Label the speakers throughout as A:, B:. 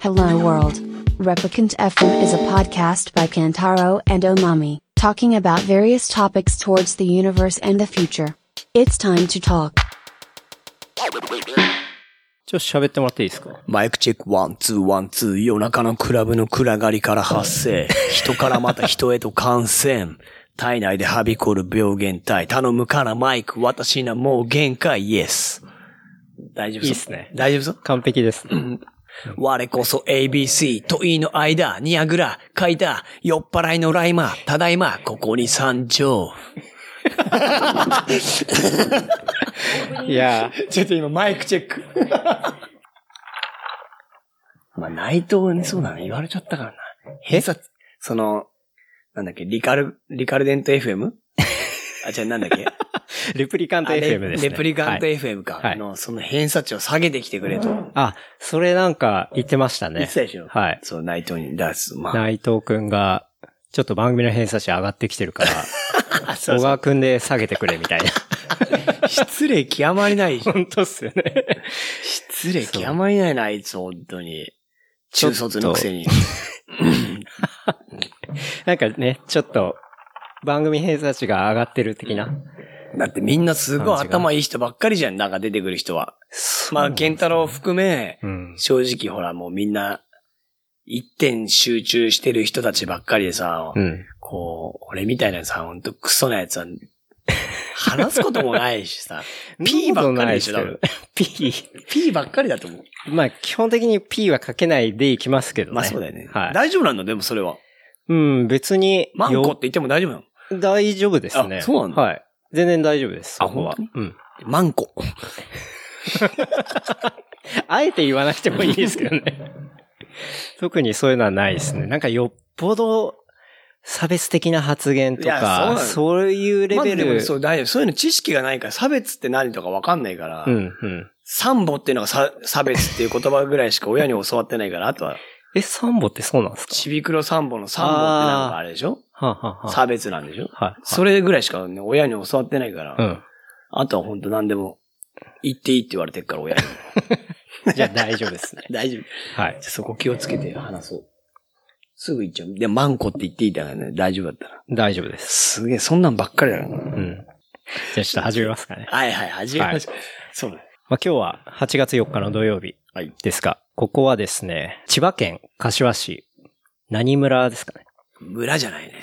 A: Hello World. Replicant FM is a podcast by Kantaro and Omami, talking about various topics towards the universe and the future. It's time to talk.
B: ちょっと喋ってもらっていいですか
C: マイクチェックワン、ツー、ワン、ツー、夜中のクラブの暗がりから発生。 人からまた人へと感染。体内ではびこる病原体。頼むからマイク、私なもう限界、イエス。大丈夫そう
B: いいっすね
C: 大丈夫そう
B: 完璧です。
C: 我こそ ABC、といの間、ニアグラ、書いた、酔っ払いのライマ、ただいま、ここに参上。
B: いや
C: ちょっと今マイクチェック。 まあ内藤はね、そうだね。言われちゃったからな。偏差値、その、なんだっけ、リカル、リカルデント FM? あ、じゃあなんだっけ
B: ー、レプリカント
C: あレ
B: FM ですね。
C: レプリカント
B: はい
C: FM か。
B: はい
C: の、その偏差値を下げてきてくれと。
B: あ、それなんか言ってました
C: 言っ
B: ね
C: て。たでしょ
B: はい
C: そう、内藤に出す。まあ、
B: 内藤くんが、ちょっと番組の偏差値上がってきてるから、
C: あ そ
B: 小
C: うそう
B: 川くんで下げてくれみたいな。
C: 失礼極まりないでしょ。
B: 本当っすよね。
C: 失礼極まりないな、あいつ、本当に。中卒のくせに。
B: なんかね、ちょっと、番組偏差値が上がってる的な。
C: だってみんなすごい
B: 感じが
C: 頭いい人ばっかりじゃん、なんか出てくる人は。まあ、ケンタロウ含め、
B: うん。
C: 正直ほらもうみんな、一点集中してる人たちばっかりでさ、
B: うん。
C: こう、俺みたいなさ、ほんとクソなやつは、話すこともないし さ、P ばっかりでしょ、多分。
B: P。
C: P ばっかりだと思う。
B: まあ、基本的に P は書けないでいきますけどね。
C: まあそうだよね。
B: はい。
C: 大丈夫なんだ、でもそれは。
B: うん、別に、
C: マンコって言っても大丈夫なの
B: 大丈夫ですね。
C: あそうなんだ
B: はい。全然大丈夫です。
C: あ
B: そこは
C: 本
B: うん。
C: マンコ。
B: あえて言わなくてもいいですけどね。 特にそういうのはないですね。なんかよっぽど差別的な発言と
C: いやそうな
B: か、
C: の
B: そういうレ
C: まあ
B: ベ
C: でも
B: ル。
C: そう、大丈夫。そういうの知識がないから、差別って何とかわかんないから、
B: うん、うん。
C: サンボっていうのがさ差別っていう言葉ぐらいしか親に教わってないから、あとは、
B: え、サンボってそうなんですか
C: ちびくろサンボのサンボってなんかあれでしょ
B: はあ、はあはあ、
C: 差別なんでしょ
B: はい。
C: それぐらいしかね、親に教わってないから、
B: うん。
C: あとは本当何でも言っていいって言われてるから、親 に。
B: じゃあ大丈夫 ですね。
C: 大丈夫。
B: はい。
C: そこ気をつけて話そう。すぐ言っちゃう。で、マンコって言っていいからね、大丈夫だったら。
B: 大丈夫です。
C: すげえ、そんなんばっかりだな。
B: うん。じゃあちょっと始めますかね。
C: はいはい、はじめまして。そうだね。
B: まあ、今日は8月4日の土曜日
C: はい
B: ですが、ここはですね、千葉県柏市、何村ですかね。
C: 村じゃな いね。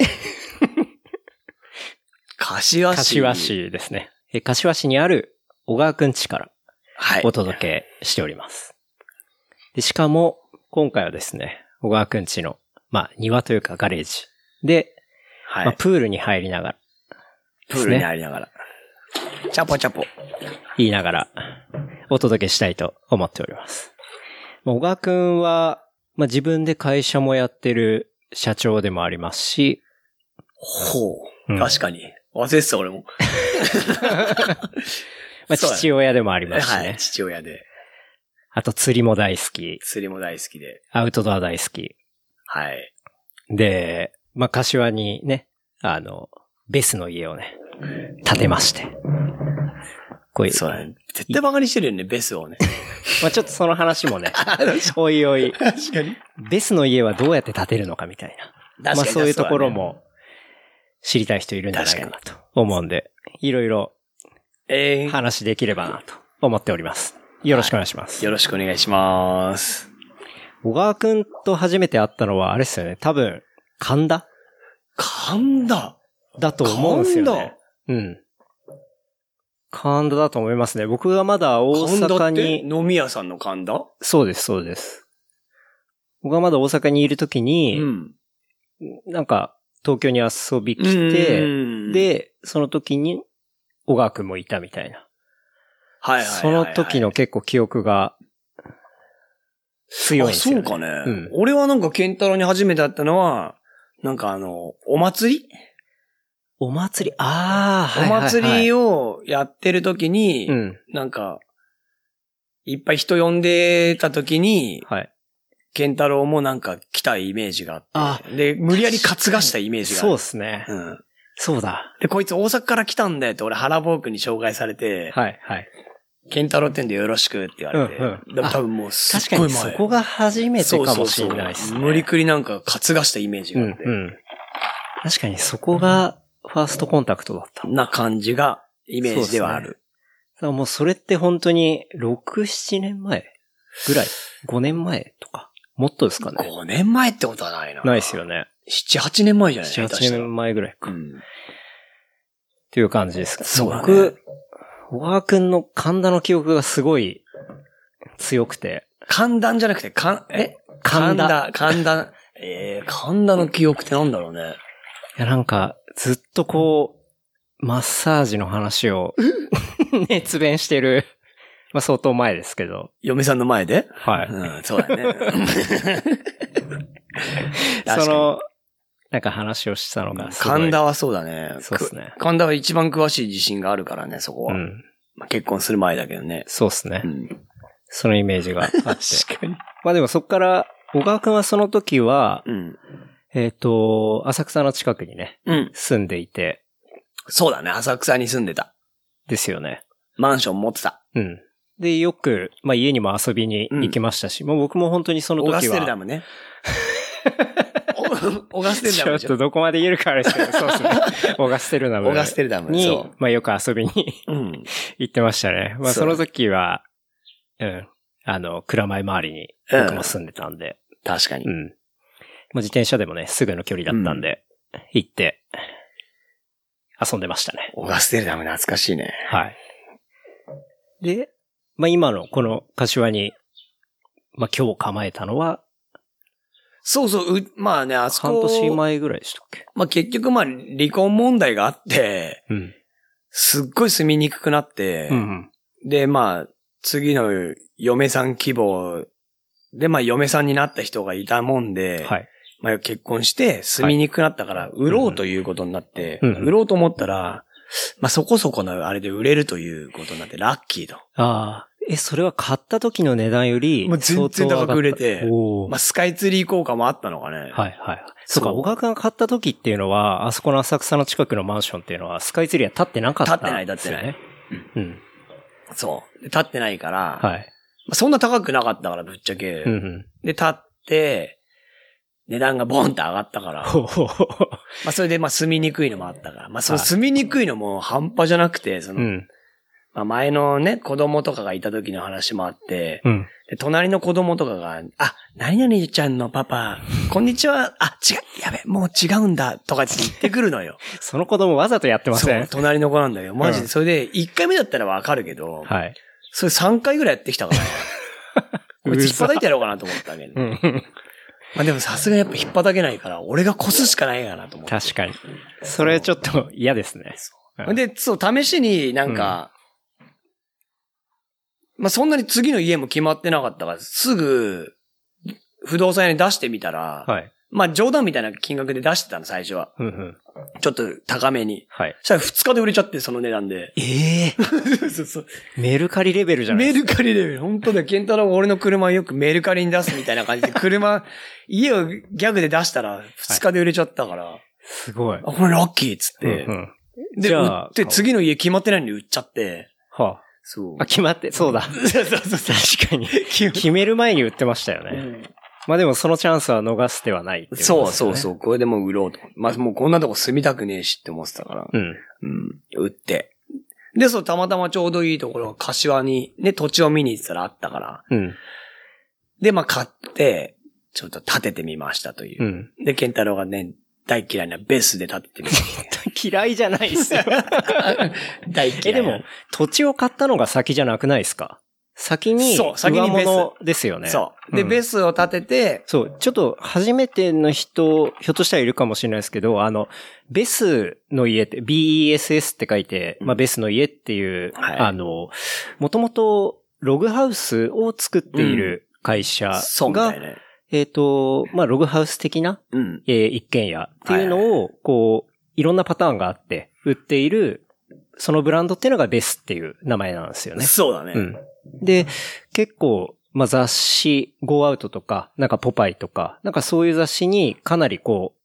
C: 柏市。
B: 柏。市ですね。え柏市にある小川くん家から
C: はい。
B: お届けしております。でしかも、今回はですね、小川くん家の、まあ、庭というかガレージで、
C: はい。
B: まあ、プールに入りながら、
C: プールにありながら。チャポチャポ。
B: 言いながらお届けしたいと思っております。まあ小川くんは、まあ、自分で会社もやってる社長でもありますし、
C: ほう。
B: うん
C: 確かに。忘れてた、俺も。
B: まあ、
C: そうだね
B: 父親でもありますしね。
C: はい。父親で。
B: あと釣りも大好き、
C: 釣りも大好きで。
B: アウトドア大好き。
C: はい。
B: で、まあ、柏にね、あの、ベスの家をね、建てまして。こういう、
C: そうだね。絶対バカにしてるよね、ベスを ね。
B: まあ、ちょっとその話 もね、おいおい、
C: 確かに。
B: ベスの家はどうやって建てるのかみたいな。まあそういうところ。も知りたい人いるんじゃないかなと思うんで、いろいろ
C: えー
B: 話できればなと思っております。よろしくお願いします。
C: よろしくお願いします。
B: 小川くんと初めて会ったのはあれですよね。多分、神田
C: 神田
B: だと思うんですよね。うん。神田だと思いますね。僕がまだ大
C: 神田
B: 阪
C: って
B: に、
C: 飲み屋さんの神田
B: そうです、そうです。僕がまだ大阪にいるときに、
C: ん。
B: なんか東京に遊び来
C: う
B: て、
C: ん、
B: で、その時に小川くんもいたみたいな。
C: はいはい
B: その時の結構記憶が強いん
C: 強
B: で
C: い
B: すよ、ね。
C: そうかね、
B: うん
C: 俺はなんか健太郎に初めて会ったのは、なんかあの、お祭り、
B: お祭り、ああ、はいはい、はい。
C: お祭り
B: を、
C: をやってる時に、
B: うん。
C: なんか、いっぱい人呼んでた時に、
B: はい。
C: 健太郎もなんか来たイメージが
B: あ
C: あって、で、無理やり担がしたイメージがあ
B: そう
C: る。
B: ですね。
C: うん。
B: そうだ。
C: で、こいつ大阪から来たんだよって俺、ハラボークに紹介されて、
B: はい、はい。
C: ケンタロウ店でよろしくって言われて。
B: うんうん
C: でも多分もうすっ
B: 確か
C: ごい
B: に
C: 前。
B: そこが初めてかもしれないです
C: そうそうそ
B: ね。
C: う無理くりなんか担がしたイメージ
B: う
C: があ
B: ん
C: って。
B: うん。確かにそこがファーストコンタクトだった。
C: な感じが、イメージではある。
B: だからもうそれって本当に6、7年前ぐらい ?5 年前とかもっとですかね
C: 5年前ってことはないな。
B: ないですよね。
C: 7、8年前じゃない
B: 7、8年前ぐらいか。
C: う
B: っ
C: ん。
B: ていう感じですか、
C: そうだね
B: 僕、小川くんの神田の記憶がすごい強くて。
C: 寒暖じゃなくて、かん、え
B: 神田
C: 寒暖寒暖えー、寒暖の記憶ってなんだろうね。
B: いや、なんか、ずっとこう、マッサージの話 を、熱弁してる。まあ、相当前ですけど。
C: 嫁さんの前で
B: はい。
C: うん、そうだ ね。かに
B: その、なんか話をしたのがすごい。
C: 神田はそうだね。
B: そうっすね
C: く神田は一番詳しい自信があるからね、そこ
B: う
C: は。
B: ん。
C: まあ、結婚する前だけどね。
B: そうですね
C: う。ん。
B: そのイメージが あって。
C: かに。
B: まあでもそっから、小川くんはその時は、
C: うん。
B: えっ、と、浅草の近くにね、
C: うん。
B: 住んでいて、
C: そうだね、浅草に住んでた。
B: ですよね。
C: マンション持ってた。
B: うん。で、よく、まあ家にも遊びに行きましたし、もう僕も本当にその
C: オ
B: 時は。
C: ガステルダムね。おオガステルダムでし
B: ちょ
C: ょ
B: っと。どこまで言えるかあれですけど、そうです ね。オガステルダム
C: オガステルダム。
B: に
C: そ、
B: まあよく遊びに
C: う。うん。
B: 行ってましたね。まあ
C: そう
B: その時は、うん。あの、蔵前周りに僕も住んでたんで、
C: 確かに
B: う。ん。まあ自転車でもね、すぐの距離だったんで、行って、遊んでましたね。
C: オガステルダム懐かしいね。
B: はい。で、まあ今のこの柏に、まあ今日構えたのは、
C: そうそう、うまあね、あそ
B: 半
C: こ、
B: 年前ぐらいでしたっけ
C: まあ結局まあ離婚問題があって、
B: うん。
C: すっごい住みにくくなって、
B: うんうん。
C: でまあ次の嫁さん希望でまあ嫁さんになった人がいたもんで、
B: はい。
C: まあ結婚して住みにくくなったから売ろうということになって、
B: うんうん
C: 売ろうと思ったら、まあそこそこのあれで売れるということになってラッキーと。
B: ああ。え、それは買った時の値段より、
C: もう全然高く売れ
B: 相当上がっ
C: て
B: たおお、
C: まあスカイツリー効果もあったのかね。
B: はいはい。そうか、
C: そう
B: 小川君が買った時っていうのは、あそこの浅草の近くのマンションっていうのは、スカイツリーは立ってなかったんですよ、ね。
C: 立ってない立
B: てない。うん。
C: そう。で立ってないから、
B: はい。
C: まあそんな高くなかったからぶっちゃけ。
B: うんうん。
C: で、立って、値段がボンって上がったから。ま
B: ほうほうほう。
C: あ、それで、まあ、住みにくいのもあったから。まあ、その
B: はい
C: 住みにくいのも半端じゃなくて、そうの、
B: ん。
C: まあ、前のね、子供とかがいた時の話もあって、
B: うん。
C: で、隣の子供とかが、あ、何々ちゃんのパパ、こんにちは、あ、違う、やべ、もう違うんだ、とかって言ってくるの よ。
B: その子供わざとやってま
C: そ
B: せ
C: う、
B: ん。
C: 隣の子なんだよ。マジ
B: う
C: で。
B: ん
C: それで、1回目だったらわかるけど、
B: はい。
C: それ3回ぐらいやって きたから、こいつ引っ叩いてやろうかなと思ったけど。
B: うん。
C: まあでもさすがにやっぱ引っ叩けないから、俺がこすしかないかなと思って。
B: 確かに。それちょっと嫌ですね。うん
C: で、そう、試しになんか、まあそんなに次の家も決まってなかったから、すぐ、不動産屋に出してみたら、
B: はい。
C: まあ冗談みたいな金額で出してたの、最初は。
B: うんうん。
C: ちょっと高めに。
B: はい。。
C: そしたら2日で売れちゃって、その値段で
B: ええ
C: そうそう
B: メルカリレベルじゃない
C: メ
B: です
C: ルカリで、本当だよ。ケンタロウが俺の車をよくメルカリに出すみたい な感じで、車、家をギャグで出したら、2日で売れちゃったから、
B: か。すごい。
C: あ、これラッキーっつって。
B: うんうん
C: で、
B: じ
C: 売
B: ゃあ
C: って、次の家決まってないのに売っちゃって。
B: は
C: そう
B: あ。あ、。決まって、そうだ。
C: そうそうそうそ
B: 確
C: う。
B: かに。決める前に売ってましたよね。まあでもそのチャンスは逃す手はないっていうこと
C: そう
B: ですよ
C: そ
B: ね、
C: うそう。これでもう売ろうと。まあ、もうこんなとこ住みたくねえしって思ってたから。
B: う。うん。
C: うん。売って。で、そう、たまたまちょうどいいところが柏に、ね、土地を見に行ってたらあったから。
B: うん。
C: で、まあ、買って、ちょっと建ててみましたというう。
B: ん。
C: で、ケンタロウがね、大嫌いなベースで建ててみまし
B: 嫌いじゃないですよ。
C: た。 大嫌いな。
B: え、でも、土地を買ったのが先じゃなくないですか先に、
C: そう先にベー
B: 上
C: ス
B: 物ですよね。
C: そう。で、
B: うん
C: ベースを建てて、
B: そう、ちょっと初めての人、ひょっとしたらいるかもしれないですけど、あの、ベスの家って、BESS って書いて、まあ、ベスの家っていう、
C: はい
B: あの、もともとログハウスを作っている会社が、
C: そうみたいね。
B: えっ、と、まあ、ログハウス的な、
C: うん。
B: えー一軒家っていうのを、こう、いろんなパターンがあって、売っている、そのブランドっていうのがベスっていう名前なんですよね。
C: そうだね。
B: うん。で、結構、まあ、雑誌、Go Out とか、なんかポパイとか、なんかそういう雑誌にかなりこう、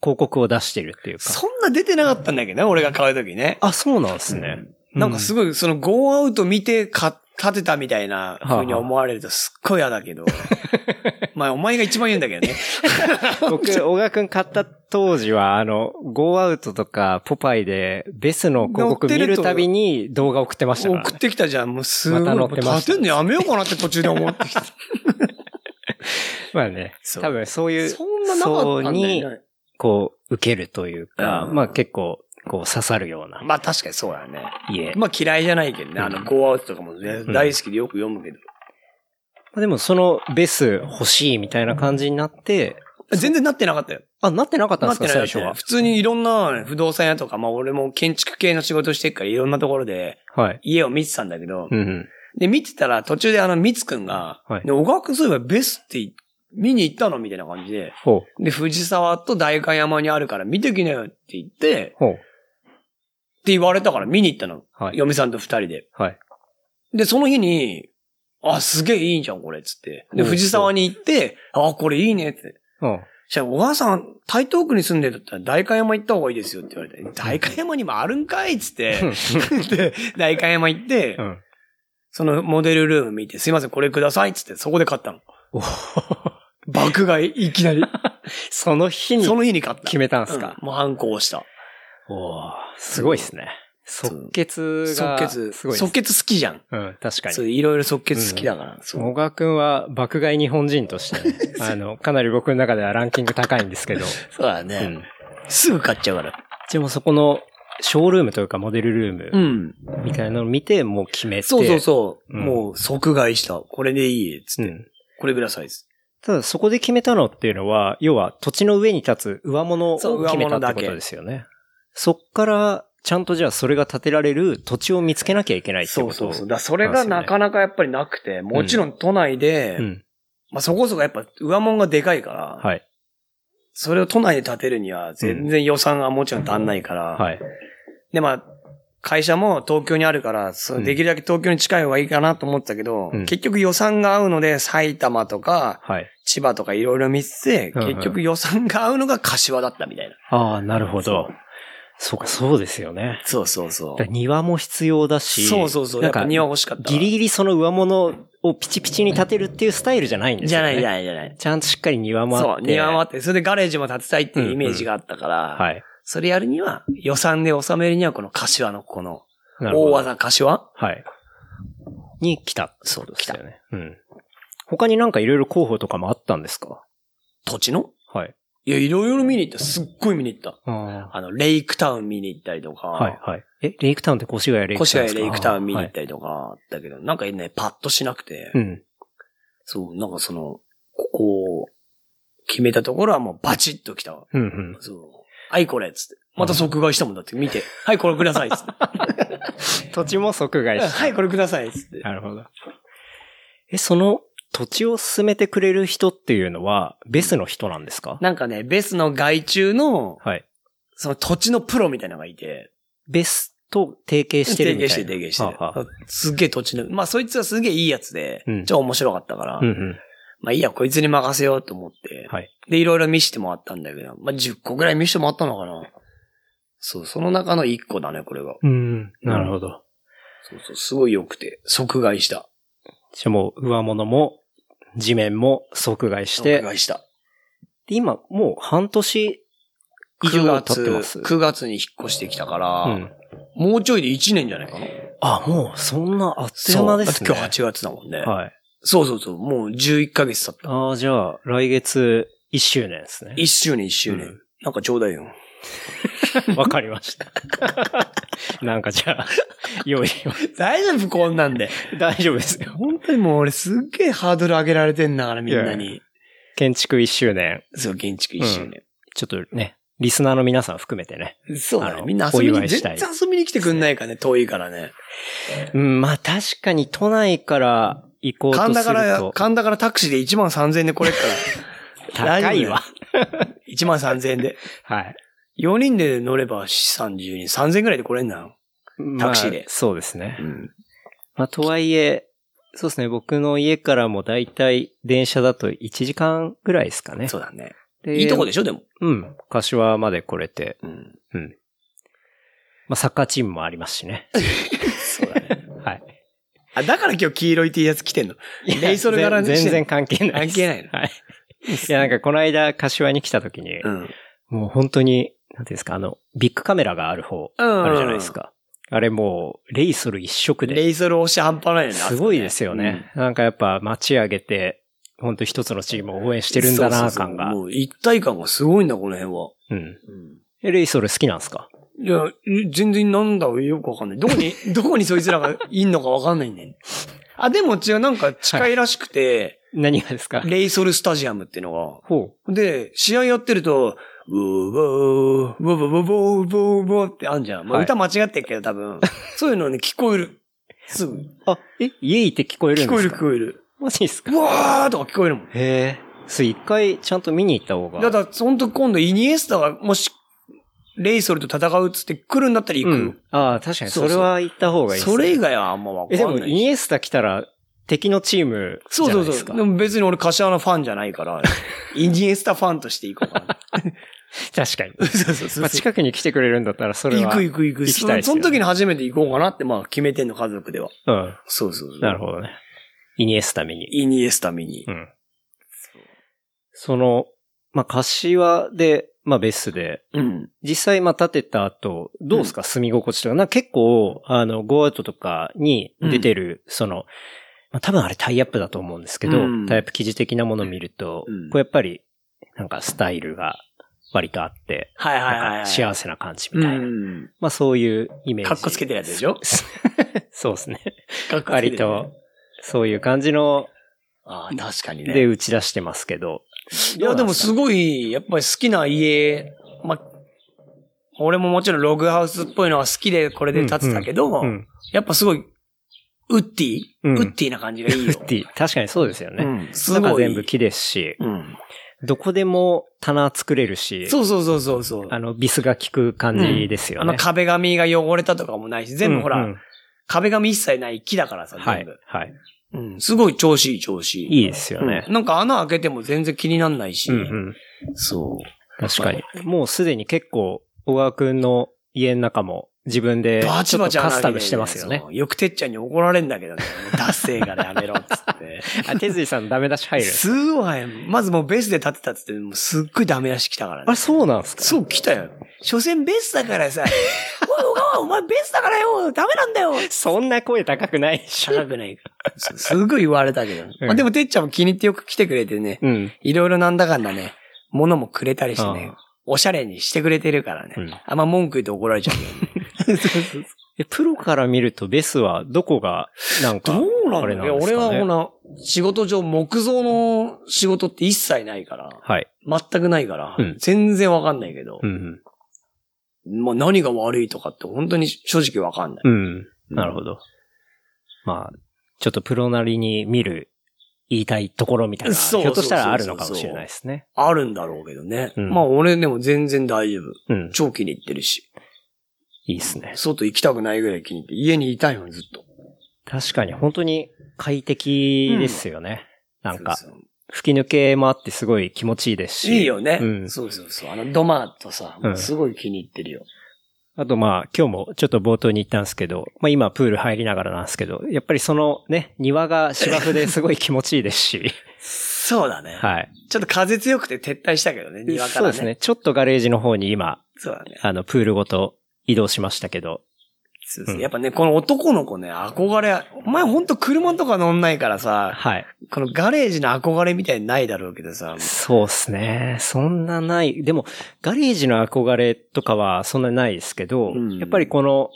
B: 広告を出してるっていうか。
C: そんな出てなかったんだけどね、俺が買うときね。
B: あ、そうなんですね。
C: なんかす
B: ごい。
C: ごい、その、ゴーアウト見て買っ立てたみたいな風に思われるとすっごい嫌 だけど。まあ、お前が一番言うんだけどね。
B: 僕、小川くん買った当時は、あの、ゴーアウトとか、ポパイで、ベスの広告見るたびに動画送ってましたから、ね。
C: 送ってきたじゃん。もうすごい。
B: また乗ってました
C: 立てんのやめようかなって途中で思ってきた。
B: まあね、
C: そう
B: 多分そういう
C: そんななかったんだ
B: 層
C: よね
B: に、こう、受けるというか、
C: うん
B: まあ結構、こう刺さるような
C: まあ確かにそうだね。
B: 家。ま
C: まあ嫌いじゃないけどね。あの、ゴーアウトとかもね、
B: ん
C: 大好きでよく読むけど。
B: あでもそのベス欲しいみたいな感じになって、
C: 全然なってなかったよ。
B: あ、なってなかったん
C: な
B: で
C: っ
B: す
C: て
B: か
C: ない
B: 最
C: なって
B: 初
C: ない
B: は。
C: 普通にいろんな不動産屋とか、まあ俺も建築系の仕事してるからいろんなところで
B: はい。
C: 家を見てたんだけど、
B: うんうん。
C: で、見てたら途中であの、ミツくんが、
B: はい
C: で、小川くんそういえばベスって見に行ったのみたいな感じで、
B: ほう。
C: で、藤沢と代官山にあるから見てきなよって言って、
B: ほう。
C: って言われたから見に行ったの。
B: はい。
C: 嫁さんと二人で。
B: はい。
C: で、その日に、あ、すげえいいじゃん、これ、つって。
B: う
C: で、
B: ん
C: 藤沢に行って、あ、これいいね、って。
B: うん。
C: じゃあ、小川さん、台東区に住んでるんだったら、代官山行った方がいいですよって言われて、代官山にもあるんかいっつって、 で、代官山行って、
B: うん。
C: そのモデルルーム見て、すいません、これくださいっつって、そこで買ったの。
B: お
C: 爆買い、いき なり。
B: その日に
C: その日に買った。
B: 決めたんすか。
C: うんもう反抗した。
B: おーすごいですね。即決
C: 即
B: が、
C: 決、
B: すごいです
C: 即決好きじゃん。
B: うん、確かに
C: そう、。いろいろ即決好きだから。そう。
B: 小川くんは爆買い日本人としてね、 あの、かなり僕の中ではランキング高いんですけど、
C: そうだ
B: う
C: ね、
B: ん。
C: すぐ買っちゃうから。
B: でもそこのショールームというかモデルルーム
C: ん。
B: みたいなのを見て、もう決めて。
C: そうそうそう。
B: うん
C: もう即買いした。これでいいっつって、
B: うん。
C: これくださいっつって。
B: ただそこで決めたのっていうのは、要は土地の上に立つ上物を
C: そう
B: 決めた
C: 上
B: っ
C: 物だ
B: て
C: け
B: ことですよね。そっから、ちゃんとじゃあそれが建てられる土地を見つけなきゃいけないって
C: そ
B: こ
C: う
B: と
C: そうそう。だからそれがなかなかやっぱりなくて、もちろん都内で、
B: うん。
C: まあそこそこやっぱ上物がでかいから、
B: はい。
C: それを都内で建てるには全然予算がもちろん足んないから、
B: はい。
C: でまあ、会社も東京にあるから、そう
B: うん
C: できるだけ東京に近い方がいいかなと思ってたけど、
B: うん
C: 結局予算が合うので埼玉とか
B: はい。
C: 千葉とかいろいろ見てて、
B: うんうん
C: 結局予算が合うのが柏だったみたいな。
B: ああ、なるほど。そうか、そうですよね。
C: そうそうそ
B: だから庭も必要だし、
C: そうそうそう。
B: な
C: や
B: ん
C: っぱ
B: か、
C: 庭欲しかったわ。
B: ギリギリその上物をピチピチに建てるっていうスタイルじゃないんです
C: じ
B: よ
C: ゃ
B: ね。
C: ないじゃないじゃない。
B: ちゃんとしっかり庭もあ
C: そ
B: っ
C: う、
B: て。
C: 庭もあって、それでガレージも建てたいっていうイメージがあったから、
B: はい。
C: それやるには、予算で収めるには、この柏のこの、
B: なるほ
C: 大
B: ど。
C: 技柏
B: はい。に来たってことです
C: そう
B: よね。うん。他になんかいろいろ候補とかもあったんですか
C: 土地の
B: はい。
C: いや、いろいろ見に行った。すっごい見に行った。
B: は
C: あの、レイクタウン見に行ったりとか、
B: い、はい。え、レイクタウンって越谷レイク
C: 越
B: タウンです
C: 谷
B: か
C: レイクタウン見に行
B: は
C: っ
B: い
C: たりとか、だけど、なんかね、パッとしなくて、
B: うん。
C: そう、なんかその、ここを決めたところはもうバチッと来たわ。
B: うんうん。
C: そう。はい、これっつって。また即買いしたもんだって、見 て。はい、これくださいっつって。
B: 土地も即買いし
C: はい、これくださいっつって。
B: なるほど。え、その土地を進めてくれる人っていうのは、ベスの人なんですか
C: なんかね、ベスの外注の、
B: はい。
C: その土地のプロみたいなのがいて、
B: ベスと提携してる
C: 提
B: みたい
C: 携して、
B: な。
C: 提携して。
B: はあはあ
C: すっげえ土地の、まあそいつはすげえいいやつで
B: うん、
C: 超面白かったから、
B: うんうん。
C: まあいいや、こいつに任せようと思って、
B: はい。
C: で、いろいろ見してもらったんだけど、まあ10個ぐらい見してもらったのかな。そう、その中の1個だね、これが。
B: うん。なるほど。
C: そうそう、すごい良くて、即買いした。
B: しかも、上物も、地面も即買いして、
C: 即買いした。
B: で今、もう半年以上経ってます。
C: 9月に引っ越してきたから、
B: うん。
C: もうちょいで1年じゃないかな。
B: あ、もう、そんなあっという間ですね。
C: そうだって今日8月だもんね。
B: はい。
C: そうそうそう、もう11ヶ月経った。
B: ああ、じゃあ、来月1周年ですね。
C: 1周年1周年。
B: うん
C: なんかちょうだいよ。
B: わかりました。 なんかじゃあ、用意を。
C: 大丈夫こんなんで。
B: 大丈夫ですよ。
C: 本当にもう俺すっげえハードル上げられてんだからみんないに。
B: 建築1周年、
C: そう、建築一周年。
B: ちょっとね、リスナーの皆さん含めてね。
C: そう
B: あ
C: だね。
B: の
C: みんな遊び
B: お祝
C: に、
B: いし
C: 全
B: たい
C: 然遊びに来てくんないからね、遠いからね。
B: うん、まあ確かに都内から行こうとする
C: 神
B: と。
C: 田から、神田からタクシーで1万3000円でこれっから。
B: 高いわ。
C: 1万3000円で。
B: はい。
C: 4人で乗れば30人、3000円ぐらいで来れんな。 タクシーで
B: まあそうですね
C: う。ん。
B: まあとはいえ、そうですね、僕の家からもだいたい電車だと1時間ぐらいですかね。
C: そうだね。
B: で
C: いいとこでしょ、でも。
B: うん。柏まで来れて。
C: うん。
B: うん。まあ、サッカーチームもありますしね。
C: そうだね。
B: はい。
C: あ、だから今日黄色い T やつ着 てんの。
B: いや
C: レイソル柄に
B: 全
C: して
B: 全
C: ん
B: 然
C: の
B: 関係ないです。
C: 関係ないの
B: はい。いや、なんかこの間、柏に来た時に、
C: うん。
B: もう本当に、なんていうんですか、あの、ビッグカメラがある方、
C: うん
B: あるじゃないですか。あれもう、レイソル一色で。
C: レイソル押し半端ないよね。
B: すごいですよね。なんかやっぱ街上げて、本当一つのチームを応援して
C: て
B: るんだな、感が。
C: もう一体感がすごいんだ、この辺は。
B: うん。えレイソル好きなんですか
C: いや、全然なんだよくわかんない。ど こに、どこにそいつらがいんのかわかんないんだよね。あ、でも違う、なんか近いらしくて、
B: 何がですか
C: レイソルスタジアムっていうのが、
B: ほ
C: で、試合やってると、うーぼー、ぼーぼーぼーぼーぼーってあんじゃん。まあ、
B: はい
C: 歌間違ってるけど 多分。そういうのね、聞こえる。すぐ。
B: う。あ、え、イエイって聞こえるんです
C: 聞
B: か
C: こえる聞こえる。
B: マジですか
C: うわーとか聞こえるもん。
B: へえ。それ一回ちゃんと見に行った方が。
C: だから、ほんと今度イニエスタがもし、レイソルと戦うっつって来るんだったら行
B: う
C: く。
B: ん。ああ、確かに。
C: そう
B: そ
C: そ
B: うれは行った方がいいですね
C: それ以外はあんまわかん
B: え、
C: な
B: で
C: い
B: も、
C: し。
B: イニエスタ来たら、敵のチームじ
C: そう
B: ゃな
C: そ
B: いうで
C: そ
B: すか。
C: う。でも別に俺、柏のファンじゃな いから、イニエスタファンとして行こうかな。
B: 確かに。
C: そうそうそ
B: まあ、近くに来てくれるんだったら、それ
C: 行
B: は。
C: く行く行く。
B: 行きたいですよ
C: その時に初めて行こうかなって、まあ決めてんの、家族では。
B: うん。
C: そうそうそう。
B: なるほどね。イニエスタ見に。
C: イニエスタ見に
B: う。ん。その、まあ、柏で、まあ、ベースで、
C: うん。
B: 実際、まあ、建てた後、どうですか、住み心地とか。なんか結構、あの、ゴーアウトとかに出てる、その、まあ、多分あれタイアップだと思うんですけど、
C: うん
B: タイアップ記事的なものを見ると、
C: うん
B: こうやっぱり、なんかスタイルが割とあって、
C: はいはいはい
B: な
C: は
B: ん
C: い。
B: か幸せな感じ
C: う
B: みたいな。
C: ん。
B: まあ、そういうイメージ。
C: かっこつけてる やつでしょ
B: そうですね。
C: かっこつけてる
B: 割と、そういう感じの、
C: ああ、確かに
B: で
C: ね。
B: 打ち出してますけど。
C: いや、でもす
B: い。
C: ごい、やっぱり好きな家、ま、俺ももちろんログハウスっぽいのは好きでこれで建てたけど、
B: うん。
C: やっぱすごい、ウッディ、
B: うん
C: ウッディな感じがいいよ。
B: っていう確かにそうですよね。
C: うん、す
B: 中
C: ごい。
B: 全部木ですし、
C: うん。
B: どこでも棚作れるし、
C: そうそうそうそうそう。
B: あの、ビスが効く感じですよ
C: あ
B: ね。
C: の壁紙が汚れたとかもないし、全部ほら、
B: うんうん
C: 壁紙一切ない木だからさ、
B: は
C: 全
B: い
C: 部。。
B: はい。
C: うん、すごい調子いい調子いい。
B: いいですよね
C: うん。なんか穴開けても全然気になんないし。
B: うんうん。
C: そう。
B: 確かに。もうすでに結構、小川くんの家の中も自分で、
C: バ
B: ち
C: チ
B: ょ
C: バ
B: っ
C: チ
B: と
C: 穴
B: カ
C: 開
B: ス
C: け
B: タムしてますよね。
C: そうよくてっちゃんに怒られんだけどね。ダッセーからやめろっつ って。
B: あ、手水さんダメ出し入る。
C: すごい早い。まずもうベースで立てたっつって、もうすっごいダメ出し来たから
B: あれ、
C: ね。
B: そうなんですか
C: そう、来たよ。所詮ベースだからさ、おい、おかわ、お前ベースだからよ、ダメなんだよ。
B: そんな声高くないでしょ。
C: 高くないから。すすごい言われたけど。
B: うん
C: まあでも、てっちゃんも気に入ってよく来てくれてね、
B: うん。
C: いろいろなんだかんだね、物もくれたりしてね
B: あ、
C: おしゃれにしてくれてるからね。
B: うん
C: あんま文句言って怒られちゃうけどね。
B: え、プロから見るとベスはどこが、なんか、
C: どうな
B: あ
C: ん
B: れ
C: だ
B: な
C: ろう、
B: んです
C: 俺は
B: かね
C: この、仕事上木造の仕事って一切ないから、
B: はい。
C: 全くないから、
B: うん
C: 全然わかんないけど
B: う、ん
C: まあ何が悪いとかって本当に正直わかんない。
B: うん。うん。なるほど。まあ、ちょっとプロなりに見る、言いたいところみたいな、ひ
C: そう
B: ょっとしたらあるのかもしれないですね。
C: あるんだろうけどね。
B: うん
C: まあ俺でも全然大丈夫。
B: うん。
C: 超気に入ってるし。
B: いいですね。
C: 外行きたくないぐらい気に入って、家にいたいのずっと。
B: 確かに本当に快適ですよね。なんか、
C: そうそう
B: 吹き抜けもあってすごい気持ちいいですし。
C: いいよね、
B: うん
C: そうそうそう。あのドマーとさ
B: う、ん
C: すごい気に入ってるよ。
B: あとまあ、今日もちょっと冒頭に言ったんですけど、まあ今プール入りながらなんですけど、やっぱりそのね、庭が芝生 ですごい気持ちいいですし。
C: そうだね、
B: はい。
C: ちょっと風強くて撤退したけどね、庭か
B: そう
C: らね。
B: ですね。ちょっとガレージの方に今、
C: そうだね。
B: あの、プールごと移動しましたけど。
C: そうそう
B: うん
C: やっぱね、この男の子ね、憧れ、お前ほんと車とか乗んないからさ、
B: はい。
C: このガレージの憧れみたいにないだろうけどさ、
B: そうですね。そんなない。でも、ガレージの憧れとかはそんなないですけど、
C: うん
B: やっぱりこの、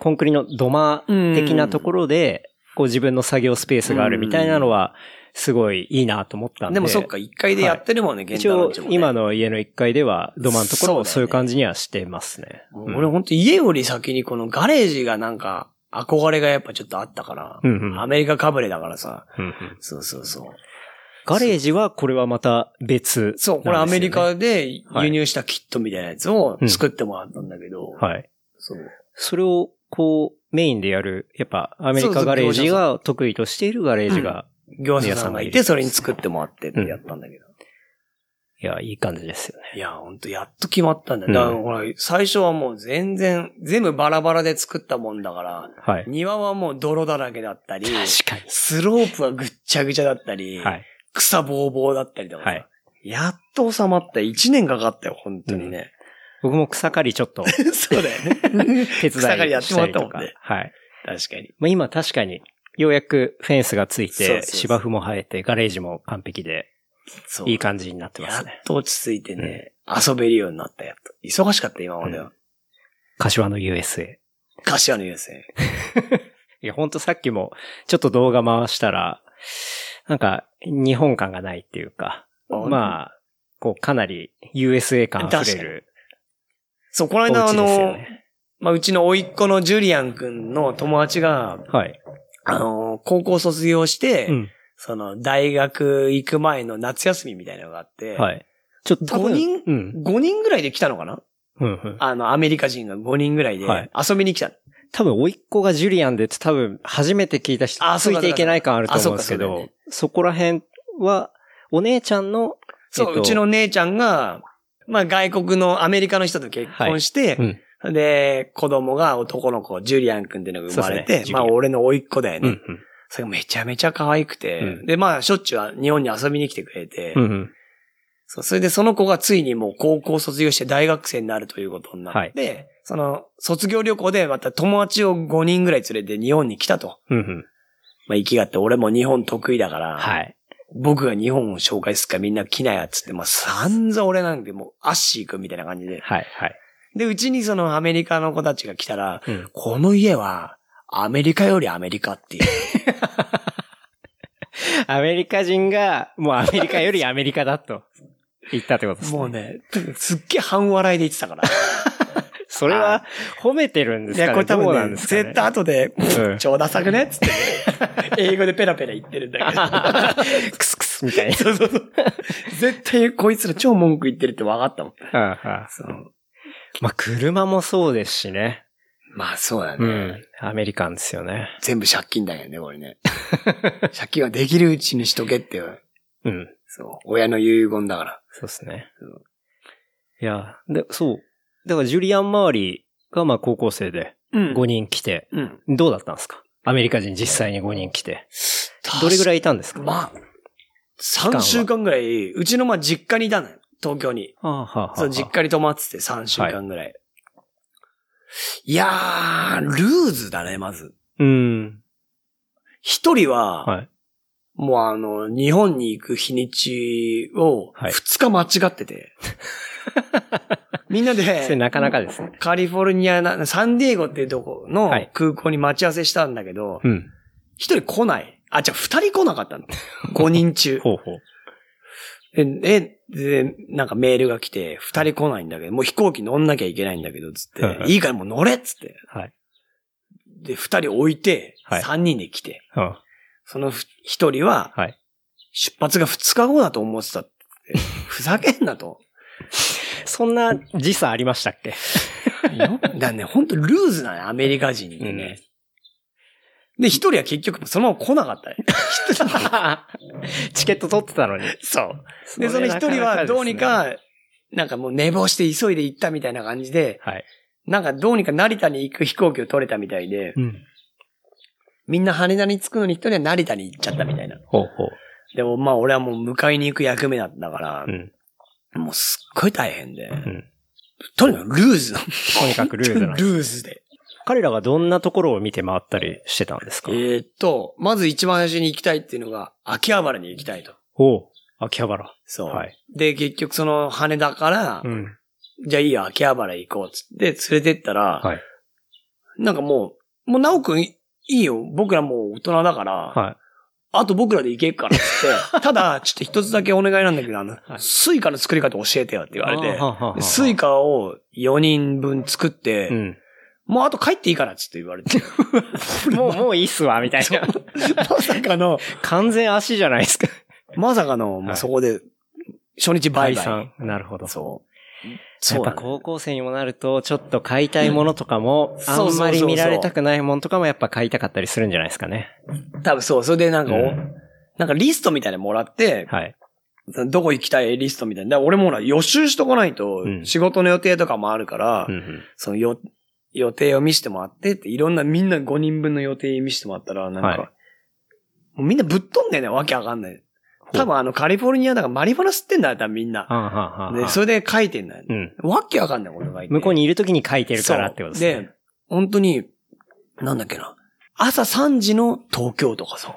B: コンクリの土間的なところで、こう自分の作業スペースがあるみたいなのは、すごいいいなと思ったんで。
C: でもそっか、1階でやってるもんね、現
B: 一
C: 代の
B: 応
C: うちも、ね、
B: 今の家の1階では、土間のところ
C: そうだよ
B: を
C: ね
B: そういう感じにはしてますね。うん
C: 俺ほんと家より先にこのガレージがなんか、憧れがやっぱちょっとあったから、
B: うんうん
C: アメリカかぶれだからさ、
B: うんうん
C: そうそうそう。
B: ガレージは、これはまた別、
C: そう、これアメリ。カで
B: はい
C: 輸入したキットみたいなやつを作ってもらったんだけど、
B: はい。
C: そう。
B: それを、こう、メインでやる、やっぱ、アメリカガレージが得意としているガレージが、
C: 業者さんがいて、それに作ってもらってってやったんだけど。
B: いや、いい感じですよね。
C: いや、ほんと、やっと決まったんだよ。だから、
B: うん
C: ほら、最初はもう全然、全部バラバラで作ったもんだから、
B: はい。
C: 庭はもう泥だらけだったり、
B: か
C: スロープはぐっちゃぐちゃだったり、
B: はい。
C: 草ぼうぼうだったりとかさ、
B: はい
C: やっと収まった。一年かかったよ、本当にね。
B: 僕も草刈りちょっと
C: そうだよね。
B: 手伝い
C: 草刈りやってもらったもん
B: し
C: ね
B: たりとかはい。
C: 確かに。
B: まあ今確かに、ようやくフェンスがつい
C: そうそう
B: て、
C: そう
B: 芝生も生えて、ガレージも完璧で、
C: そう。
B: いい感じになってま
C: やっ
B: すね。
C: と落ち着いてね、遊べるようになったやっと。忙しかった、今までは。
B: う柏の USA。
C: 柏の優勢。
B: いや、ほんとさっきも、ちょっと動画回したら、なんか、日本感がないっていうか、
C: あ
B: まあ、こう、かなり USA 感溢れる。
C: そう、こ
B: お
C: の間あ
B: 家
C: の、
B: ですよね。
C: まあ、うちの甥っ子のジュリアン君の友達が、
B: はい。
C: あの、高校卒業して、
B: うん。
C: その、大学行く前の夏休みみたいなのがあって、
B: はい。ちょっと多分、
C: 五人
B: うん。
C: 5人ぐらいで来たのかな
B: うんうん。
C: あの、アメリカ人が5人ぐらいで
B: はい
C: 遊びに来た。
B: 多分、甥っ子がジュリアンでって多分、初めて聞いた人
C: あ、
B: つ
C: そう
B: い
C: か
B: ていけない感あると
C: あそ
B: 思う
C: うん
B: で
C: か
B: すけ
C: そうだ
B: ど
C: よ、
B: そこら辺は、お姉ちゃんの、
C: そう、
B: えっと
C: うちの姉ちゃんが、まあ、外国のアメリカの人と結婚して、
B: うん。
C: で、子供が男の子、ジュリアン君っていうのが生まれ
B: そう
C: て
B: で、すね
C: まあ、
B: ジュリアン
C: 俺の甥っ子だよ
B: う
C: ね。
B: んうん。
C: それがめちゃめちゃ可愛くて、
B: うん
C: で、まあ、しょっちゅう日本に遊びに来てくれて、
B: うんうん。
C: そうそれでその子がついにもう高校卒業して大学生になるということになって、その卒業旅行でまた友達を5人ぐらい連れて日本に来たと。
B: うんうん。
C: まあ、行きがあって、俺も日本得意だから、
B: はい。
C: 僕が日本を紹介するからみんな来なやっつって、まあ、散々俺なんてもうアッシー君みたいな感じで。
B: はい、はい。
C: で、うちにそのアメリカの子たちが来たら、
B: うん。
C: この家はアメリカよりアメリ カっていう。
B: アメリカ人が、もうアメリカよりアメリカだと言ったってことですね。
C: もうね、すっげえ半笑いで言ってたから。
B: それは褒めてるんで
C: い
B: すかね
C: や、これ多
B: どうな
C: 分
B: ん
C: ね、
B: ですかね
C: 絶対後で、
B: うん
C: ちょうださくねっつ って、英語でペラペラ言ってるんだ
B: クスクス みたいな
C: け。ど。そうそうそう。絶対こいつら超文句言ってるって分かったもん。
B: うんうん
C: そう。
B: まあ、車もそうですしね。
C: まあそうだね。
B: うん。アメリカンですよね。
C: 全部借金だよね、これ ね。借金はできるうちにしとけっていう。
B: うん。
C: そう。親の遺言だから。
B: そうですね
C: うん。
B: いや、で、そう。だから、ジュリアン周りが、まあ、高校生で
C: うん
B: 5人来て、
C: うん。
B: どうだったんですかアメリカ人実際に5人来て。どれぐ
C: い
B: らいいたんですか
C: まあ、
B: 間は
C: 3週間ぐらい、うちのまあ実家にいたのよ。東京に。
B: あ、はあはあはあ
C: そう、実家に泊まってて3週間ぐらい。い、やー、ルーズだね、まず。
B: うん。
C: 一人は、
B: はい。
C: もうあの、日本に行く日にちを、
B: はい
C: 二日間違って て。みんな
B: それ
C: で、
B: なかなかですね。
C: カリフォルニアな、サンディエゴっていうとこの
B: はい
C: 空港に待ち合わせしたんだけど、
B: うん。
C: 一、人来ない。あ、じゃあ二人来なかっ たの。五人中。
B: ほうほう。
C: え、え、で、なんかメールが来て、二人来ないんだけど、もう飛行機乗んなきゃいけないんだけど、つっ
B: はい
C: て、
B: はい
C: いいからもう乗れっつって。
B: はい。
C: で、二人置いて、
B: はい
C: 三人で来て、
B: うん。
C: そのふ一人は、
B: はい。
C: 出発が二日後だと思って たって。ふざけんなと。
B: そんな時差ありましたっけ
C: だからね、ほんとルーズなのよアメリカ人ってね。で、一人は結局そのまま来なかったね。
B: チケット取ってたのに。
C: そう。で、その一人はどうに、か、なんかもう寝坊して急いで行ったみたいな感じで、
B: はい。
C: なんかどうにか成田に行く飛行機を取れたみたいで、
B: うん。
C: みんな羽田に着くのに一人は成田に行っちゃったみたいな。
B: ほうほう。
C: でもまあ俺はもう迎えに行く役目だったから
B: う、ん。
C: もうすっごい大変で、
B: うん。
C: とにかくルーズなの。
B: とにかくルーズな
C: ルーズで。
B: 彼らがどんなところを見て回ったりしてたんですか
C: えーっと、まず一番最初に行きたいっていうのが、秋葉原に行きたいと。
B: おう秋葉原。
C: そう。
B: はい
C: で、結局その羽田から、
B: ん。
C: じゃあいいよ、秋葉原行こうっつって連れてったら、
B: はい。
C: なんかもう、もう直くんいいよ、僕らもう大人だから、
B: は
C: あと僕らで行けっからっつ って、ただ、ちょっと一つだけお願いなんだけど、あの、
B: はい
C: スイカの作り方教えてよって言われ
B: い。
C: て
B: あ、ははは
C: でスイカを4人分作っ
B: う
C: て、
B: ん。
C: もうあと帰っていいからっつって言わ れて。
B: もう、もういいっすわ、みたいな。
C: まさかの、
B: 完全足じゃないですか。
C: まさかの、も
B: は
C: う
B: い
C: そこで、初日 バイ
B: 解散
C: バ
B: なるほど。
C: イ。そう。
B: や
C: そ
B: っ
C: うな
B: ぱ
C: の
B: 高校生にもなると、ちょっと買いたいものとかも、
C: うん
B: あんま
C: そうそうそう
B: り
C: そう
B: 見られたくないものとかもやっぱ買いたかったりするんじゃないですかね。
C: 多分そう、それでなんかお、
B: うん
C: なんかリストみたいなのもらって、
B: はい。
C: どこ行きたいリストみたいな。だから俺もほら予習しとかないと
B: う、ん
C: 仕事の予定とかもあるから、
B: うん
C: そのよ予定を見せてもらってって、いろんなみんな5人分の予定見せてもらったら、なんか、
B: はい
C: もうみんなぶっ飛んでね、わけわかんない。
B: う
C: 多分あのカリフォルニアだからマリファナ吸ってんだよ、多分みんな。
B: はんはんはんはん
C: で、それで書いてんだよ、ね
B: うん。
C: わけわかんない、俺がいて。
B: 向こう
C: に
B: にいるときに書いてるからってことですね。
C: で、本当に、なんだっけな。朝3時の東京とかさ。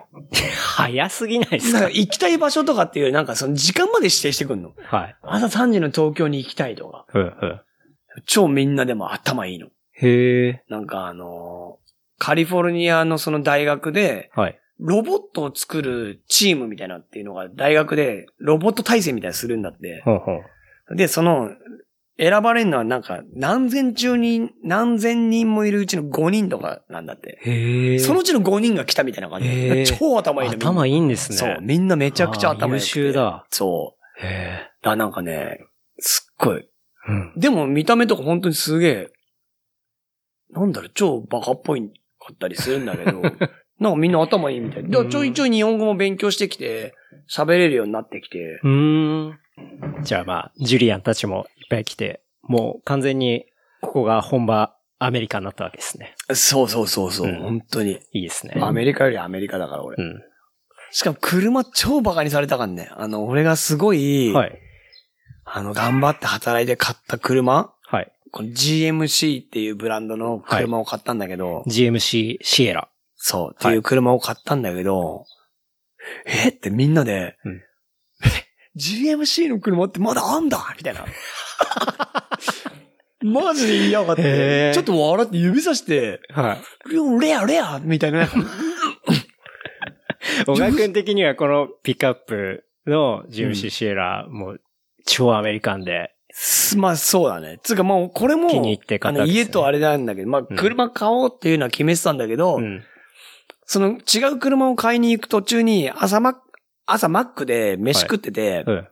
B: 早すぎないです
C: なん
B: か
C: か行きたい場所とかっていう、なんかその時間まで指定してくんの。
B: はい。
C: 朝3時の東京に行きたいとか。
B: うんうん。
C: 超みんなでも頭いいの。
B: へえ。
C: なんかあのーカリフォルニアのその大学で、
B: はい。
C: ロボットを作るチームみたいなっていうのが大学でロボット対戦みたいなのするんだって。
B: ほんほん。
C: で、その、選ばれるのはなんか何千中人、何千人もいるうちの5人とかなんだって。
B: へえ。
C: そのうちの5人が来たみたいな感じ
B: へ
C: で。
B: ー
C: 超頭いいのみんな
B: 頭いいんですね。
C: そう、みんなめちゃくちゃ頭いい。
B: 優秀。だ。
C: そう。
B: へえ。
C: だからなんかね、すっごい。
B: うん。
C: でも見た目とか本当にすげえ、なんだろう、超バカっぽいかったりするんだけ ど、なんかみんな頭いいみたい。で、ちょいちょい日本語も勉強してきて、喋れるようになってきて、
B: うーん。じゃあまあ、ジュリアンたちもいっぱい来て、もう完全にここが本場アメリカになったわけですね。
C: そうそうそうそう、
B: うん
C: 本当に。
B: いいですね。
C: アメリカよりアメリカだから
B: う
C: 俺。
B: ん。
C: しかも車超バカにされたからね。あの、俺がすごい、
B: はい。
C: あの、頑張って働いて買った車、
B: はい。
C: この GMC っていうブランドの車を買ったんだけど、
B: GMC シエラ。
C: そう、っていう車を買ったんだけど、えーってみんなで、
B: うん
C: え GMC の車ってまだあんだみた いな。マジで言いやがっ
B: へ
C: て
B: ー。
C: ちょっと笑って指さして、
B: はい。
C: レアレアみたいな。
B: 小川君的にはこのピックアップの GMC シエラ、もう超アメリカンで。
C: すまあそうだね。つうかもうこれも、
B: 気に入って買
C: あ
B: ったわ
C: の
B: けですね
C: 家とあれなんだけど、まあ
B: うん
C: 車買おうっていうのは決めてたんだけど、
B: うん。
C: その違う車を買いに行く途中に朝マック、朝マックで飯食ってて、
B: うん。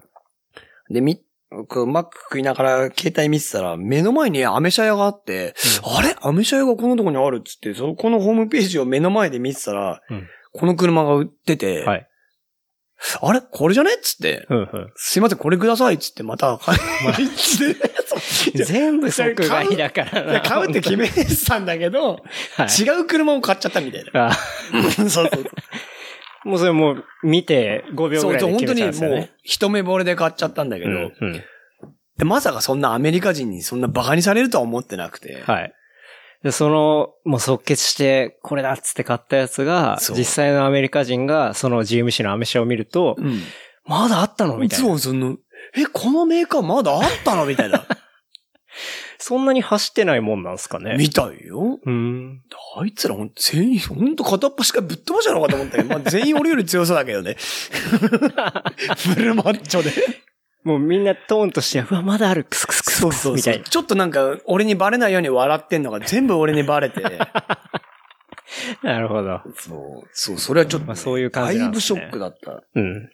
C: で、み、こうマック食いながら携帯見てたら、目の前にアメ車屋があって、あれアメ車屋がこのとこにあるっつって、そこのホームページを目の前で見てたら、
B: うん
C: この車が売ってて、
B: はい
C: あれこれじゃねっつって、
B: うんうん。
C: すいません、これくださいっつって、また買いに行 って、そう
B: 全部即買いだから
C: いや
B: な。
C: 買うって決めてたんだけど、
B: はい。。
C: 違う車を買っちゃったみたいな
B: あ
C: そうそうそう。
B: もうそれもう見て5秒
C: そ
B: ぐ
C: う
B: らい
C: そう、
B: で
C: 本
B: 決
C: 当
B: め
C: に
B: たんですよ
C: もう
B: ね。、
C: 一目惚れで買っちゃったんだけど、
B: うんうん。
C: でまさかそんなアメリカ人にそんなバカにされるとは思ってなくて。
B: はい。で、その、もう即決して、これだっつって買ったやつが、
C: そう
B: 実際のアメリカ人が、その GMC のアメ車を見ると、
C: うん。
B: まだあったのみたい
C: そ
B: な。
C: う、その、え、このメーカーまだあったのみたいな。
B: そんなに走ってないもんなんですか ね。
C: みたいよ。
B: うん。
C: あいつらほんと全員、ほんと片っ端からぶっ飛ばしたのかと思ったけど、まあ全員俺より強そうだけどね。 フルマッチョで。
B: もうみんなトーンとして、うわ、まだある、クスクスクスクスみたいな。
C: ちょっとなんか、俺にバレないように笑ってんのが全部俺にバレて。
B: なるほど。
C: そう、そう、それはちょっと、
B: まあそういう感じ
C: だ
B: ないんで
C: ぶ
B: す
C: シ
B: ね
C: ョックだった。
B: うん。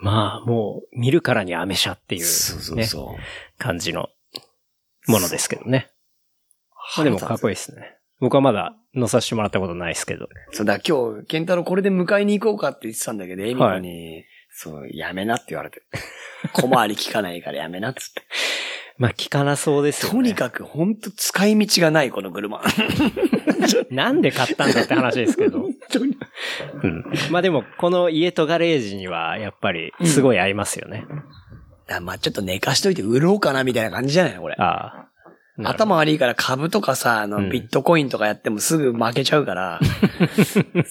B: まあ、もう、見るからにアメ車っていう、
C: そうそう
B: ね、
C: そう。
B: 感じのものですけどね。まあでもかっこ
C: い
B: い
C: い。
B: いですね。僕はまだ乗させてもらったことないですけど。
C: そうだ、今日、ケンタロウこれで迎えに行こうかって言ってたんだけど、エミコに、そう、やめなって言わ れて。小回り聞かないからやめなっつって。
B: まあ、聞かなそうですよね。
C: とにかくほんと使い道がない、この車。
B: なんで買ったんだって話ですけど。
C: 当に
B: うん。まあでも、この家とガレージには、やっぱり、すごい合いますよね。
C: あまあちょっと寝かしといて売ろうかな、みたいな感じじゃないのこれ。
B: ああ。なるほど。
C: 頭悪いから株とかさ、あ
B: う
C: の、
B: ん
C: ビットコインとかやってもすぐ負けちゃうから。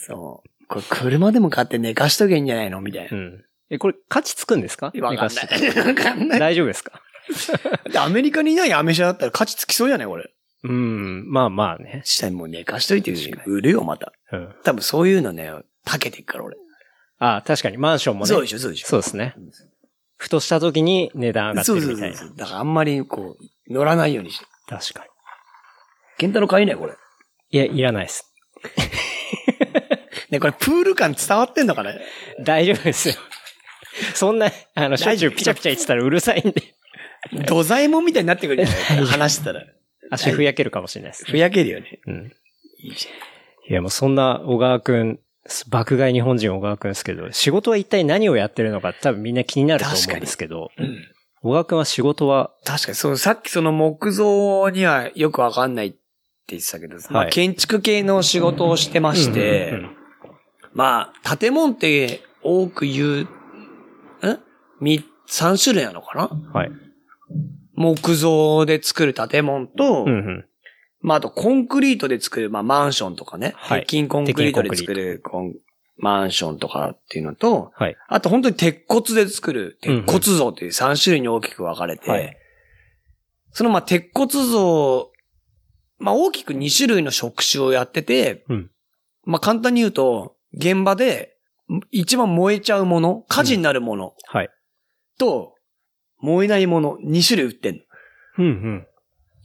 C: そう。これ車でも買って寝かしとけばいいんじゃないのみたい
B: うん。え、これ、価値つくんですか
C: な。わかん
B: 寝か
C: ない。わか
B: し
C: ん
B: て
C: ない。
B: 大丈夫ですか
C: でアメリカにいないアメ車だったら価値つきそうじゃないこれ。
B: うん。まあまあね。
C: 下にもう寝かしといて売るよ、また。
B: うん。
C: 多分そういうのね、たけていくから俺。
B: ああ、確かに、マンションもね。
C: そうでしょ、そうでしょ。
B: そうですね。ふとした時に値段上がって
C: そう
B: る
C: そう
B: みた
C: そ
B: いうな
C: そ。う。だからあんまりこう、乗らないようにして。
B: 確かに。
C: ケンタロウ買いないこれ。
B: いや、いらないです。
C: ね、これプール感伝わってんのかね
B: 大丈夫 ですよ。そんな、あの、しょっちゅうピチャピチャ言ってたらうるさいんで、
C: 土左もんみたいになってくるじゃない話したら。
B: 足ふやけるかもしれないですね、
C: ふやけるよね。
B: うん。
C: いいじ
B: いや、もうそんな小川くん、爆買い日本人小川くんですけど、仕事は一体何をやってるのか多分みんな気になると思
C: 確か
B: うん
C: に
B: ですけど、
C: うん
B: 小川くんは仕事は、
C: 確かに、そのさっきその木造にはよくわかんないって言ってたけど、まあ
B: はい
C: 建築系の仕事をしてまして、
B: うんうんうん
C: まあ建物って多く言う、んみ三種類なのかな
B: はい。
C: 木造で作る建物と、
B: うんうん。
C: まああとコンクリートで作る、まあマンションとかね、
B: はい
C: 鉄筋コンクリートで作るコンマンションとかっていうのと、
B: はい。
C: あと本当に鉄骨で作る、
B: うんう
C: 鉄
B: ん
C: 骨像っていう3種類に大きく分かれて、
B: はい
C: そのまあ鉄骨像、まあ大きく2種類の職種をやってて、
B: うん
C: まあ簡単に言うと、現場で一番燃えちゃうもの、火事になるもの
B: はい。
C: と、燃えないもの、2種類売ってんの。
B: うんうん。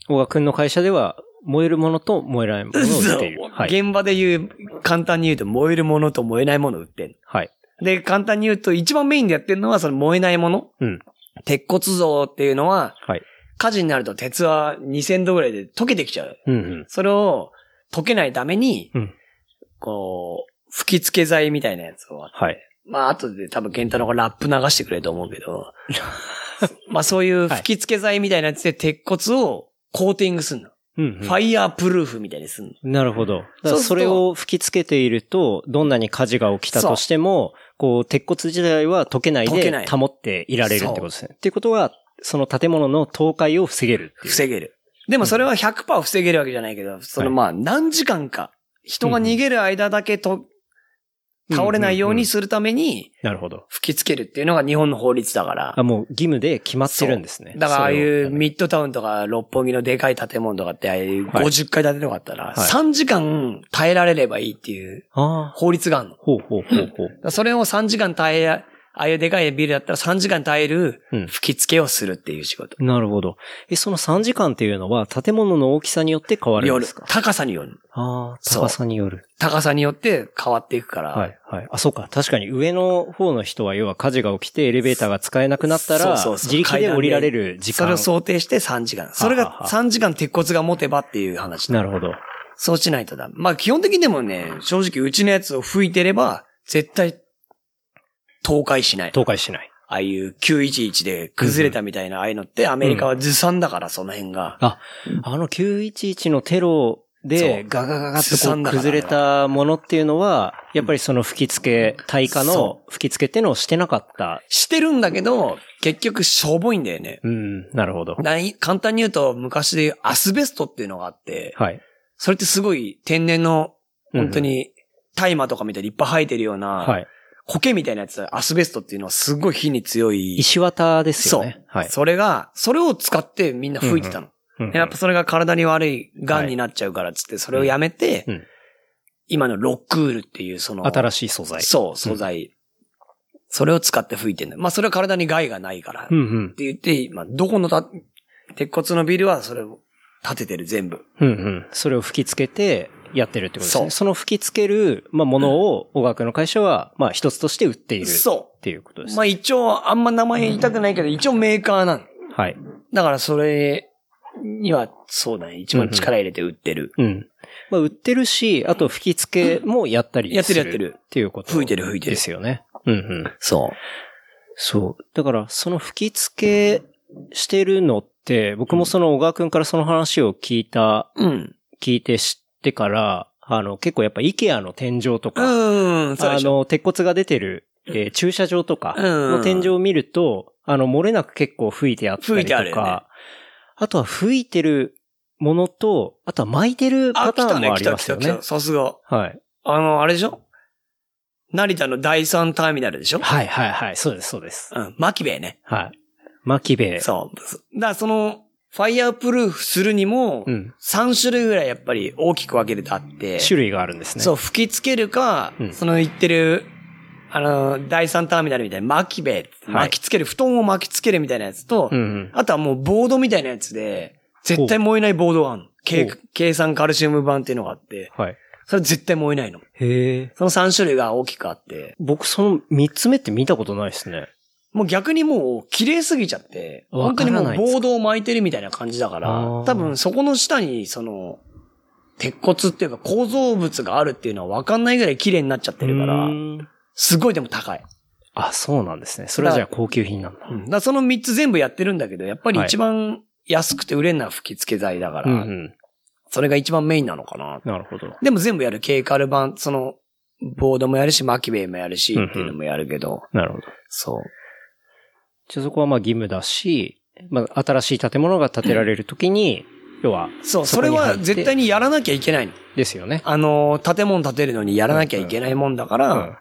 B: 小川くんの会社では、燃えるものと燃えないものを売っている。はい。
C: 現場で言う、簡単に言うと燃えるものと燃えないもの売ってんの。
B: はい。
C: で、簡単に言うと、一番メインでやってるのは、その燃えないもの。
B: うん。
C: 鉄骨像っていうのは、
B: はい。
C: 火事になると鉄は2000度ぐらいで溶けてきちゃう。
B: うんうん。
C: それを溶けないために、
B: うん
C: こう、吹き付け剤みたいなやつを。
B: はい。
C: まあ、後で多分健太郎がラップ流してくれると思うけ ど、まあそういう吹き付け剤みたいなやつで鉄骨をコーティングすんの。
B: うん、うん。
C: ファイヤープルーフみたいにすんの。
B: なるほど。だから
C: そうすると
B: それを吹き付けていると、どんなに火事が起きたとしても、こう、鉄骨自体は溶けない
C: 溶け
B: で
C: ない
B: 保っていられるってことですね。っていうことは、その建物の倒壊を防げるっていう。
C: 防げる。でもそれは100%防げるわけじゃないけど、その
B: はい
C: まあ何時間か、人が逃げる間だけと、倒れないようにするために
B: なるほど。
C: 吹き付けるっていうのが日本の法律だから
B: あ、。もう義務で決まってるんですね。
C: だからああい
B: それを
C: うミッドタウンとか六本木のでかい建物とかってああいう
B: はい
C: 50階建てとかあったら、
B: い
C: 3時間耐えられればいいっていう
B: ああ。
C: 法律があるの。だか
B: ほうほうほうほう。
C: らそれを3時間耐え、ああいうでかいビルだったら3時間耐える
B: うん
C: 吹き付けをするっていう仕事。
B: なるほど。え、その3時間っていうのは、建物の大きさによって変わるんで
C: 夜
B: すか、
C: 高さによる。
B: ああ、
C: そう
B: 高さによる。
C: 高さによって変わっていくから。
B: はい、はい。あ、そうか。確かに上の方の人は、要は火事が起きてエレベーターが使えなくなったら、
C: そうそうそう
B: 自力で降りられる時
C: それ
B: 間。
C: を想定して3時間。それ
B: は
C: が
B: は
C: 3時間鉄骨が持てばっていう話だ。
B: なるほど。
C: そうしないとだ。まあ基本的にでもね、正直うちのやつを吹いてれば、絶対、倒壊しない。あ
B: 倒壊しない。
C: あいう911で崩れたみたいな、ああいうのってアメリカはずさんだから、その辺が。
B: あ、あの911のテロで
C: そう
B: ガガガガっ
C: ず
B: と
C: さ
B: こ
C: ん
B: う
C: だからね
B: 崩れたものっていうのは、やっぱりその吹き付け、対価の
C: そ
B: 吹き付けっていうのをしてなかった。
C: してるんだけど、結局しょぼいんだよね。
B: うん、なるほど。
C: ない簡単に言うと、昔で言うアスベストっていうのがあって、
B: はい。
C: それってすごい天然の、本当に、大麻とかみたいにいっぱい生えてるような、
B: はい。
C: 苔みたいなやつ、アスベストっていうのはすごい火に強い。
B: 石綿ですよ
C: そう
B: ね。。はい。
C: それが、それを使ってみんな吹いてたの。
B: うんうん
C: やっぱそれが体に悪い、癌になっちゃうからっつって、それをやめて、
B: うん
C: 今のロックールっていうその、
B: 新しい素材。
C: そう、素材。それを使って吹いてんだ。まあそれは体に害がないから。
B: う
C: っ
B: ん
C: て言って、まあどこのた、鉄骨のビルはそれを建ててる全部。
B: うん。うんうん。それを吹き付けてやってるってことです
C: そ
B: ね。
C: う
B: その吹き付ける、まあ、ものを、小川君の会社は、まあ、一つとして売っている。っ
C: そ
B: ていうことで
C: う。
B: す。
C: まあ一応、あんま名前言いたくないけど、一応メーカーなの。
B: はい。
C: だからそれには、そうだね。一番力入れて売ってる。
B: うん。まあ、売ってるし、あと吹き付けもやったりする。
C: やってるやってる。
B: っていうこと。
C: 吹いてる吹いてる
B: ですよね。うんうん。
C: そう。
B: そう。だから、その吹き付けしてるのって、僕もその小川くんからその話を聞いた、
C: うん。
B: 聞いて知ってから、あの、結構やっぱ IKEA の天井とか、
C: うん、そう
B: あ
C: でしょ。
B: の、鉄骨が出てる、えー駐車場とか
C: うん
B: の天井を見ると、あの、漏れなく結構吹いてあった
C: 吹
B: り
C: い
B: と
C: て
B: か、
C: あ
B: あ
C: るよね
B: とは吹いてるものと、あとは巻いてるパ
C: あ、
B: タ
C: 来
B: ー
C: た
B: ン
C: ね
B: も、あ
C: 来
B: り
C: た
B: ま
C: 来
B: す
C: た
B: よ
C: 来
B: ね
C: た。。さすが。
B: はい。
C: あの、あれでしょ成田の第三ターミナルでしょ
B: はいはいはい。そうです、そうです。
C: うん、巻きべね。
B: はい。巻きべ。
C: そう。だからその、ファイヤープルーフするにも、
B: うん。
C: 3種類ぐらいやっぱり大きく分けてあって、
B: 種類があるんですね。
C: そう、吹き付けるか、
B: うん
C: その言ってる、あの、第三ターミナルみたいな巻きべ、
B: はい
C: 巻き付ける、布団を巻き付けるみたいなやつと、
B: うんうん。
C: あとはもうボードみたいなやつで、絶対燃えないボードがあるの。計
B: ほう
C: 計算カルシウム板っていうのがあって、
B: はい。
C: それ絶対燃えないの。
B: へえ。
C: その3種類が大きくあって、
B: 僕その三つ目って見たことないですね。
C: もう逆にもう綺麗すぎちゃって、
B: わ
C: 本当
B: か
C: に
B: ら
C: も
B: な
C: う
B: いです
C: ボードを巻いてるみたいな感じだから
B: あー、
C: 多分そこの下にその、鉄骨っていうか構造物があるっていうのは分かんないぐらい綺麗になっちゃってるから
B: う、ん
C: すごいでも高い。
B: あ、そうなんですね。それはじゃあ高級品なんだ。
C: うんだからその3つ全部やってるんだけど、やっぱり一番安くて売れんのは吹き付け剤だか
B: う
C: ら、
B: んうん。
C: それが一番メインなのかな。
B: なるほど。
C: でも全部やる。ケーカル版、その、ボードもやるし、マキベイもやるし、っていうのもやるけど、
B: なるほど。
C: そう。
B: じゃあそこはまあ義務だし、まあ新しい建物が建てられるときに、要は、
C: そう、
B: そ
C: そ
B: こ
C: れ
B: に入って
C: は絶対にやらなきゃいけないの。
B: ですよね。
C: あの、建物建てるのにやらなきゃいけないもんだから、
B: うん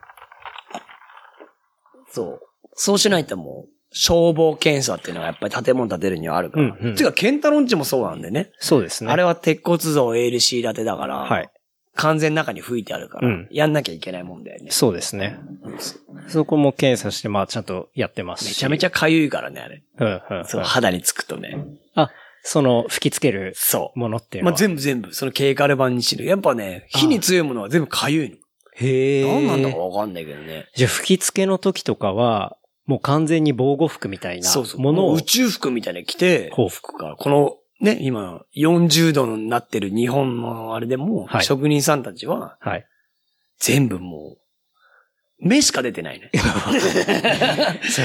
C: そう。そうしないともう、消防検査っていうのはやっぱり建物建てるにはあるから。
B: うんうん
C: てか、ケンタロンチもそうなんでね。
B: そうですね。
C: あれは鉄骨造 ALC 建てだから、
B: はい。
C: 完全中に吹いてあるから、
B: うん
C: やんなきゃいけないもんだよね。
B: そうですね。そこも検査して、まあちゃんとやってますし。
C: めちゃめちゃ痒いからね、あれ。
B: うんうんうん。
C: そう、肌につくとね。
B: あ、その吹き付ける
C: そう。
B: ものっていうの
C: ま
B: は。
C: あ、全部全部、そのケーカル版にしろ。やっぱね、火に強いものは全部痒いの。
B: へ
C: 何
B: え。
C: なんだかわかんないけどね。
B: じゃあ吹き付けの時とかは、もう完全に防護服みたいな
C: そうそう。
B: も
C: も
B: の
C: の
B: を。
C: 宇宙服みたいなの着て、
B: ほう
C: 服が、この、ね、今、40度になってる日本のあれでも、
B: はい
C: 職人さんたちは、
B: はい。
C: 全部もう、目しか出てないね。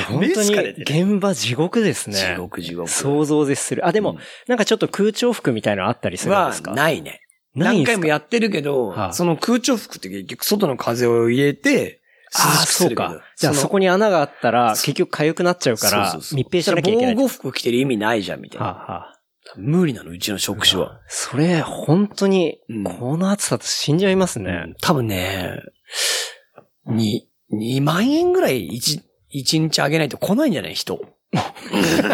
B: 本
C: 目
B: 当
C: し
B: に
C: か出てない
B: 現場地獄ですね。
C: 地獄地獄。
B: 想像を絶する。あ、でも、
C: うん
B: なんかちょっと空調服みたいなのあったりするんで
C: は
B: すか、
C: ないね。
B: ないんで
C: 何
B: す
C: 回
B: か
C: もやってるけど、
B: はい
C: その空調服って結局外の風を入れて、
B: あ
C: 涼
B: あ、
C: しくす
B: そう
C: るけど
B: か。じゃあそこに穴があったら、結局痒くなっちゃう
C: そ
B: か
C: の
B: ら
C: そうそう、そう
B: 密閉しなきゃいけない。
C: 防護服着てる意味ないじゃん、みたい
B: はあ
C: な。
B: はあ
C: 無理なの、うちの職種は。
B: それ、本当に
C: うん、
B: この暑さだと死んじゃいますね。
C: 多分ね、に、2万円ぐらい1、一日あげないと来ないんじゃない人。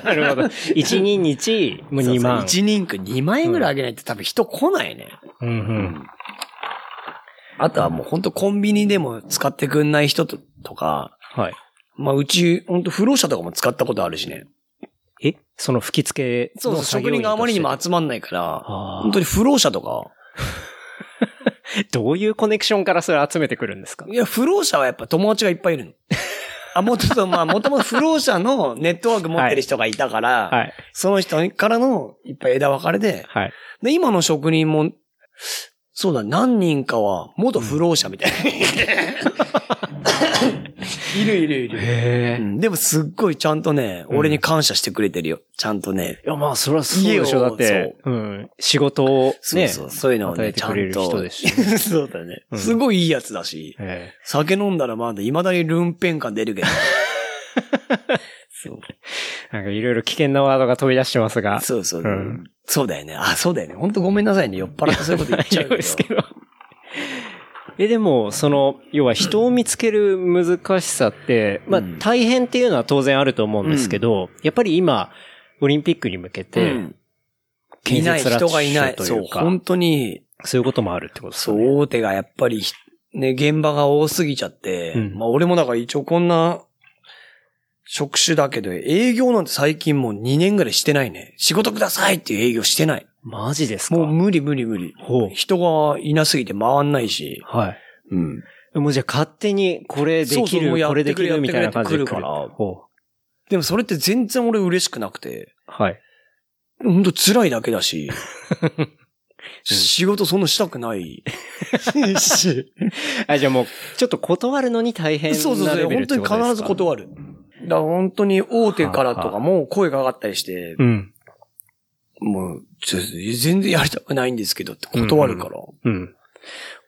B: なるほ ど。1人日、もう2万。
C: 1人区2万円ぐらいあげないと多分人来ないね。
B: うんうん。
C: あとはもうほんとコンビニでも使ってくんない人ととか、
B: はい。
C: まあうち、ほんと不老者とかも使ったことあるしね。
B: えその吹き付け
C: そうそう、職人があまりにも集まんないから、
B: あ
C: 本当に不老者とか、
B: あ。どういうコネクションからそれ集めてくるんですか
C: いや、不老者はやっぱ友達がいっぱいいるの。あ、もうちょっと、まあ、もともと不老者のネットワーク持ってる人がいたから、
B: はい。
C: その人からのいっぱい枝分かれで、
B: はい。
C: で、今の職人も、そうだ、何人かは元不老者みたい な。いるいるいる。
B: へ
C: うんでもすっごいちゃんとね、
B: うん
C: 俺に感謝してくれてるよ。ちゃんとね。
B: いや、まあ、それはそうでし
C: 家
B: ょ。
C: を
B: だって、うん。仕事を
C: そう
B: ね、
C: そう、そういうのを
B: 与
C: ね、
B: えて
C: ちゃ
B: くれ
C: ん
B: る
C: と。
B: 人ですし
C: そうだね、
B: うん
C: すごいいいやつだし。
B: ええ
C: 酒飲んだらまだ未だにルンペン感 出るけど。そう
B: なんかいろいろ危険なワードが飛び出してますが。
C: そうそう、
B: うん
C: そうだよね。あ、そうだよね。ほんとごめんなさいね。酔っ払ってそういうこと言っちゃう
B: 大丈
C: け
B: 夫
C: ど。
B: ですけど。え、でも、その、要は人を見つける難しさって、まあ
C: うん
B: 大変っていうのは当然あると思うんですけど、やっぱり今、オリンピックに向け
C: う
B: て、
C: んい
B: 建
C: ない
B: 設ラッシ
C: 人
B: ュ
C: がいない。
B: と
C: そ、
B: いううか、
C: 本当に、
B: そういうこともあるってことです
C: そ
B: よね。
C: う、大手がやっぱりひ、ね、現場が多すぎちゃって、
B: うん
C: まあ俺もだから一応こんな、職種だけど、営業なんて最近もう2年ぐらいしてないね。仕事くださいっていう営業してない。
B: マジですか
C: もう無理無理無理。
B: ほう
C: 人がいなすぎて回んないし。
B: はい。
C: うん。
B: もうじゃあ勝手にこれで
C: そうそ
B: き
C: うもう
B: る、
C: や
B: こ
C: っ
B: れ
C: て
B: で
C: く
B: き
C: れ
B: るみたい
C: や
B: な
C: ってく
B: 感じで
C: れってくるから
B: ほう
C: でもそれって全然俺嬉しくなくて、
B: はい。
C: ほんと辛いだけだし、仕事そんなした くない。し
B: あ、じゃあもう、ちょっと断るのに大変な
C: そうそうそ
B: レ
C: う、
B: ベル
C: 本
B: って
C: 当
B: ことですか
C: に必ず断る。だから本当に大手からとかも声が上がったりして、
B: うん。
C: もう、ちょ全然やりたくないんですけどって断るから。
B: うん。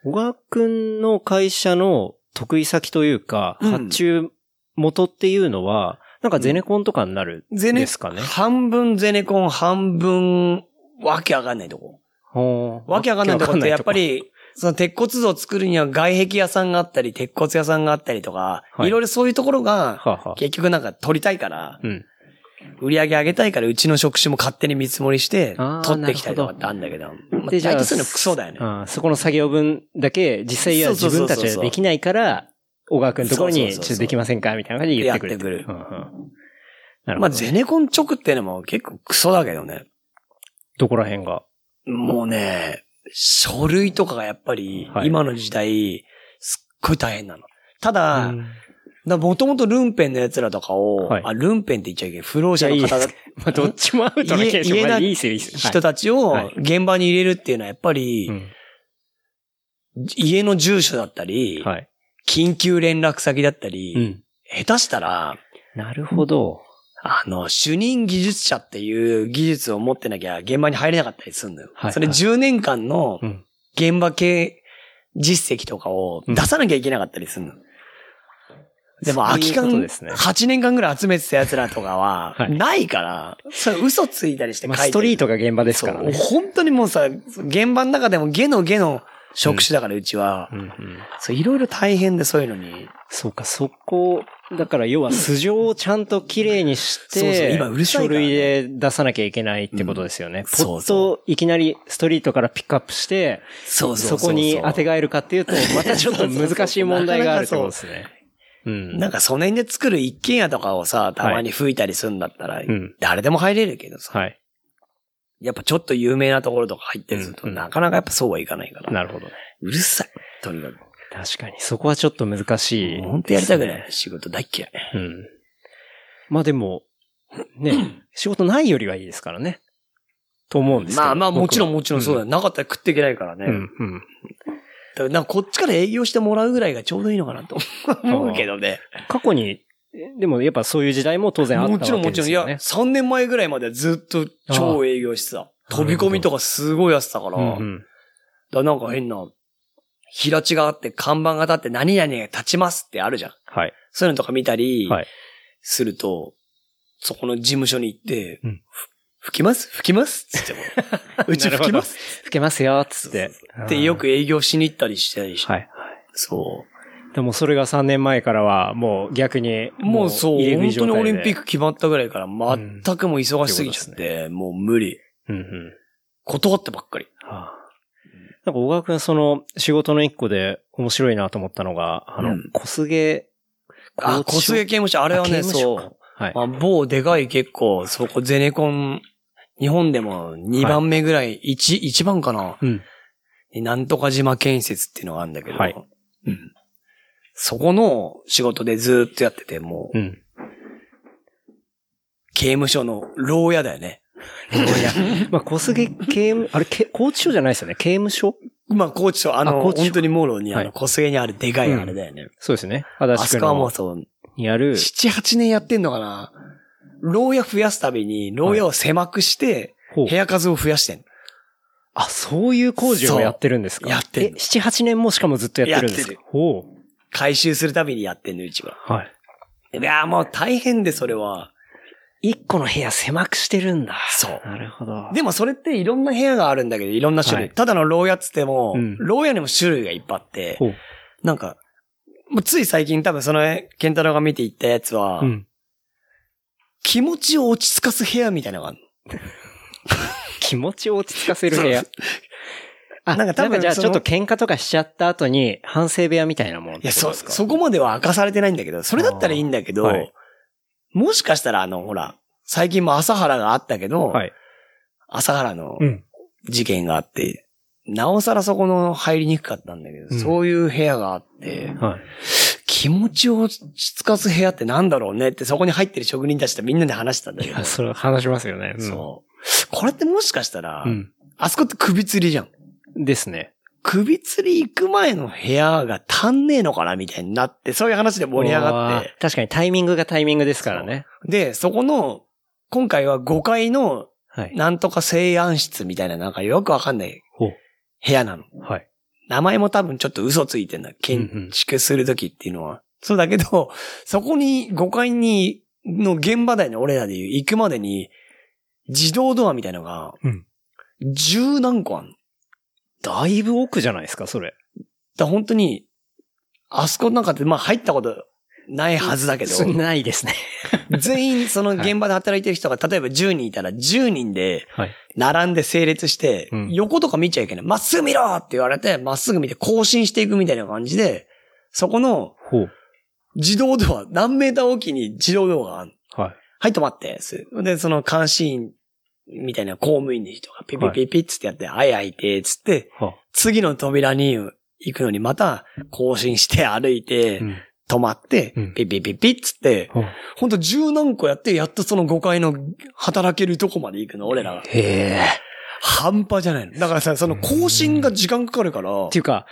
B: 小川くんの会社の得意先というか、
C: うん
B: 発注元っていうのは、なんかゼネコンとかになるん
C: ゼネ
B: ですかね。
C: 半分ゼネコン、半分、わけわかんないとこ。
B: ほう
C: わけわかんないとこってやっぱ
B: わけわ
C: り、その鉄骨像を作るには外壁屋さんがあったり、鉄骨屋さんがあったりとか、
B: はい
C: いろいろそういうところが、
B: かんないはあはあ
C: 結局なんか取りたいから、
B: うん。
C: 売り上げ上げたいから、うちの職種も勝手に見積もりして
B: あー、
C: 取ってきたりとかってあるんだけど、まあ、
B: で
C: 大
B: じゃあ
C: 体そういうのクソだよね。
B: あーそこの作業分だけ、実際は
C: そ
B: 自
C: うそう
B: 分
C: そうそう
B: たちはできないから、小川くんのところに、
C: そうそうそうそう
B: ちょっとできませんかみたいな感じで言ってくる。
C: やってくる
B: うんうんなるほ
C: ま
B: ど。
C: あ、ゼネコン直ってのも結構クソだけどね。
B: どこら辺が。
C: もうね、書類とかがやっぱり
B: は、い
C: 今の時代、すっごい大変なの。ただ、もともとルンペンの奴らとかを、
B: はい
C: あ、ルンペンって言っちゃいけない。不老
B: じゃあ
C: 者の
B: いいで
C: 方
B: す
C: 々。
B: まあ、どっちもアウトな気がし
C: 言え
B: まあ
C: 言えない
B: いいですよ、いいですよ。
C: 人たちを
B: はい
C: 現場に入れるっていうのはやっぱり、
B: はいうん
C: 家の住所だったり、
B: はい。
C: 緊急連絡先だったり、
B: うん。
C: 下手したら、
B: なるほど。
C: あの、主任技術者っていう技術を持ってなきゃ現場に入れなかったりするのよ。
B: はい
C: それ
B: はい
C: 10年間の
B: うん。
C: 現場系実績とかを出さなきゃいけなかったりするの。でも空き
B: そういうこと
C: 缶、
B: ですね
C: 8年間ぐらい集めてた奴らとかは、
B: はい
C: ないから、それ嘘ついたりして書
B: ま
C: い
B: あ、
C: てる
B: ストリートが現場ですからね。
C: そう本当にもうさ、現場の中でもゲのゲの職種だから、うちは。
B: うんうん。
C: そう、いろいろ大変で、そういうのに。
B: そうか、そこ、だから要は素性をちゃんと綺麗にし
C: そうそう
B: て、
C: 今うるさい
B: 書
C: からね
B: 類で出さなきゃいけないってことですよね。
C: そう
B: ポッといきなりストリートからピックアップして、
C: そ
B: そこに当て
C: が。
B: がえるかって いうと、またちょっと難しい問題があるってことですね。うん。
C: なんか、その辺で作る一軒家とかをさ、たまに吹いたりするんだったら、
B: うん
C: 誰でも入れるけどさ、
B: はい。
C: やっぱちょっと有名なところとか入ってると、
B: うんうん
C: なかなかやっぱそうはいかないから。
B: なるほどね。
C: うるさい。とにかく。
B: 確かに。そこはちょっと難しい、
C: 本当やりたくない。。仕事大っ嫌い。
B: うん。まあでも、 ね、仕事ないよりはいいですからね。と思うんですけど。
C: まあまあ、もちろん
B: 僕は
C: もちろんそうだよ。なかったら食っていけないからね。
B: うん、うん。
C: だからなんかこっちから営業してもらうぐらいがちょうどいいのかなと思うけどね。
B: 過去に、えでもやっぱそういう時代も当然あった
C: も
B: わけ
C: ちろんも
B: で
C: ちろん。
B: す
C: い
B: よ
C: や、
B: ね。
C: 3年前ぐらいまではずっと超営業してた。
B: あ
C: 飛び込みとかすごいやってたから。
B: うんうん
C: だからなんか変な、平地があって看板が立って何々が立ちますってあるじゃん。
B: はい。
C: そういうのとか見たり
B: はい。
C: すると、そこの事務所に行って、
B: うん
C: ふ吹きます吹きますっ て言っても、うち吹きます
B: 吹けますよ、つって。
C: ってよく営業しに行ったりしたりして、
B: はい。
C: そう。
B: でもそれが3年前からは、もう逆に、
C: もうそう、
B: 入れ食
C: 本
B: い状態
C: 当に
B: で
C: オリンピック決まったぐらいから全くもう忙しすぎちゃって、もう無理。
B: うんうん。
C: 断ってばっかり。
B: はあなんか小川くん、その、仕事の一個で面白いなと思ったのが、あ
C: う
B: の
C: ん、
B: 小菅、
C: あ、小菅刑務所、あ
B: あ
C: れはね、
B: 刑務所
C: そう
B: か。。はい。
C: あ某でかい結構、そこゼネコン、日本でも2番目ぐらい、一一1番かな。
B: うん。
C: なんとか島建設っていうのがあるんだけど、
B: はい
C: うんそこの仕事でずーっとやってて、もう、
B: うん。
C: 刑務所の牢屋だよね。
B: まあ、小菅刑務、あれ、け拘置所じゃないですよね。刑務所
C: まあ、高知と、あの、
B: あ高知
C: 本当にモロに、あ
B: は
C: の、
B: い
C: 小菅にあるでかいあれだよね。
B: そうですね。足
C: あ
B: 立
C: そ
B: 区
C: こはもう
B: の
C: そう、
B: にある、
C: 七八年やってんのかな牢屋増やすたびに、牢屋を狭くして、
B: ほう
C: 部屋数を増やしてんの
B: あ、そういう工事をやってるんですか
C: そうやってんの
B: え、7、8年もしかもずっとやってるんです
C: や
B: かほう。
C: 回収するたびにやってんの、うちは。
B: はい。
C: いやーもう大変で、それは。
B: 一個の部屋狭くしてるんだ。
C: そう
B: なるほど。
C: でもそれっていろんな部屋があるんだけど、いろんな種類。
B: はい
C: ただの牢屋っつっても、
B: うん
C: 牢屋にも種類がいっぱいあって、
B: ほう。
C: なんか、もうつい最近多分その、ケンタロウが見ていったやつは、
B: うん。
C: 気持ちを落ち着かす部屋みたいなのがあるの。
B: 気持ちを落ち着かせる部屋
C: そ。
B: あ、な
C: な
B: んん
C: か
B: か
C: 多
B: 多
C: 分
B: 分じゃあ
C: そ
B: ちょ
C: の
B: っと喧嘩とかしちゃった後に反省部屋みたいなものっ
C: い
B: て
C: や、
B: こと
C: そ、
B: ですか
C: そこまでは明かされてないんだけど、それだったらいいんだけど、
B: あーはい
C: もしかしたらあの、ほら、最近も朝原があったけど、
B: はい。
C: 朝原の
B: うん。
C: 事件があって、なおさらそこの入りにくかったんだけど、
B: うん
C: そういう部屋があって、
B: はい。
C: 気持ちを落ち着かす部屋ってなんだろうねって、そこに入ってる職人たちとみんなで話してたんだ
B: い
C: けど
B: や、。それ話しますよね。うん
C: そう。これってもしかしたら、
B: うん。
C: あそこって首吊りじゃん。
B: ですね。
C: 首吊り行く前の部屋が足んねえのかなみたいになって、そういう話で盛り上がっ
B: うわ
C: て。
B: ー。確かにタイミングがタイミングですからね。
C: で、そこの、今回は5階の、
B: はい。
C: なんとか静安室みたいな、なんかよくわかんない
B: ほう。
C: 部屋なの。
B: はい。
C: 名前も多分ちょっと嘘ついてんだ。建築するときっていうのは。そうだけど、そこに5階に、の現場台に俺らで行くまでに、自動ドアみたいのが
B: うん、
C: 十何個あんの。
B: だいぶ奥じゃないですか、それ。
C: だから本当に、あそこなんかって、まあ入ったことないはずだけど、
B: ないですね。
C: 全員その現場で働いてる人が、例えば10人いたら10人で、
B: はい。
C: 並んで整列して
B: う、ん
C: 横とか見ちゃいけない。まっすぐ見ろって言われて、まっすぐ見て更新していくみたいな感じで、そこの
B: ほう。
C: 自動ドア、何メーターおきに自動ドアがある。
B: はい。
C: はい、止まって。すで、その監視員みたいな公務員の人がピピピピッつってやって、はい、はい、て、つって、
B: は
C: 次の扉に行くのにまた更新して歩いて、
B: うん。
C: 止まって
B: うん、
C: ピピピピッつって、
B: ほう
C: ほんと十何個やって、やっとその5階の働けるとこまで行くの、俺らが。
B: へえ。
C: 半端じゃないの。だからさ、その更新が時間かかるから、
B: っていうか、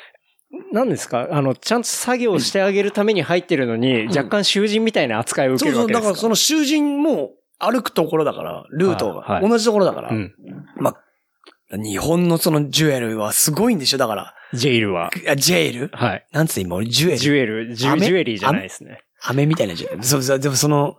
B: 何ですかあの、ちゃんと作業してあげるために入ってるのに、若干囚人みたいな扱いを受
C: そ
B: け
C: う
B: る
C: そ
B: わ
C: う、
B: け
C: だ
B: で
C: か
B: す
C: ら
B: か
C: その囚人も歩くところだから、ルート
B: は
C: が
B: いはい
C: 同じところだから、
B: うん。
C: まあ、日本のそのジュエルはすごいんでしょだから、
B: ジェイルは。
C: あジェイル
B: はい。
C: なんつう今俺ジュエル。
B: ジュエル、ジュ
C: 飴
B: ジュエリーじゃないですね。
C: ハメみたいなジュエル。そうそう、でもその、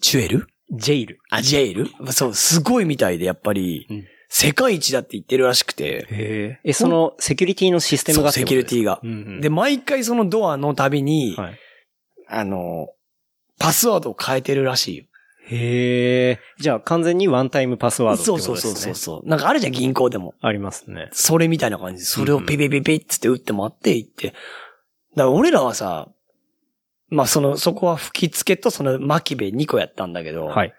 C: ジュエル
B: ジェイル。
C: あ、ジェイルそう、すごいみたいで、やっぱり、
B: うん
C: 世界一だって言ってるらしくて、
B: へえ、その、セキュリティのシステム
C: そう
B: が
C: セキュリテ
B: ィ。
C: ィが
B: う。ん。
C: で、、毎回そのドアのたびに、
B: はい。
C: あの、パスワードを変えてるらしいよ。
B: へえ。じゃあ、完全にワンタイムパスワードって
C: そ
B: こ
C: う
B: とです
C: そ
B: ね。
C: うそうそうそう。なんかあるじゃん、銀行でも。
B: ありますね。
C: それみたいな感じ。それをピピピピッつって打って回っていって。だから俺らはさ、まあその、そこは吹き付けとその巻きべ2個やったんだけど、
B: はい。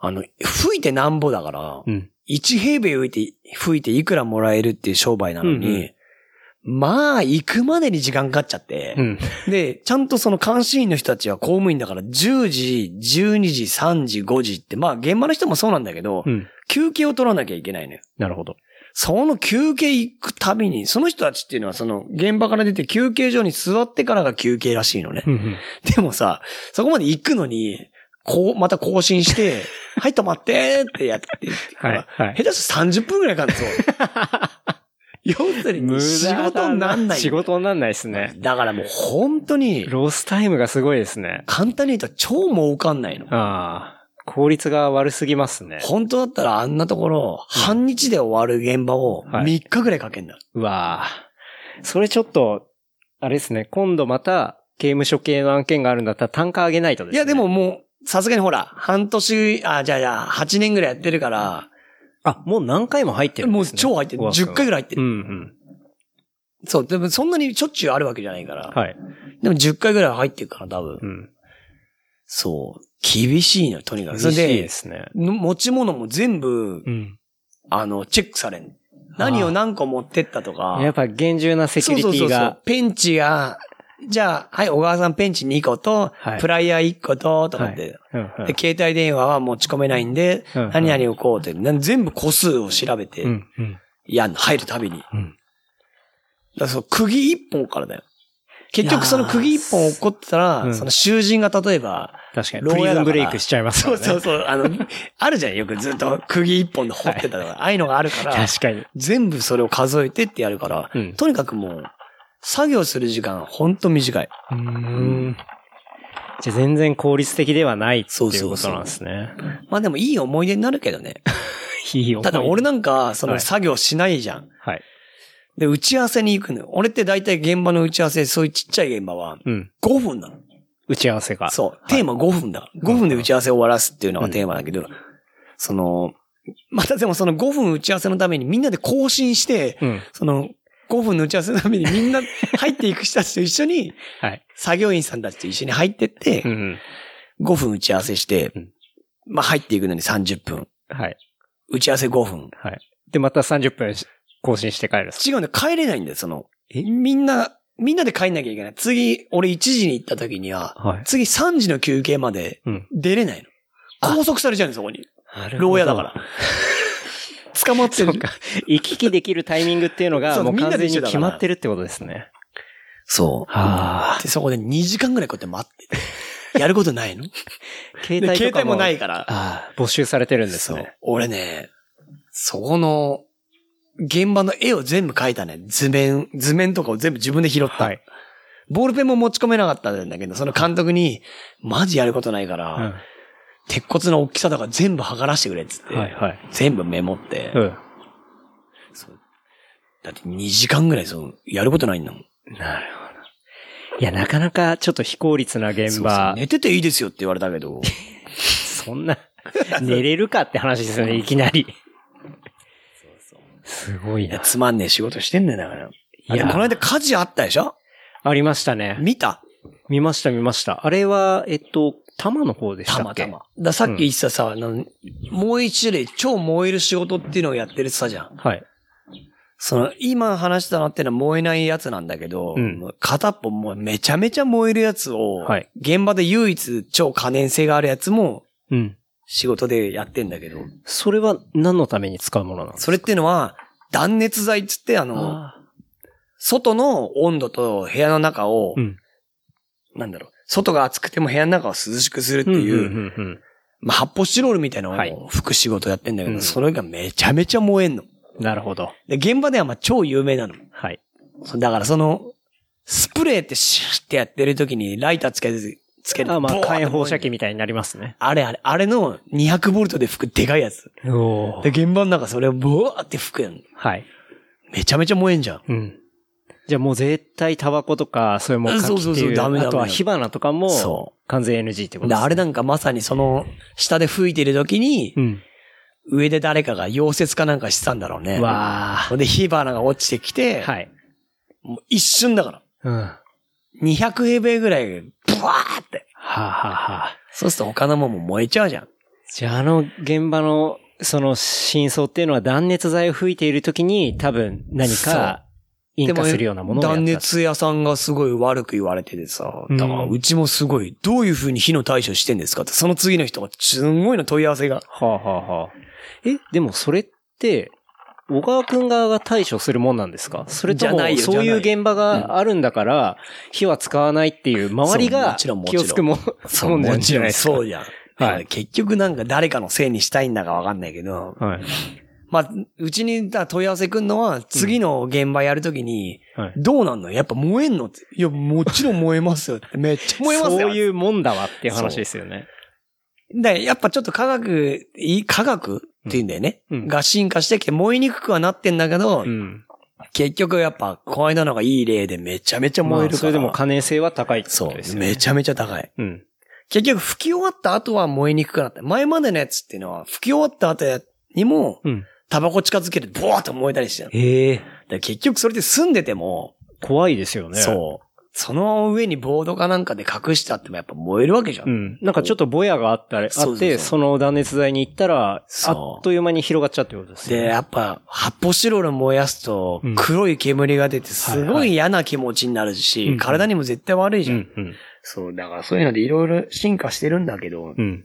C: あの、吹いてなんぼだから、
B: うん。
C: 1平米吹いて、吹いていくらもらえるっていう商売なのに、まあ、行くまでに時間かかっちゃって、
B: うん。
C: で、ちゃんとその監視員の人たちは公務員だから、10時、12時、3時、5時って、まあ現場の人もそうなんだけど、
B: うん。
C: 休憩を取らなきゃいけないのよ。
B: なるほど。
C: その休憩行くたびに、その人たちっていうのはその現場から出て休憩所に座ってからが休憩らしいのね。
B: うん。
C: でもさ、そこまで行くのに、こう、また更 新して、はい、止まってってやってか
B: は
C: ら
B: い。はい。
C: 下手したら30分くら いかかるんですよ。要するに仕事になんない。
B: 仕事になんないですね。
C: だからもう本当に、
B: ロスタイムがすごいですね。
C: 簡単に言うと超儲かんないの。
B: ああ。効率が悪すぎますね。
C: 本当だったらあんなところ、半日で終わる現場を
B: はい
C: 3日くらいかけんだ。
B: うわあ。それちょっと、あれですね。今度また、刑務所系の案件があるんだったら単価上げないとです、
C: い
B: ね。
C: や、でも、もう、さすがにほら、半年、あ、じゃあじゃあ、8年ぐらいやってるから、
B: あ、もう何回も入ってるん
C: も
B: で
C: う
B: す、ね。
C: 超入ってる。
B: 小川君
C: 10回ぐらい入って
B: う
C: る。
B: ん
C: そう、でもそんなにしょっちゅうあるわけじゃないから。
B: うん。はい。
C: でも10回ぐらい入ってるから、多分。
B: うん。
C: そう。厳しいの、とにかく。それ
B: 嬉しいで
C: で、
B: すね。
C: の持ち物も全部、
B: うん。
C: あの、チェックされん。何を何個持ってったとか。
B: やっぱ厳重なセキュリティ
C: そうそうそうそ
B: が
C: う。ペンチが、じゃあ、はい、小川さんペンチ2個と、
B: はい
C: プライヤー1個と、とかって、
B: うんうん
C: で、携帯電話は持ち込めないんで、
B: うんうん
C: 何々をこうって、な全部個数を調べて、
B: うんうん
C: やんの、入るたびに。だか
B: うん
C: らそう、釘一本からだよ。結局その釘一本落っこってたら、
B: うん
C: その囚人が例えば、
B: 確かに。
C: 牢
B: プ
C: 屋
B: リ
C: だか
B: ズ
C: ら
B: ンブレイクしちゃいますから
C: そう
B: ね。
C: そうそう、あの、あるじゃん、よくずっと釘一本で掘ってたとか、ああいうのがあるから、
B: 確かに。
C: 全部それを数えてってやるから、
B: うん
C: とにかくもう、作業する時間ほんと短い。
B: うーん。じゃあ全然効率的ではないって
C: そう
B: い
C: そうう
B: こ
C: そう
B: となんですね。
C: まあでもいい思い出になるけどね。
B: いいよ。
C: ただ俺なんか、そ
B: は
C: の
B: い
C: 作業しないじゃん。
B: はい。
C: で、打ち合わせに行くのよ。俺って大体現場の打ち合わせ、そういうちっちゃい現場は、
B: うん。
C: 5分なの。
B: 打ち合わせが。
C: そう。テーマ5分だから。5分で打ち合わせを終わらすっていうのがテーマだけど、その、またでもその5分打ち合わせのためにみんなで更新して、
B: うん。
C: その5分の打ち合わせのためにみんな入っていく人たちと一緒に、
B: はい。
C: 作業員さんたちと一緒に入ってって
B: う、ん。
C: 5分打ち合わせして
B: うん、
C: まあ入っていくのに30分。
B: はい。
C: 打ち合わせ5分。
B: はい。で、また30分し更新して帰る。
C: 違うんだよ、帰れないんだよ、その。みんな、みんなで帰んなきゃいけない。次、俺1時に行った時には、
B: はい。
C: 次3時の休憩まで
B: うん。
C: 出れないの。拘束されちゃうんです、そこに。牢屋だから。。捕まって
B: そ
C: る
B: う。か。行き来できるタイミングっていうの
C: そ
B: が、
C: う
B: もう
C: みんな
B: 完
C: で
B: 全
C: 一
B: に
C: 緒だから
B: 決まってるってことですね。
C: そう。
B: はあ。
C: で、そこで2時間ぐらいこうやって待って。やることないの
B: 携
C: で
B: 帯
C: 携
B: とか。
C: 帯もないいから。
B: ああ、募集されてるんです
C: そう
B: ね。。
C: 俺ね、そこの、現場の絵を全部描いたね。図面、図面とかを全部自分で拾った。
B: はい。
C: ボールペンも持ち込めなかったんだけど、その監督に、マジやることないから、
B: うん
C: 鉄骨の大きさとか全部測らせてくれっつって、
B: はいはい。
C: 全部メモって、
B: うん。
C: そうだって2時間ぐらいそう、やることないんだもん。
B: なるほど。いや、なかなかちょっと非効率な現
C: そうそう
B: 場、
C: 寝てていいですよって言われたけど。
B: そんな、寝れるかって話ですよね、いきなり。すごい
C: いや、
B: な。
C: つまんねえ仕事してんだよ、だから。いや、
B: や
C: この間火事あったでしょ
B: ありましたね。
C: 見た
B: 見ました、見ました。あれは、えっと、多摩の方でした
C: た
B: っ
C: ま
B: け
C: たま。だからさっき言ってたさ、あのもう一種類超燃える仕事っていうのをやってるってさじゃん。
B: はい。
C: その、今話したのってのは燃えないやつなんだけど、
B: うん
C: もう片っぽもうめちゃめちゃ燃えるやつを、
B: はい
C: 現場で唯一超可燃性があるやつも
B: うん。
C: 仕事でやってんだけど、
B: それは何のために使うものなんですか
C: それっていうのは、断熱材っつって、あの、外の温度と部屋の中を、
B: うん
C: なんだろう、外が暑くても部屋の中を涼しくするって
B: うん
C: いう、
B: うんうんうん
C: まあ、発泡スチロールみたいな
B: はい
C: のを拭く仕事やってんだけど、
B: うん
C: それがめちゃめちゃ燃えんの。
B: なるほど。
C: で、現場ではまあ超有名なの。
B: はい。
C: そだからその、スプレーってシューってやってる時にライターつけて、つける。
B: あま
C: ボ
B: あ、
C: ワーって
B: 火炎放射器みたいになりますね。
C: あれあれ、あれの200ボルトで吹くでかいやつ。
B: お
C: で、現場の中それをボワーって吹くやん。
B: はい。
C: めちゃめちゃ燃えんじゃん。
B: うん。じゃあもう絶対タバコとか、それも火器っていう。
C: そうそうそうダメダメ
B: あとは火花とかも、
C: そ
B: 完全 NG ってこと
C: う。で、
B: です。
C: あれなんかまさにその、下で吹いてる時に、
B: うん。
C: 上で誰かが溶接かなんかしてたんだろうね。
B: わ
C: ほんで、火花が落ちてき
B: ー。
C: て、
B: はい。
C: もう一瞬だから。
B: うん。は
C: 200平米ぐらい、ブワーって。
B: あ、はあはあ、
C: そうすると他のもんも燃えちゃうじゃん。
B: じゃああの現場の、その真相っていうのは断熱材を吹いている時に、多分何
C: そう
B: か、引火するようなものをやった
C: 断熱屋さんがすごい悪く言われててさ、だから
B: うん
C: うちもすごい、どういう風に火の対処してんですかって、その次の人がすんごいの問い合わせが。
B: はあはあはあ。え、でもそれって、小川くん側が対処するもんなんですかそれとも
C: じゃない、よ
B: そういう
C: じゃ
B: 現場があるんだから、火は使わないっていう、周り
C: そう
B: が
C: もちろんもち
B: 気
C: ろ
B: を
C: ん
B: つくもん、もんじゃないですか。
C: そうじゃん。
B: はい
C: 結局なんか誰かのせいにしたいんだかわかんないけど、
B: はい。
C: まあ、うちにだ問い合わせくんのは、次の現場やるときに、
B: はい
C: どうなんのやっぱ燃えんのって。いや、もちろん燃えますよって。めっちゃ燃えますよ。
B: そういうもんだわっていう話ですよね。
C: で、やっぱちょっと科学、い科学って言うんだよね。
B: うん
C: が進化してきて燃えにくくはなってんだけど、
B: うん。
C: 結局やっぱ、こいなのがいい例でめちゃめちゃ
B: ま
C: 燃え
B: あ、
C: る
B: そ
C: か
B: れ
C: ら。
B: でも可燃性は高いって
C: そ
B: ことです
C: う。
B: よね。
C: めちゃめちゃ高い。
B: うん。
C: 結局吹き終わった後は燃えにくくなった。前までのやつっていうのは、吹き終わった後にも、
B: うん。
C: タバコ近づけてボワーッと燃えたりしてる。だか
B: ええ
C: ら結局それで住んでても、
B: 怖いですよね。
C: そう。その上にボードかなんかで隠してあってもやっぱ燃えるわけじゃん。
B: うん。なんかちょっとぼやがあったら、あって、
C: そうそう
B: そ
C: そう
B: の断熱材に行ったら、
C: そう
B: あっという間に広がっちゃうってことです
C: で、
B: ね。
C: やっぱ、発泡スチロール燃やすと
B: うん、
C: 黒い煙が出て、す
B: はい
C: ご
B: はい
C: い嫌な気持ちになるし、
B: うん
C: 体にも絶対悪いじ
B: う
C: ゃん。
B: ん、うん。
C: そう、だからそういうのでいろいろ進化してるんだけど、
B: うん。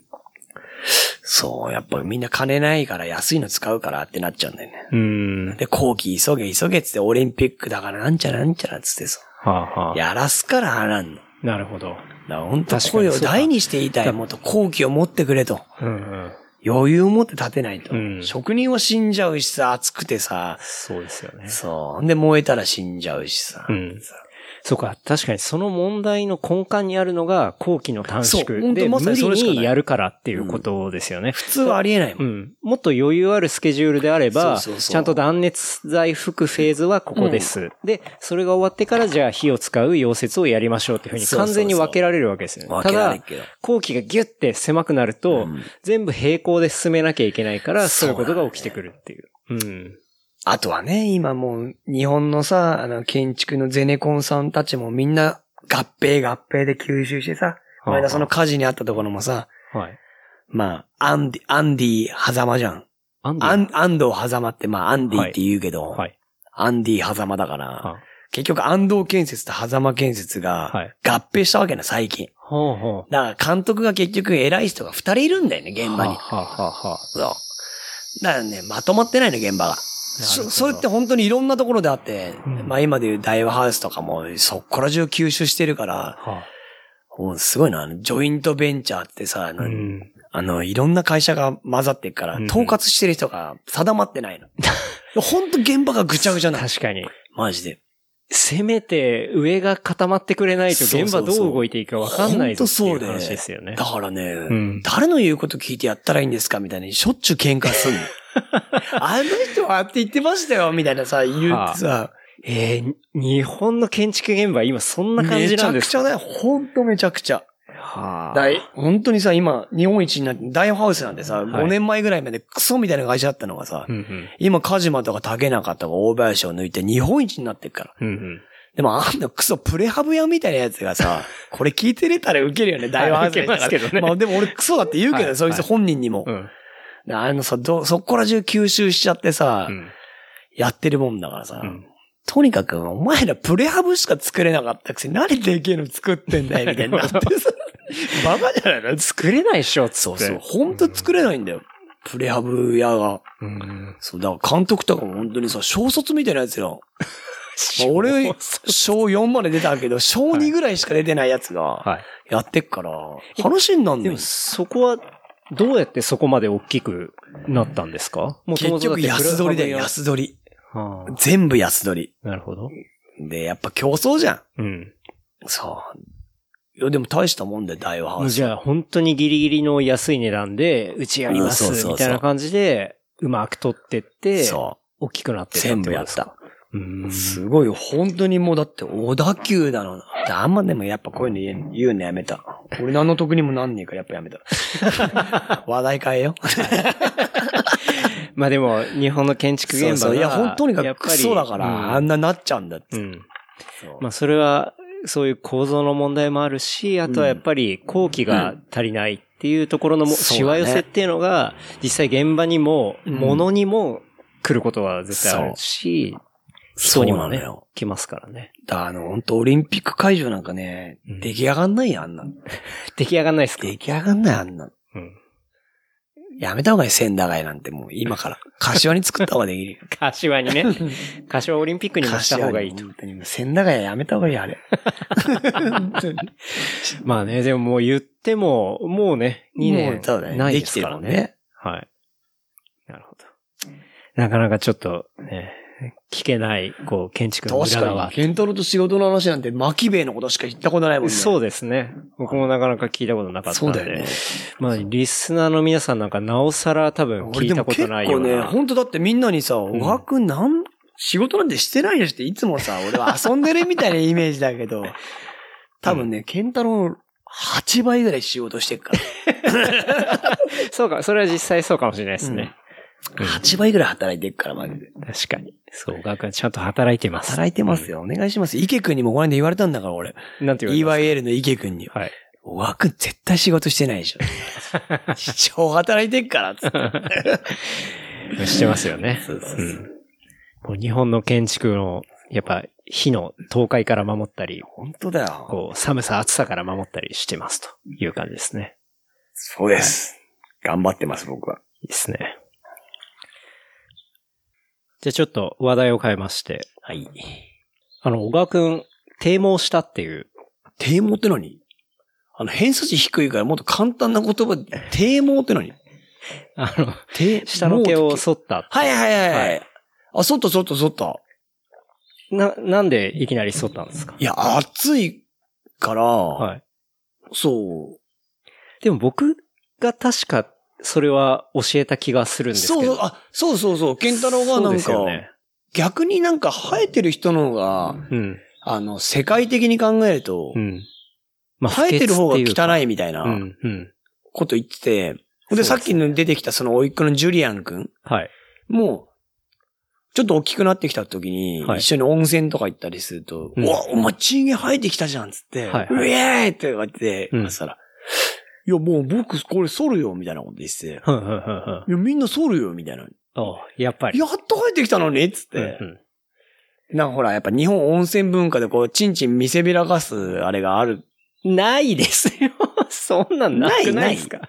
C: そう、やっぱみんな金ないから安いの使うからってなっちゃうんだよね。
B: うん。は
C: で、後期急げ急げっつって、オリンピックだからなんちゃらなんちゃらっつってさ、
B: あ、はあ、
C: やらすから払んの。だか
B: なるほど。
C: ら本当
B: 確かに
C: 声を
B: そうか
C: 大にして言いたい。もっと後期を持ってくれと。
B: うん、うん。
C: 余裕を持って立てないと。
B: うん
C: 職人は死んじゃうしさ、暑くてさ、
B: そうですよね。
C: そう。で、燃えたら死んじゃうしさ。
B: うんそうか、確かにその問題の根幹にあるのが、後期の短
C: そう
B: 縮
C: 本当
B: で、
C: まさ
B: 無
C: に
B: 理
C: それしかない
B: にやるからっていうことですよね。
C: 普通はありえないも。
B: うんん。もっと余裕あるスケジュールであれば、
C: そうそうそう
B: ちゃんと断熱材吹くフェーズはここです。で、それが終わってからじゃあ火を使う溶接をやりましょうっていうふうに
C: そうそう
B: 完
C: そう
B: 全に分けられるわけですよね。
C: 分けられるけ
B: た
C: ど
B: だ、後期がギュッて狭くなると、全部平行で進めなきゃいけないから、そういうことが起きてくるっていう。うん。
C: あとはね、今もう、日本のさ、あの、建築のゼネコンさんたちもみんな、合併合併で吸収してさ、
B: あ
C: 前田その火事にあったところもさ、
B: はい。
C: まあ、アンディ、アンディ、狭間じゃん。
B: アンディ
C: アン、安藤狭間って、まあ、アンディって言うけど、
B: はい。
C: アンディ狭間だから、
B: は
C: 結局安藤建設と狭間建設
B: は
C: が
B: い、
C: 合併したわけな、最近。
B: ほうほう。
C: だから監督が結局偉い人が二人いるんだよね、現場に。
B: はあはあはあ
C: そう。だからね、まとまってないの、現場が。
B: ほど
C: そそれって本当にいろんなところであって、
B: うん
C: まあ今でいうダイワハウスとかもそこら中吸収してるから、
B: はあ。
C: もうすごいな、あのジョイントベンチャーってさ、あの、
B: うん。
C: あのいろんな会社が混ざってるから、
B: うん
C: 統括してる人が定まってない の。本当現場がぐちゃぐちゃなの。
B: 確かに。
C: マジで。
B: せめて上が固まってくれないと
C: そう
B: 現場
C: そうそう
B: どう動いていいか分かんないぞってい
C: 本当そう
B: う
C: で
B: 話ですよね。
C: だからね、
B: ん
C: 誰の言うこと聞いてやったらいいんですかみたいにしょっちゅう喧嘩す んの。あの人はあって言ってましたよみたいなさ、言うってさ、
B: えーに日本の建築現場今そんな感じなんで
C: めちゃく
B: す
C: ちゃ
B: か
C: だよ。ほんとめちゃくちゃ。
B: はあ
C: だい本当にさ、今、日本一になって、大ハウスなんて
B: い
C: さ、5年前ぐらいまでクソみたいな会社だったのがさ、
B: うんうん。
C: 今、カジマとか竹中とか大林を抜いて日本一になってるから。
B: うんうん。
C: でも、あんなクソプレハブ屋みたいなやつ がさ、これ聞いてれたらウケるよね、大ハウスの人が
B: ウケますけどね
C: まあでも俺クソだって言うけ
B: は
C: ど、
B: い
C: そいつ本人にも
B: う。ん。
C: であのさ、ど、そこら中吸収しちゃってさ、
B: うん
C: やってるもんだからさ、
B: うん
C: とにかくお前らプレハブしか作れなかったくせに何でけえの作ってんだよ、みたいになってさ、バカじゃないの
B: 作れないっしょ、つって。
C: そうそう、ほんと作れないんだよ。プレハブ屋が。
B: うん。
C: そう、だから監督とかも本当にさ、小卒みたいなやつよ。まあ俺、小4まで出たけど、小2ぐらいしか出てないやつが、
B: はい。
C: やってっから、話になん
B: で
C: ない
B: も、。そこは、どうやってそこまで大きくなったんですかも
C: 結局安取りだよ、安取り。
B: はあ
C: 全部安取
B: なるほど。
C: り。で、やっぱ競争じゃん。
B: うん。
C: そう。いや、でも大したもんで、大和ハウス。
B: じゃあ、本当にギリギリの安い値段で、うちやりま
C: うんそうそう
B: す、
C: そう
B: みたいな感じで、うまく取ってって、
C: そ
B: 大きくなって
C: う。
B: る
C: 全部やっ。た。
B: うーん。
C: すごいよ。本当にもうだって、小田急だろうな。だってあんまでもやっぱこういうの言う言うのやめた。俺何の得にもなんねえからやっぱ やめた。話題変えよ。
B: まあでも、日本の建築現場
C: そ
B: が
C: うそう。いや、本当に
B: や
C: か
B: っぱ
C: ク
B: り
C: ソだから、あ
B: うん
C: んななっちゃうんだって。
B: うん。
C: そう
B: まあそれは、そういう構造の問題もあるし、あとはやっぱり工期が足りないっていうところのも、
C: うん
B: しわ寄せっていうのが、実際現場にも、
C: うん
B: 物にも来ることは絶対あるし、人にもね
C: そうなのよ、
B: 来ますからね。
C: だからあの、本当オリンピック会場なんかね、
B: うん
C: 出来上がんないよ、あんな。
B: 出来上がんないですか
C: 出来上がんない、あんな。
B: うん。
C: やめた方がいい、仙台街なんてもう今から。柏に作った方が できるよ。
B: 柏 にね、柏オリンピックにもした方がいいと。
C: 本当にもう千駄ヶ谷やめた方がいい、あれ。
B: まあね、でももう言っても、もうね、2
C: も
B: 年
C: うそうだね
B: ないですから
C: できてるもん
B: ね
C: ね。
B: はい。なるほど。なかなかちょっとね、聞けない、こう、建築の
C: 確
B: 裏
C: か
B: 側
C: に。。ケンタロウと仕事の話なんて、巻兵衛のことしか言ったことないもんね。
B: そうですね。僕もなかなか聞いたことなかった
C: そ
B: ん
C: う
B: で。
C: だよね。
B: まあ、リスナーの皆さんなんかなおさら多分
C: 俺
B: 聞い
C: で
B: た
C: も
B: こと
C: 結
B: ないよ
C: 構
B: う
C: ね、
B: な。
C: 本当だってみんなにさ、小川くんなん、仕事なんてしてないよっていつ もさ、俺は遊んでるみたいなイメージだけど、多分ね、ケンタロウ8倍ぐらい仕事してるから。
B: そうか、それは実際そうかもしれないですね。うん
C: 8倍ぐらい働いてるから、マジで。
B: 確かに。そう、学はちゃんと働いてます。
C: 働いてますよ。お願いします。池くんにもこの間言われたんだから、俺。
B: なんて言われ
C: EYL の池くんに。
B: ます
C: 小川くん絶対仕事してな いでしょ。超働いてるから、つって。
B: はい。してますよね。
C: そうそう
B: う。
C: そうん
B: もう日本の建築の、やっぱ、火の倒壊から守ったり、
C: 本当だよ。
B: こう、寒さ、暑さから守ったりしてますという感じですね。
C: そうです。頑張ってます、僕は。
B: いいですね。じゃあちょっと話題を変えまして、
C: はい。
B: あの、小川くん、堤毛したっていう、
C: 低毛って何あの、偏差値低いからもっと簡単な言葉で、低毛って何
B: あ の、
C: 低
B: 下の毛を剃った。
C: はいはいはいは。
B: はい
C: あ、そったそったそった。
B: な、なんでいきなり剃ったんですか
C: いや、暑いから、
B: はい。
C: そう。
B: でも僕が確か、それは教えた気がするんですけ
C: そう
B: ど。
C: そう、あ、そうそうそう、ケンタロウが
B: そう
C: な
B: で
C: ん
B: す
C: か、
B: よね。
C: 逆になんか生えてる人の方が、
B: うん。
C: あの、世界的に考えると、
B: うん。ま
C: 生えてる方が汚
B: い。
C: いみたいな
B: うん、うん。
C: こと言ってて、
B: そう
C: で、
B: です
C: さっきの出てきたその甥っ子のジュリアン君
B: はい。
C: も、ちょっと大きくなってきた時に、
B: はい
C: 一緒に温泉とか行ったりすると、
B: うん
C: うわ、お前、チンゲ生えてきたじゃんっつっ
B: は
C: て、
B: いはいう
C: えーいって言われて、
B: うん
C: そしたら、いや、もう僕、これ剃るよ、みたいなこと言ってて、
B: ふんふんふんふん。
C: いや、みんな剃るよ、みたいな。
B: おやっぱり。
C: やっと生えてきたのにっつっ
B: う
C: て、
B: ん
C: なんかほら、やっぱ日本温泉文化でこう、チンチン見せびらかす、あれがある。
B: うんないですよ。 そんなんなくないですか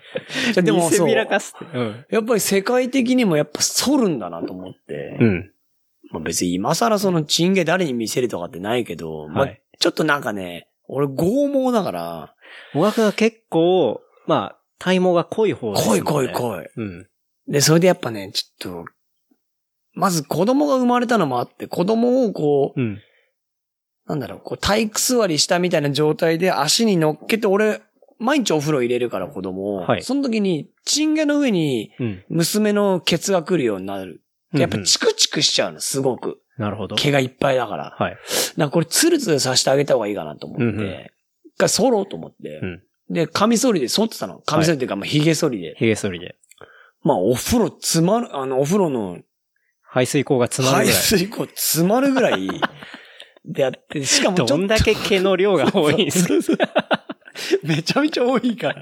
C: じゃでも
B: 見せ
C: そう、
B: びら
C: や
B: かすって。うん。
C: っぱり世界的にもやっぱ剃るんだなと思って、
B: うん。
C: まあ、別に今更そのチンゲ誰に見せるとかってないけど、ま
B: は
C: あ
B: い。
C: ちょっとなんかね、俺、剛毛だから、
B: 小川くんは結構、まあ、体毛が濃い方ですも
C: 濃
B: ん
C: い
B: ね。
C: 濃い濃い。
B: うん。
C: で、それでやっぱね、ちょっと、まず子供が生まれたのもあって、子供をこう、
B: うん。
C: なんだろう、こう体育座りしたみたいな状態で足に乗っけて、俺、毎日お風呂入れるから子供を、
B: はい
C: その時に、チンゲの上に
B: うん。
C: 娘のケツが来るようになる。やっぱ
B: うんうん
C: チクチクしちゃうの、すごく。
B: なるほど。
C: 毛がいっぱいだから。
B: はい。
C: なんかこれツルツルさせてあげた方がいいかなと思って、
B: うんうん
C: 一回剃ろうと思って、
B: うん
C: で、カミソリで剃ってたの。カミソリっていうか、まあ、髭剃りで。
B: 髭剃りで。
C: まあ、お風呂詰まる、あの、お風呂の
B: 排水口が詰まる
C: 排
B: ぐらい。
C: 水口詰まるぐらい、でやって、しかもちょっと
B: どんだけ毛の量が多いんですか
C: めちゃめちゃ多いか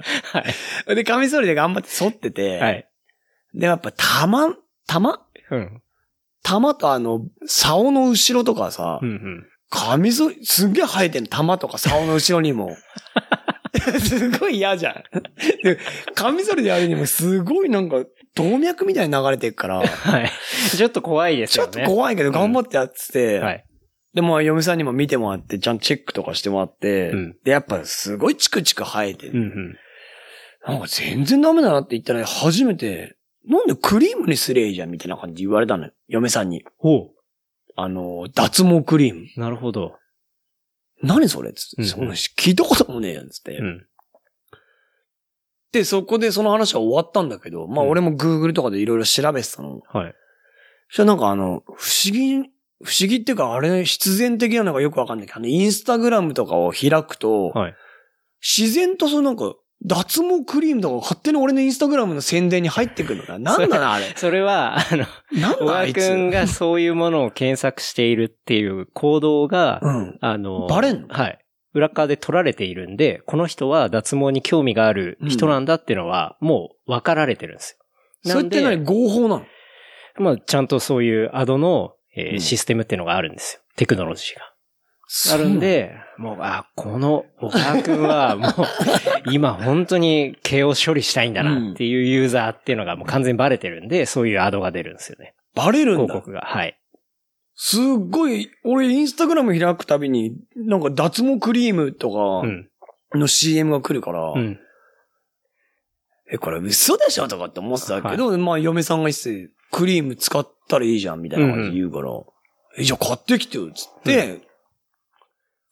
C: ら。で、カミソリで頑張って剃ってて、
B: はい。
C: で、やっぱ玉、玉
B: うん。
C: 玉とあの、竿の後ろとかさ、
B: うんうん。
C: カミソリ、すげえ生えてんの、玉とか竿の後ろ にも。すごい嫌じゃん。で、カミソリであるにもすごいなんか、動脈みたいに流れてい くから、
B: はい。ちょっと怖いです
C: ちょ
B: よ
C: っ
B: ね。
C: と怖いけど頑張ってやってて、
B: はい。
C: で、まあ、嫁さんにも見てもらって、ちゃんとチェックとかしてもらって、
B: うん
C: で、やっぱすごいチクチク生えて、
B: うんうん。
C: なんか全然ダメだなって言ったら、初めて、なんでクリームにすりゃいいじゃんみたいな感じで言われたのよ。嫁さんに。
B: ほ
C: あの、脱毛クリーム。
B: う。なるほど。
C: 何それつっ
B: う
C: て、
B: ん
C: そんな聞いたこともねえやんつって、
B: うん。
C: で、そこでその話は終わったんだけど、まあ
B: うん
C: 俺も Google とかでいろいろ調べてたの。
B: はい。
C: そしたらなんかあの、不思議、不思議っていうかあれ、必然的なのがよくわかんないけど、あの、インスタグラムとかを開くと、
B: はい。
C: 自然とそのなんか、脱毛クリームとか勝手に俺のインスタグラムの宣伝に入ってくるの かな。なんだな、あれ。
B: それは、あの、
C: なん
B: 小
C: だあ
B: 川
C: い
B: く
C: つ。
B: んがそういうものを検索しているっていう行動が、
C: うん。
B: あの、
C: バレんの
B: はい。裏側で取られているんで、この人は脱毛に興味がある人なんだっていうのは、もう分かられてるんですよ。
C: そ
B: な
C: れっ
B: んで
C: て何合法なの
B: まあ、ちゃんとそういうアドの、えー
C: うん
B: システムっていうのがあるんですよ。テクノロジーが。あるん。で、もう、あ、この、小川くん は、もう、今本当に毛を処理したいんだなっていうユーザーっていうのがもう完全にバレてるんで、そういうアドが出るんですよね。
C: そうなのバレるん
B: 広
C: だ。
B: 告が。はい。
C: すっごい、俺インスタグラム開くたびに、なんか脱毛クリームと
B: うん。
C: かの CM が来るから、
B: うん。
C: え、これ嘘でしょとかって思ってたけど、まあ嫁さんが一切クリーム使ったらいいじゃんみたいな感じで言うから、え、じゃあ買ってきてよっつって、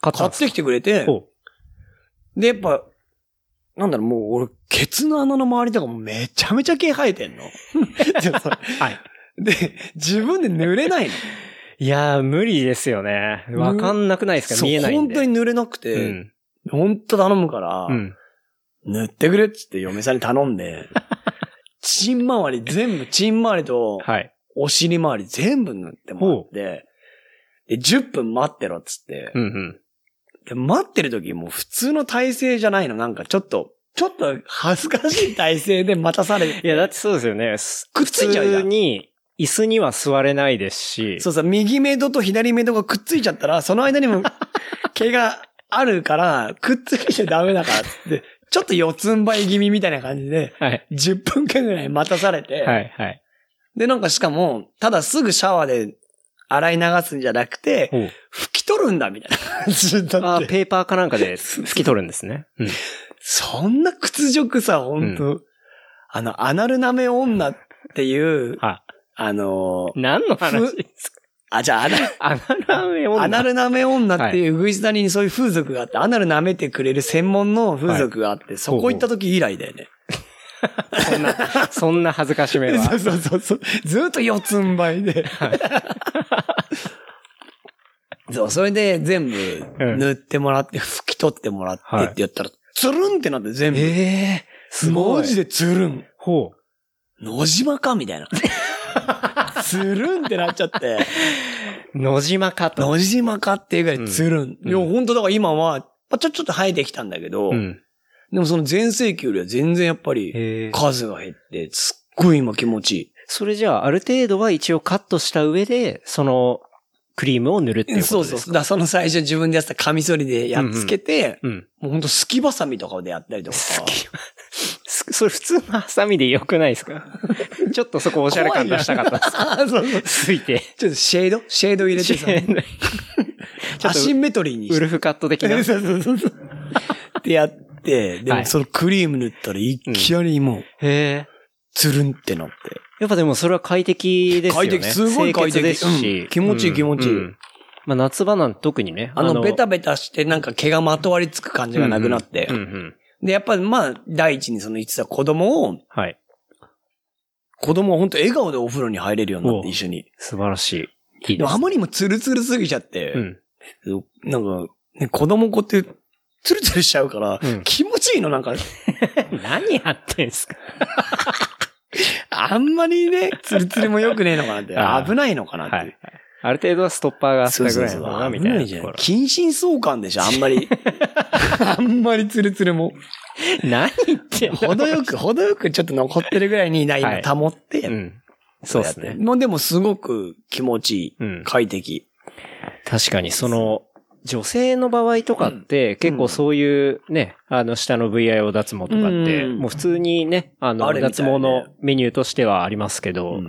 B: 買
C: 買ってきてくれて、
B: ほ
C: で、やっぱ、なんだろう、もう俺、ケツの穴の周りとかもめちゃめちゃ毛生え てんの。でそれ
B: うはい。
C: で、自分で濡れないの。
B: いやー、無理ですよね。わかんなくないですか
C: そう
B: 見えないん
C: 本
B: で。
C: 当に濡れなくて、
B: うん。
C: 本当頼むから、
B: うん。
C: 塗ってくれっつって嫁さんに頼んで、 チン周り全部、チン周りと
B: はい。
C: お尻周り全部塗ってもらって、で、10分待ってろっつって、
B: うんうん。
C: で待ってる時もう普通の体勢じゃないの、なんかちょっと、ちょっと恥ずかしい体勢で待たされて
B: いや、だってそうですよね。す
C: くっついちゃうじゃん
B: 普通に、椅子には座れないですし。
C: そうそう、右目とと左目とがくっついちゃったら、その間にも毛があるから、くっついちゃダメだからっつって、ちょっと四つん這い気味みたいな感じで、
B: はい。
C: 10分間ぐらい待たされて、
B: はい、はい。
C: で、なんかしかも、ただすぐシャワーで洗い流すんじゃなくて、
B: ほう
C: 拭き取るんだみたいな感じだ
B: あ
C: っ
B: ー
C: て。
B: ペーパーかなんかで拭き取るんですね。うん。
C: そんな屈辱さ、ほんと。あの、アナルナメ女っていう、
B: は
C: あのー、
B: 何の話ですか
C: あ、じゃあ、アナ
B: アナラメ女。
C: アナルナメ女っていうウグイスダニにそういう風俗があって、アナル舐めてくれる専門の風俗があって、そこ行った時以来だよね。
B: そんな、 そんな恥ずかしめは。
C: そうそうそうそう。ずっと四つん這いで。そう、それで全部
B: うん
C: 塗ってもらって、拭き取ってもらってってやったら、つるんってなって全部。
B: ええすごい。
C: マジでつるん。
B: ほう。
C: 野島かみ たいな。つるんってなっちゃって。
B: 野島かと。
C: 野島かっていうぐらいつるん。
B: うん
C: いや、ほんとだから今は、まあちょ、ちょっと生えてきたんだけど、
B: うん。
C: でもその前世紀よりは全然やっぱり
B: ええ
C: 数が減って、すっごい今気持ちい
B: それじゃあ、ある程度は一応カットした上で、その、クリームを塗るっていう
C: い。
B: こと
C: そう
B: です
C: そ
B: か
C: う。だからその最初自分でやってたカミソリでやっつけて、
B: うん。
C: もうほんとすきばさみとかでやったりとか。
B: 好 き。すそれ普通のハサミで良くないです かちょっとそこおしゃれ感出したかったっ
C: あそうそう。
B: す。ついて。
C: ちょっとシェードシェード入れてさ、
B: ちょ
C: ア
B: っと
C: シンメトリーに
B: ウ
C: して。
B: ルフカット的な。
C: そうそ うそうそう。ってやって、で
B: は
C: も
B: い
C: そのクリーム塗ったらいきなりもう、
B: へえ。
C: つるんってなって。
B: やっぱでもそれは快適ですよね。
C: 快適すごい快適
B: 清潔ですし、
C: うん気持ちいい気持ちいい
B: んまあ夏場なんて特にね。
C: あの、ベタベタしてなんか毛がまとわりつく感じがなくなって。
B: うんうん。
C: で、やっぱりまあ、第一にその言ってた子供を、
B: はい。
C: 子供は本当笑顔でお風呂に入れるようになって
B: おう
C: 一緒に。
B: 素晴らしい。いい
C: で
B: で
C: も
B: す
C: あ。まりにもツルツルすぎちゃって、
B: うん。
C: なんか、ね、子供子ってツルツルしちゃうから、
B: うん
C: 気持ちいいのなんか、
B: 何やってんすか
C: あんまりね、ツルツルも良くねえのかなっ て
B: あ、ー
C: 危ないのかなって。
B: はい。ある程度はストッパーがあった
C: そう
B: ぐ
C: そう
B: らい
C: そう
B: のかな、みたい
C: 危
B: な
C: じゃ
B: とこ
C: ん
B: ろ。
C: 近親相関でしょ、あんま り。あんまりツルツルも。
B: 何言ってんの
C: 程よく、程よくちょっと残ってるぐらいに、な
B: はい
C: 今保って、
B: うん。そうです
C: やっ
B: ね
C: て。まあでもすごく気持ちいい。
B: うん
C: 快適。
B: 確かにその、女性の場合とかって、結構そういうね、あの、下の VIO 脱毛とかって、
C: うん
B: もう普通にね、あの、
C: あるみたいね
B: 脱毛のメニューとしてはありますけど、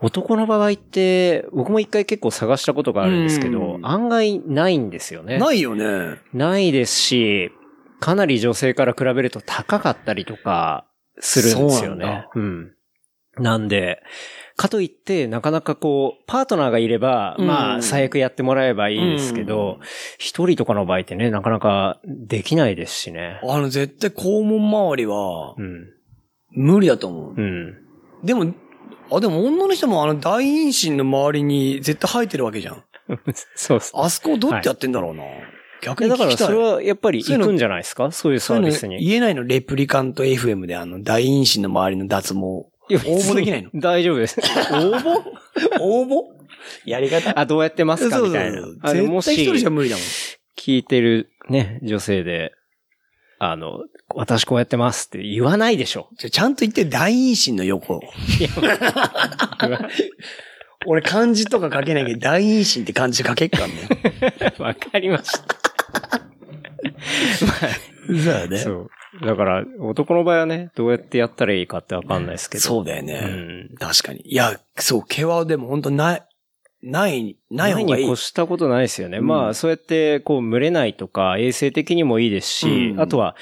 B: 男の場合って、僕も一回結構探したことがあるんですけど、
C: うん
B: 案外ないんですよね。
C: ないよね。
B: ないですし、かなり女性から比べると高かったりとかするんですよ
C: そうなんだ
B: ね。うん。なんで、かといって、なかなかこう、パートナーがいれば、
C: うん
B: まあ、最悪やってもらえばいいですけど、一、人とかの場合ってね、なかなかできないですしね。
C: あの、絶対肛門周りは
B: う、ん。
C: 無理だと思う
B: う。ん。
C: でも、あ、でも女の人もあの大陰唇の周りに絶対生えてるわけじゃん。
B: そうっすね。
C: あそこをどうやってやってんだろうな。逆
B: い
C: に
B: や
C: 聞
B: だから、
C: きた
B: それ
C: い。
B: はやっぱり行くんじゃないですかそういうサ
C: そう
B: ー
C: い
B: ビ
C: う
B: ス
C: の
B: に。
C: 言えないの、レプリカント FM であの、大陰唇の周りの脱毛。応
B: 応
C: 募できない の
B: 大丈夫です。応募
C: 応募やり 方
B: あ、どうやってますかみたいな。
C: そう
B: あ
C: そうそう
B: のも
C: 絶対一人じゃ
B: し、
C: 無理だもん。
B: 聞いてるね、女性で、あの、私こうやってますって言わないで しょ。
C: じゃあちゃんと言って大陰唇 の横。俺漢字とか書けないけど、大陰唇って漢字書けっかんね。
B: わかりました。
C: そうだよ ね。
B: そう。だから、男の場合はね、どうやってやったらいいかってわかんないですけど。
C: そうだよね。
B: うん。
C: 確かに。いや、そう、毛はでも本当ない、ない、ない
B: 前
C: 方がい
B: に
C: い
B: 越。したことないですよね。
C: うん
B: まあ、そうやって、こう、群れないとか、衛生的にもいいですし、
C: うん
B: あとは、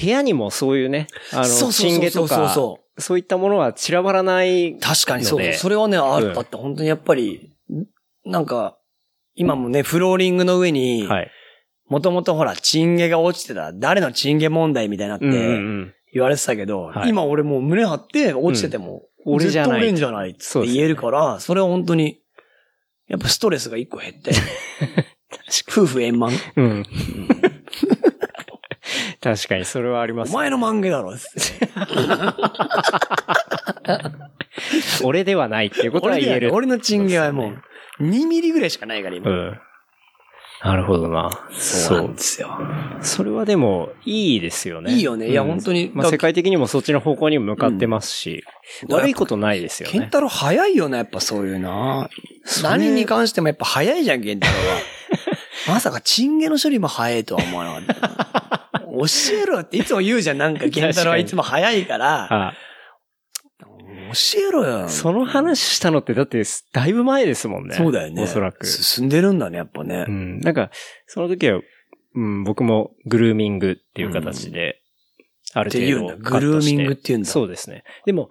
B: 部屋にもそういうね、あの、
C: そうそ
B: チ
C: う
B: ン
C: そう
B: ゲ
C: そ
B: と
C: うそう
B: か、
C: そ。。
B: そういったものは散らばらないう
C: 確かにそ
B: の
C: う。
B: で
C: それはね、あ
B: う
C: る。
B: ん
C: だって本当にやっぱり、なんか、今もね、フローリングの上に、
B: はい。
C: もともとほら、チンゲが落ちてた、誰のチンゲ問題みたいになっ
B: うんうんう
C: て
B: ん。
C: 言われてたけど、
B: はい
C: 今俺もう胸張って落ちてても、
B: うん俺じゃない
C: ずっと俺んじゃないっつって言えるから、それは本当に、やっぱストレスが一個減 って、夫婦円満。
B: うん。確かに、それはありま
C: お
B: す。
C: 前の漫画 だろ。
B: 俺ではないっていうことは
C: 俺
B: 言え
C: だよ
B: る。
C: 俺のチンゲはも
B: そう
C: う、2ミリぐらいしかないから、
B: う
C: 今。
B: ん。なるほどな。そう。
C: ですよ。
B: それはでも、いいですよね。
C: いいよね。いや、
B: うん
C: 本当に。
B: まあ、世界的にもそっちの方向にも向かってますし、
C: うん
B: 悪いことないですよ
C: ケン
B: ね。
C: タロウ早いよな、やっぱそういうな。
B: それ
C: 何に関してもやっぱ早いじゃん、ケンタロ ウは。まさかチンゲの処理も早いとは思わなかった。教えろっていつも言うじゃん、なんかケンタロウはいつも早いから。
B: あ
C: 教えろよ。
B: その話したのって、だって、だいぶ前ですもんね。
C: そうだよね。
B: おそらく。
C: 進んでるんだね、やっぱね
B: う。ん。なんか、その時は、うん、僕もグルーミングっていう形で、ある程
C: ってい
B: 度
C: うんだ
B: カットして
C: グルーミングっていうんだ
B: そうですね。でも、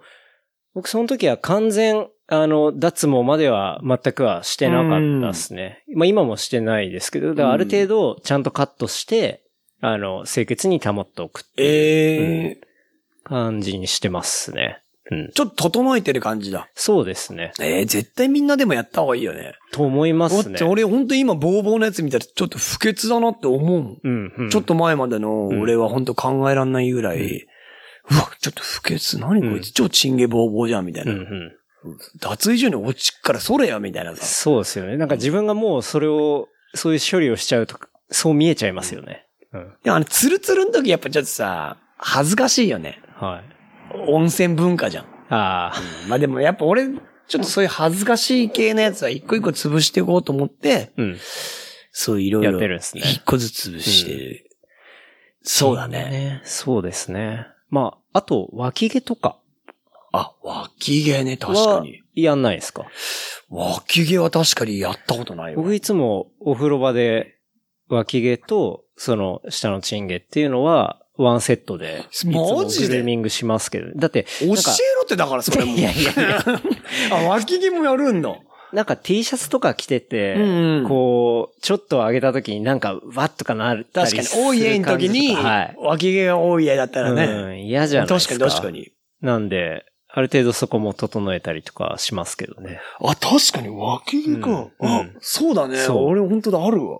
B: 僕その時は完全、あの、脱毛までは全くはしてなかったですね。まあ今もしてないですけど、だからある程度ちゃんとカットして、あの、清潔に保っておくっていう
C: ええ、
B: 感じにしてますね。うん。
C: ちょっと整えてる感じだ。
B: そうですね。
C: ええ、絶対みんなでもやった方がいいよね。
B: と思いま
C: だっ
B: すね
C: て。俺ほんと今ボーボーのやつ見たらちょっと不潔だなって思うもん。
B: うん、うん。
C: ちょっと前までの
B: うん
C: 俺はほんと考えらんないぐらい、うわ、ちょっと不潔、何こいつ、超チンゲボーボーじゃんみたいうな。
B: ん、うん。
C: 脱衣所に落ちっからそれやみたいなさ。
B: そうですよね。なんか自分がもうそれを、そういう処理をしちゃうと、そう見えちゃいますよね。うん。
C: いや、あの、ツルツルの時やっぱちょっとさ、恥ずかしいよね。
B: はい。
C: 温泉文化じゃん。
B: ああ、
C: まあでもやっぱ俺、ちょっとそういう恥ずかしい系のやつは一個一個潰していこうと思って、
B: うん。
C: そういろいろ。
B: やってるんですね
C: 一個ずつ潰してる。そうだね。
B: そうですね。まあ、あと、脇毛とか
C: あ、脇毛ね、確か
B: は
C: に。、
B: やんないですか
C: 脇毛は確かにやったことないわ
B: 僕。いつもお風呂場で、脇毛と、その、下のチン毛っていうのは、ワンセットで、いつも
C: マジで
B: グルーミングしますけど、だって、
C: 教えろってだからそれも。いやいや あ、脇毛もやる んだ。
B: なんか T シャツとか着てて、
C: うんうん
B: こう、ちょっと上げた時になんか、わっとかなったり
C: 確
B: す
C: か
B: る
C: に、多い家の時に、
B: 感じとかはい。
C: 脇毛が多い家だったら
B: う
C: ね。
B: ん、嫌じゃないで
C: 確
B: す
C: か
B: か。
C: に確か。に。
B: なんで、ある程度そこも整えたりとかしますけどね。
C: あ、確かに脇毛か。
B: うん
C: あ、
B: うん
C: そうだね。
B: そう
C: 俺本当だ、あるわ。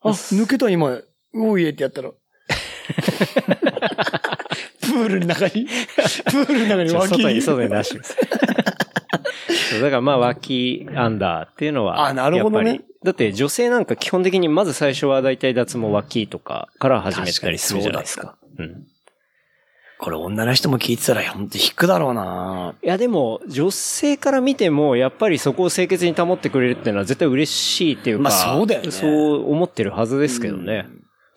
C: あ、
B: す
C: 抜けた今、多い家ってや ったら。プールの 中に、プールの中に
B: ちょ
C: 脇毛
B: 外に、外に出してます。 そうだからまあ脇アンダーっていうのは。
C: あなるほどね
B: やっぱり。だって女性なんか基本的にまず最初は大体脱毛脇とかから始めたりするじゃないですか。うん。
C: これ女の人も聞いてたらほんと引くだろうない
B: やでも、女性から見ても、やっぱりそこを清潔に保ってくれるっていうのは絶対嬉しいっていうか、
C: まあそうだよね
B: そう思ってるはずですけどね。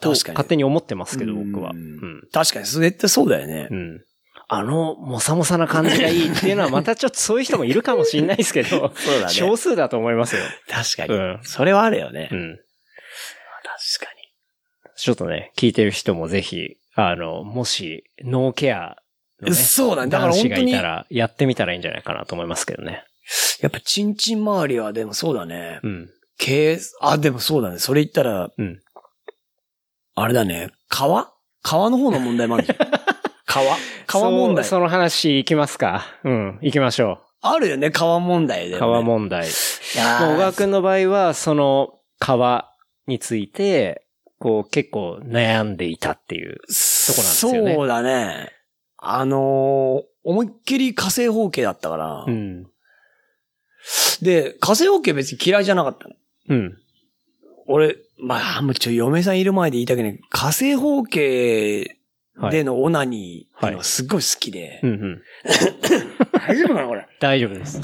B: と
C: 確かに
B: 勝手に思ってますけど、僕は。
C: う
B: うんん。
C: 確かに、それってそうだよね。
B: うん。あの、もさもさな感じがいいっていうのは、またちょっとそういう人もいるかもしれないですけど、
C: そうだね
B: 少数だと思いますよ。
C: 確かに。
B: うん
C: それはあるよね。
B: うん。
C: 確かに。
B: ちょっとね、聞いてる人もぜひ、あの、もし、ノーケアのね、
C: そうだねだから
B: 男子
C: 本
B: が
C: 当
B: い
C: に
B: たら、やってみたらいいんじゃないかなと思いますけどね。
C: やっぱ、チンチン周りは、でもそうだね。
B: うん。
C: 経営、あ、でもそうだね。それ言ったら、
B: うん。
C: あれだね。川川の方の問題もある じゃん。川川問題
B: そう。その話行きますか。うん。行きましょ
C: あるよね、川問題で、
B: う。
C: ね。
B: 川問題。
C: いや
B: まあ
C: ー
B: 小川くんの場合は、その、川について、こう、結構悩んでいたっていう。こなんですよね
C: そうだね。あのー思いっきり火星方形だったから。
B: うん。
C: で、火星方形別に嫌いじゃなかったの。
B: うん。
C: 俺、まあ、もうちょ、嫁さんいる前で言いたくない。火星方形
B: はい。
C: でのオナニーっていう
B: は
C: のが
B: い
C: すっごい好きで
B: うん。うん。
C: 大丈夫かなこれ。
B: 大丈夫です。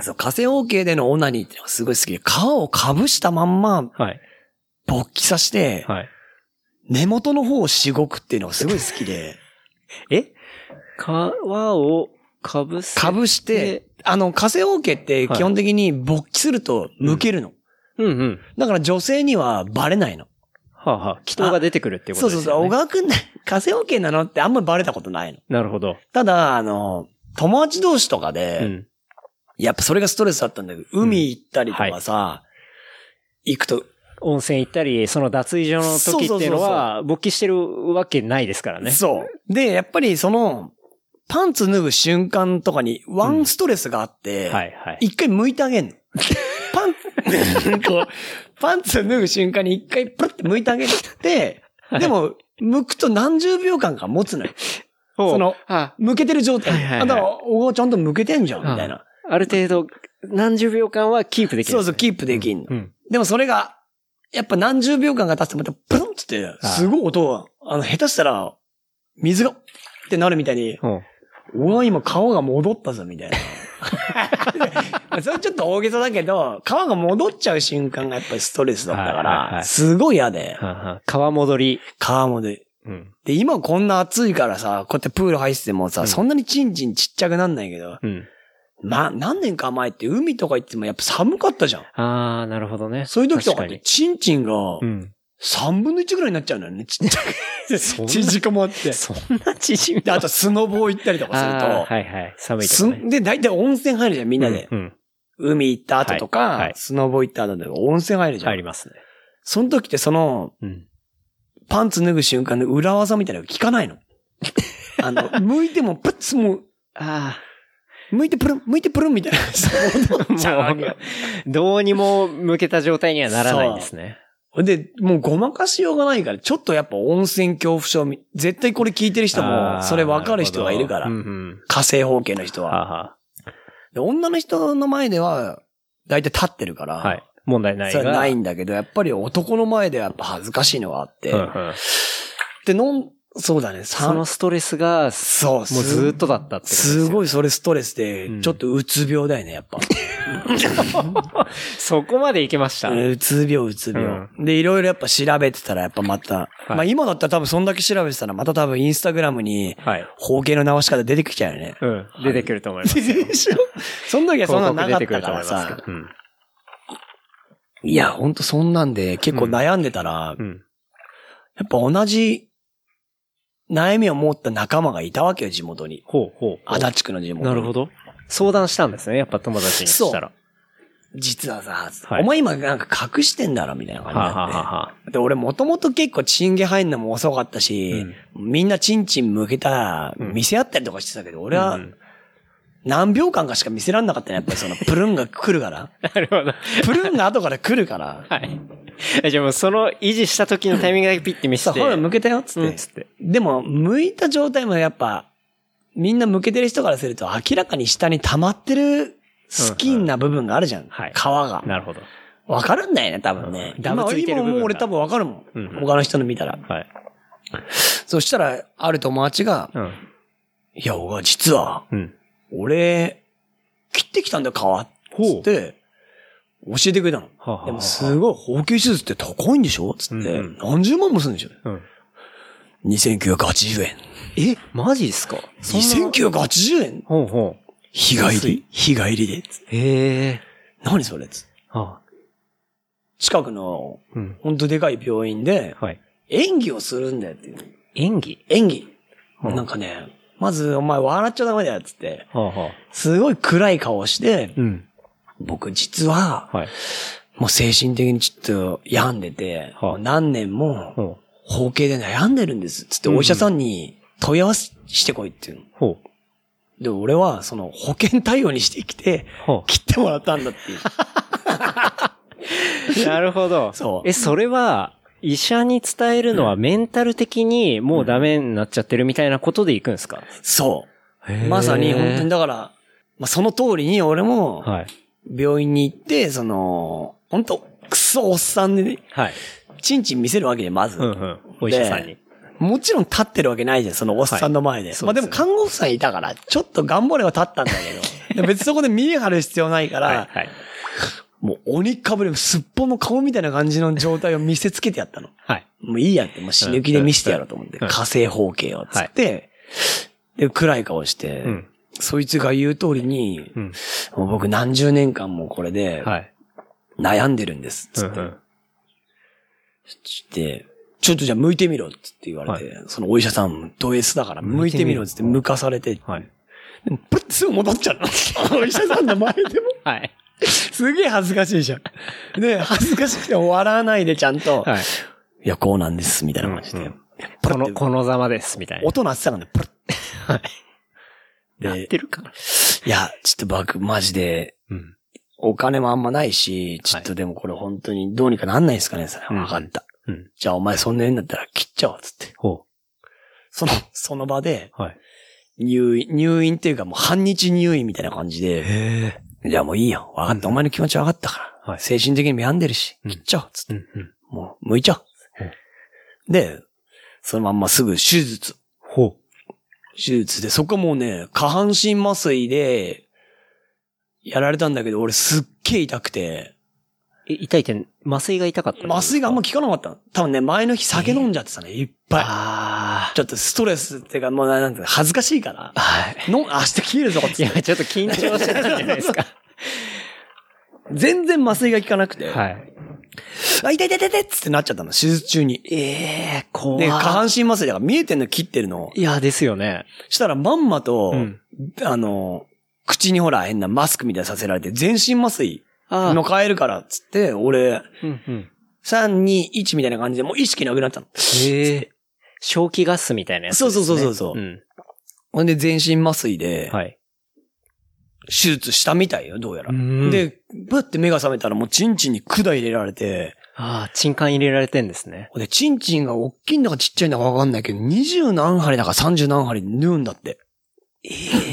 C: そう、火星方形でのオナニーっていうのがすごい好きで、皮をかぶしたまんま
B: はい。
C: 勃起させて、
B: はい。
C: 根元の方をしごくっていうのがすごい好きで、
B: え皮をかぶせ
C: かぶして
B: で、
C: あの、火星方形って
B: はい
C: 基本的に勃起すると剥けるの。
B: うんうん。
C: だから女性にはバレないの。
B: はあ、はあ、祈祷が出てくるっていうこ
C: そ
B: とで
C: う
B: す
C: そう
B: よ、ね。
C: そう。小川くんね、火星方形なのってあんまりバレたことないの。
B: なるほど。
C: ただ、あの、友達同士とかで、
B: うん。
C: やっぱそれがストレスだったんだけど、海行ったりとかさ、行くと、
B: 温泉行ったり、その脱衣所の時っていうのは、勃起してるわけないですからね。
C: そう。で、やっぱりその、パンツ脱ぐ瞬間とかにワンストレスがあって、
B: はいはい。
C: 一回剥いてあげんの。パンツ、こう、パンツ脱ぐ瞬間に一回プルって剥いてあげて、でも、剥くと何十秒間か持つのよ。
B: ほう
C: その
B: あ、
C: 剥けてる状態。
B: はいはいはい
C: あ、だから、おおちゃんと剥けてんじゃん、みたいな。
B: ある程度、何十秒間はキープできる。
C: そうそう、キープできんの。
B: うん。
C: でもそれが、やっぱ何十秒間が経つとまたプルンってって、
B: あ
C: すごい音が、あの、下手したら、水が、ってなるみたいに、
B: ほう
C: うわ、今川が戻ったぞ、みたい な。それちょっと大げさだけど、川が戻っちゃう瞬間がやっぱりストレスだったか
B: はいはいは
C: ら、
B: い
C: すごい嫌で、
B: はあはあ川戻り。
C: 川もで。
B: うん。
C: で、今こんな暑いからさ、こうやってプール入っててもさ、
B: うん
C: そんなにチンチンちっちゃくなんないけど、
B: うん。
C: ま、何年か前って海とか行ってもやっぱ寒かったじゃん。
B: あー、なるほどね。
C: そういう時とかっ
B: 確
C: て
B: に。
C: チンチンが
B: うん。
C: 3分の1ぐらいになっちゃうん だよね、ちっちゃ
B: そんな
C: く。縮こまって。
B: そんな縮み
C: で、あとスノボー行ったりとかすると、
B: あーはいはい。寒いと
C: す
B: こね。
C: で、大体温泉入るじゃん、みんなで。
B: うんうん。
C: 海行った後とか、
B: はいはい
C: スノボ行った後とか、温泉入るじゃん。
B: 入りますね。
C: その時ってその、
B: うん。
C: パンツ脱ぐ瞬間の裏技みたいなのが効 かないの。あの、向いてもプッツもう、
B: あ
C: 向いてプルン、向いてプルンみたいな。
B: あ。 もう、どうにも向けた状態にはならないんですね。
C: で、もうごまかしようがないから、ちょっとやっぱ温泉恐怖症み、絶対これ聞いてる人も、それ分かる人がいるから、
B: うんうん。
C: 火星方形の人
B: は
C: は。
B: あは
C: で女の人の前では、大体立ってるから、
B: あはい。問題ない
C: そ
B: が。
C: れはない
B: うん
C: んだけど、やっぱり男の前ではやっぱ恥ずかしいのがあって、
B: うん。
C: で、のん、そうだね、
B: その
C: 三
B: ストレスが、
C: そう、もう
B: もうずーっとだったってことです
C: す
B: よ
C: ごいそれストレス
B: う
C: で、
B: ん
C: ちょっとうつ病だよね、やっぱ。
B: そこまで行きました。
C: うつ病、うつ病。で、いろいろやっぱ調べてたら、やっぱまた、
B: い
C: まあ今だったら多分そんだけ調べてたら、また多分インスタグラムに、
B: はい。
C: 方形の直し方出てきちゃうよね。
B: うん。出てくると思います。
C: でしょその時はそんなのなかったから
B: 広告出
C: さ
B: て。くると思います
C: いや、ほんとそんなんで、結構悩んでたら、
B: けど。うん。うん。
C: やっぱ同じ悩みを持った仲間がいたわけよ、地元に。
B: ほうほう。
C: 足立区の地元に。
B: なるほど。相談したんですね。やっぱ友達にしたら。
C: 実はさ、
B: はい
C: お前今なんか隠してんだろ、みたいな感じ
B: は
C: に
B: あ、はあ
C: なって。
B: はあ、
C: で、俺もともと結構チンゲ入んのも遅かったし、みんなチンチン向けたら
B: うん
C: 見せ合ったりとかしてたけど、
B: こ
C: 俺は何秒間かしか見せらんなかったね。やっぱりそのプルンが来る から。
B: なるほど。
C: プルンが後から来るから。
B: はい。えじゃあもうその維持した時のタイミングだけピッて見せ
C: さあ、
B: て。
C: ほら、向けたよ、つ
B: う
C: っ
B: ん
C: て。
B: つって。
C: でも、向いた状態もやっぱ、みんな向けてる人からすると明らかに下に溜まってるスキンな部分があるじゃん。
B: はい
C: 皮が。
B: なるほど。
C: わかるんだよね、多分ね。
B: ダブついてる部分が
C: 今もう俺多分わかるもん。
B: うんうん
C: 他の人の見たら。
B: はい。
C: そしたら、ある友達が、
B: うん。
C: いや、おが実は、
B: うん。
C: 俺、切ってきたんだよ、皮。つって、教えてくれたの。
B: はあはあ
C: でも、すごい、包茎手術って高いんでしょつって、
B: うんうん
C: 何十万もするんでしょ
B: うん。
C: ?2980 円。
B: え、マジですか
C: 2980円
B: ほうほう。
C: 日帰り。日帰りで。つって
B: へえ。
C: 何それつって
B: はあ。
C: 近くの、
B: うん。
C: ほんとでかい病院で、
B: はい。
C: 演技をするんだよっていう。
B: 演技
C: 演技。
B: うん
C: なんかね、まず、お前笑っちゃダメだよ、つって。
B: はあはあ。
C: すごい暗い顔して、
B: うん。
C: 僕実は、
B: はい。
C: もう精神的にちょっと病んでて、
B: はあ
C: もう何年も、
B: ほう。
C: 包茎で悩んでるんです。つって、お医者さんに問い合わせしてこいっていうの。
B: ほ
C: で、俺は、その、保険対応にしてきて、
B: う。は
C: 切ってもらったんだって いう。
B: あ。 なるほど。
C: そう
B: え、それは、医者に伝えるのはメンタル的にもうダメになっちゃってるみたいなことでいくんですか
C: そう。まさに、本当にだから、まあ、その通りに俺も、
B: はい。
C: 病院に行って、その、本当クソおっさんで、ね、
B: はい。
C: チンチン見せるわけで、まず。
B: うんうん。お医者さんに。
C: もちろん立ってるわけないじゃん、そのおっさんの前で。
B: はい
C: まあで
B: そうです
C: も
B: ね
C: 看護婦さんいたから、ちょっと頑張れば立ったんだけど。 別にそこで見え張る必要ないから、
B: はい。はい。
C: もう鬼かぶり、すっぽんの顔みたいな感じの状態を見せつけてやったの。
B: はい。
C: もういいやって、もう死ぬ気で見せてやろうと思って、
B: うんうん
C: 火星方形を、つって、で、暗い顔して、
B: うん。
C: そいつが言う通りに、
B: うん。
C: もう僕何十年間もこれで、
B: はい。
C: 悩んでるんです、つって。
B: うん
C: で、ちょっとじゃあ向いてみろっつって言われて、そのお医者さん、ド S だから向いてみろっつって向かされて、で
B: うんはい。
C: もプッてすぐ戻っちゃうの。お医者さんの前でも。
B: はい。
C: すげえ恥ずかしいじゃん。で、恥ずかしくて笑わないでちゃんと、、
B: はいい。
C: や、こうなんです、みたいな感じで。
B: うんうん
C: プ
B: こ
C: ルッ
B: の、
C: て
B: このざまです、みたいな。
C: 音鳴ってたからね、プルッて。
B: やってるかな
C: でいや、ちょっと僕、マジで、
B: うん。
C: お金もあんまないし、ちょっとでもこれ本当にどうにかなんないですかね、それ。
B: うん
C: わかった。
B: うん。
C: じゃあお前そんな縁だったら切っちゃおう、つって。
B: ほ
C: その、その場で、
B: う。はい。
C: 入院、入院っていうかもう半日入院みたいな感じで、
B: へえ。
C: じゃあもういいよ。わかった。お前の気持ちわかったから。
B: はい
C: 精神的にも病んでるし、
B: うん
C: 切っちゃおう。つって、
B: うんうん。
C: もう、剥いちゃお
B: うん
C: う。で、そのまんますぐ手術。
B: ほ
C: 手術で、そこはもうね、下半身麻酔で、やられたんだけど、俺すっげえ痛くて、
B: う。え、痛いって、麻酔が痛かった
C: 麻酔があんま
B: 効
C: 効かなかったの。多分ね、前の日酒飲んじゃってたね、いっぱい。
B: あ
C: ちょっとストレスっていうか、もうなんていうの恥ずかしいから
B: あ。、はい。
C: の、明日消えるぞ、つ
B: い
C: っ
B: や、
C: て。
B: ちょっと緊張してたんじゃないですか。
C: 全然麻酔が効かなく て。
B: はい。
C: あ、痛い痛い痛い痛いっつってなっちゃったの、手術中に。
B: ええー、怖
C: で、
B: い。
C: 下半身麻酔だから見えてんの切ってるの。
B: いや、ですよね。
C: したらまんまと、
B: うん
C: あの、口にほら変なマスクみたいなのさせられて、全身麻酔
B: あ
C: の変えるからっつって、俺、
B: うんうん。
C: 3、2、1みたいな感じでもう意識なくなったの。
B: へえ。正気ガスみたいなやつです、ね。
C: そうそうそうそうそ
B: う
C: う
B: ん。
C: ほんで全身麻酔で、
B: はい。
C: 手術したみたいよ、どうやら。
B: うん
C: で、ぶって目が覚めたらもうチンチンに管入れられて、
B: ああ、鎮管入れられてんですね。
C: ほんで、チンチンが大きいんだかちっちゃいんだかわかんないけど、二十何針だか三十何針縫うんだって。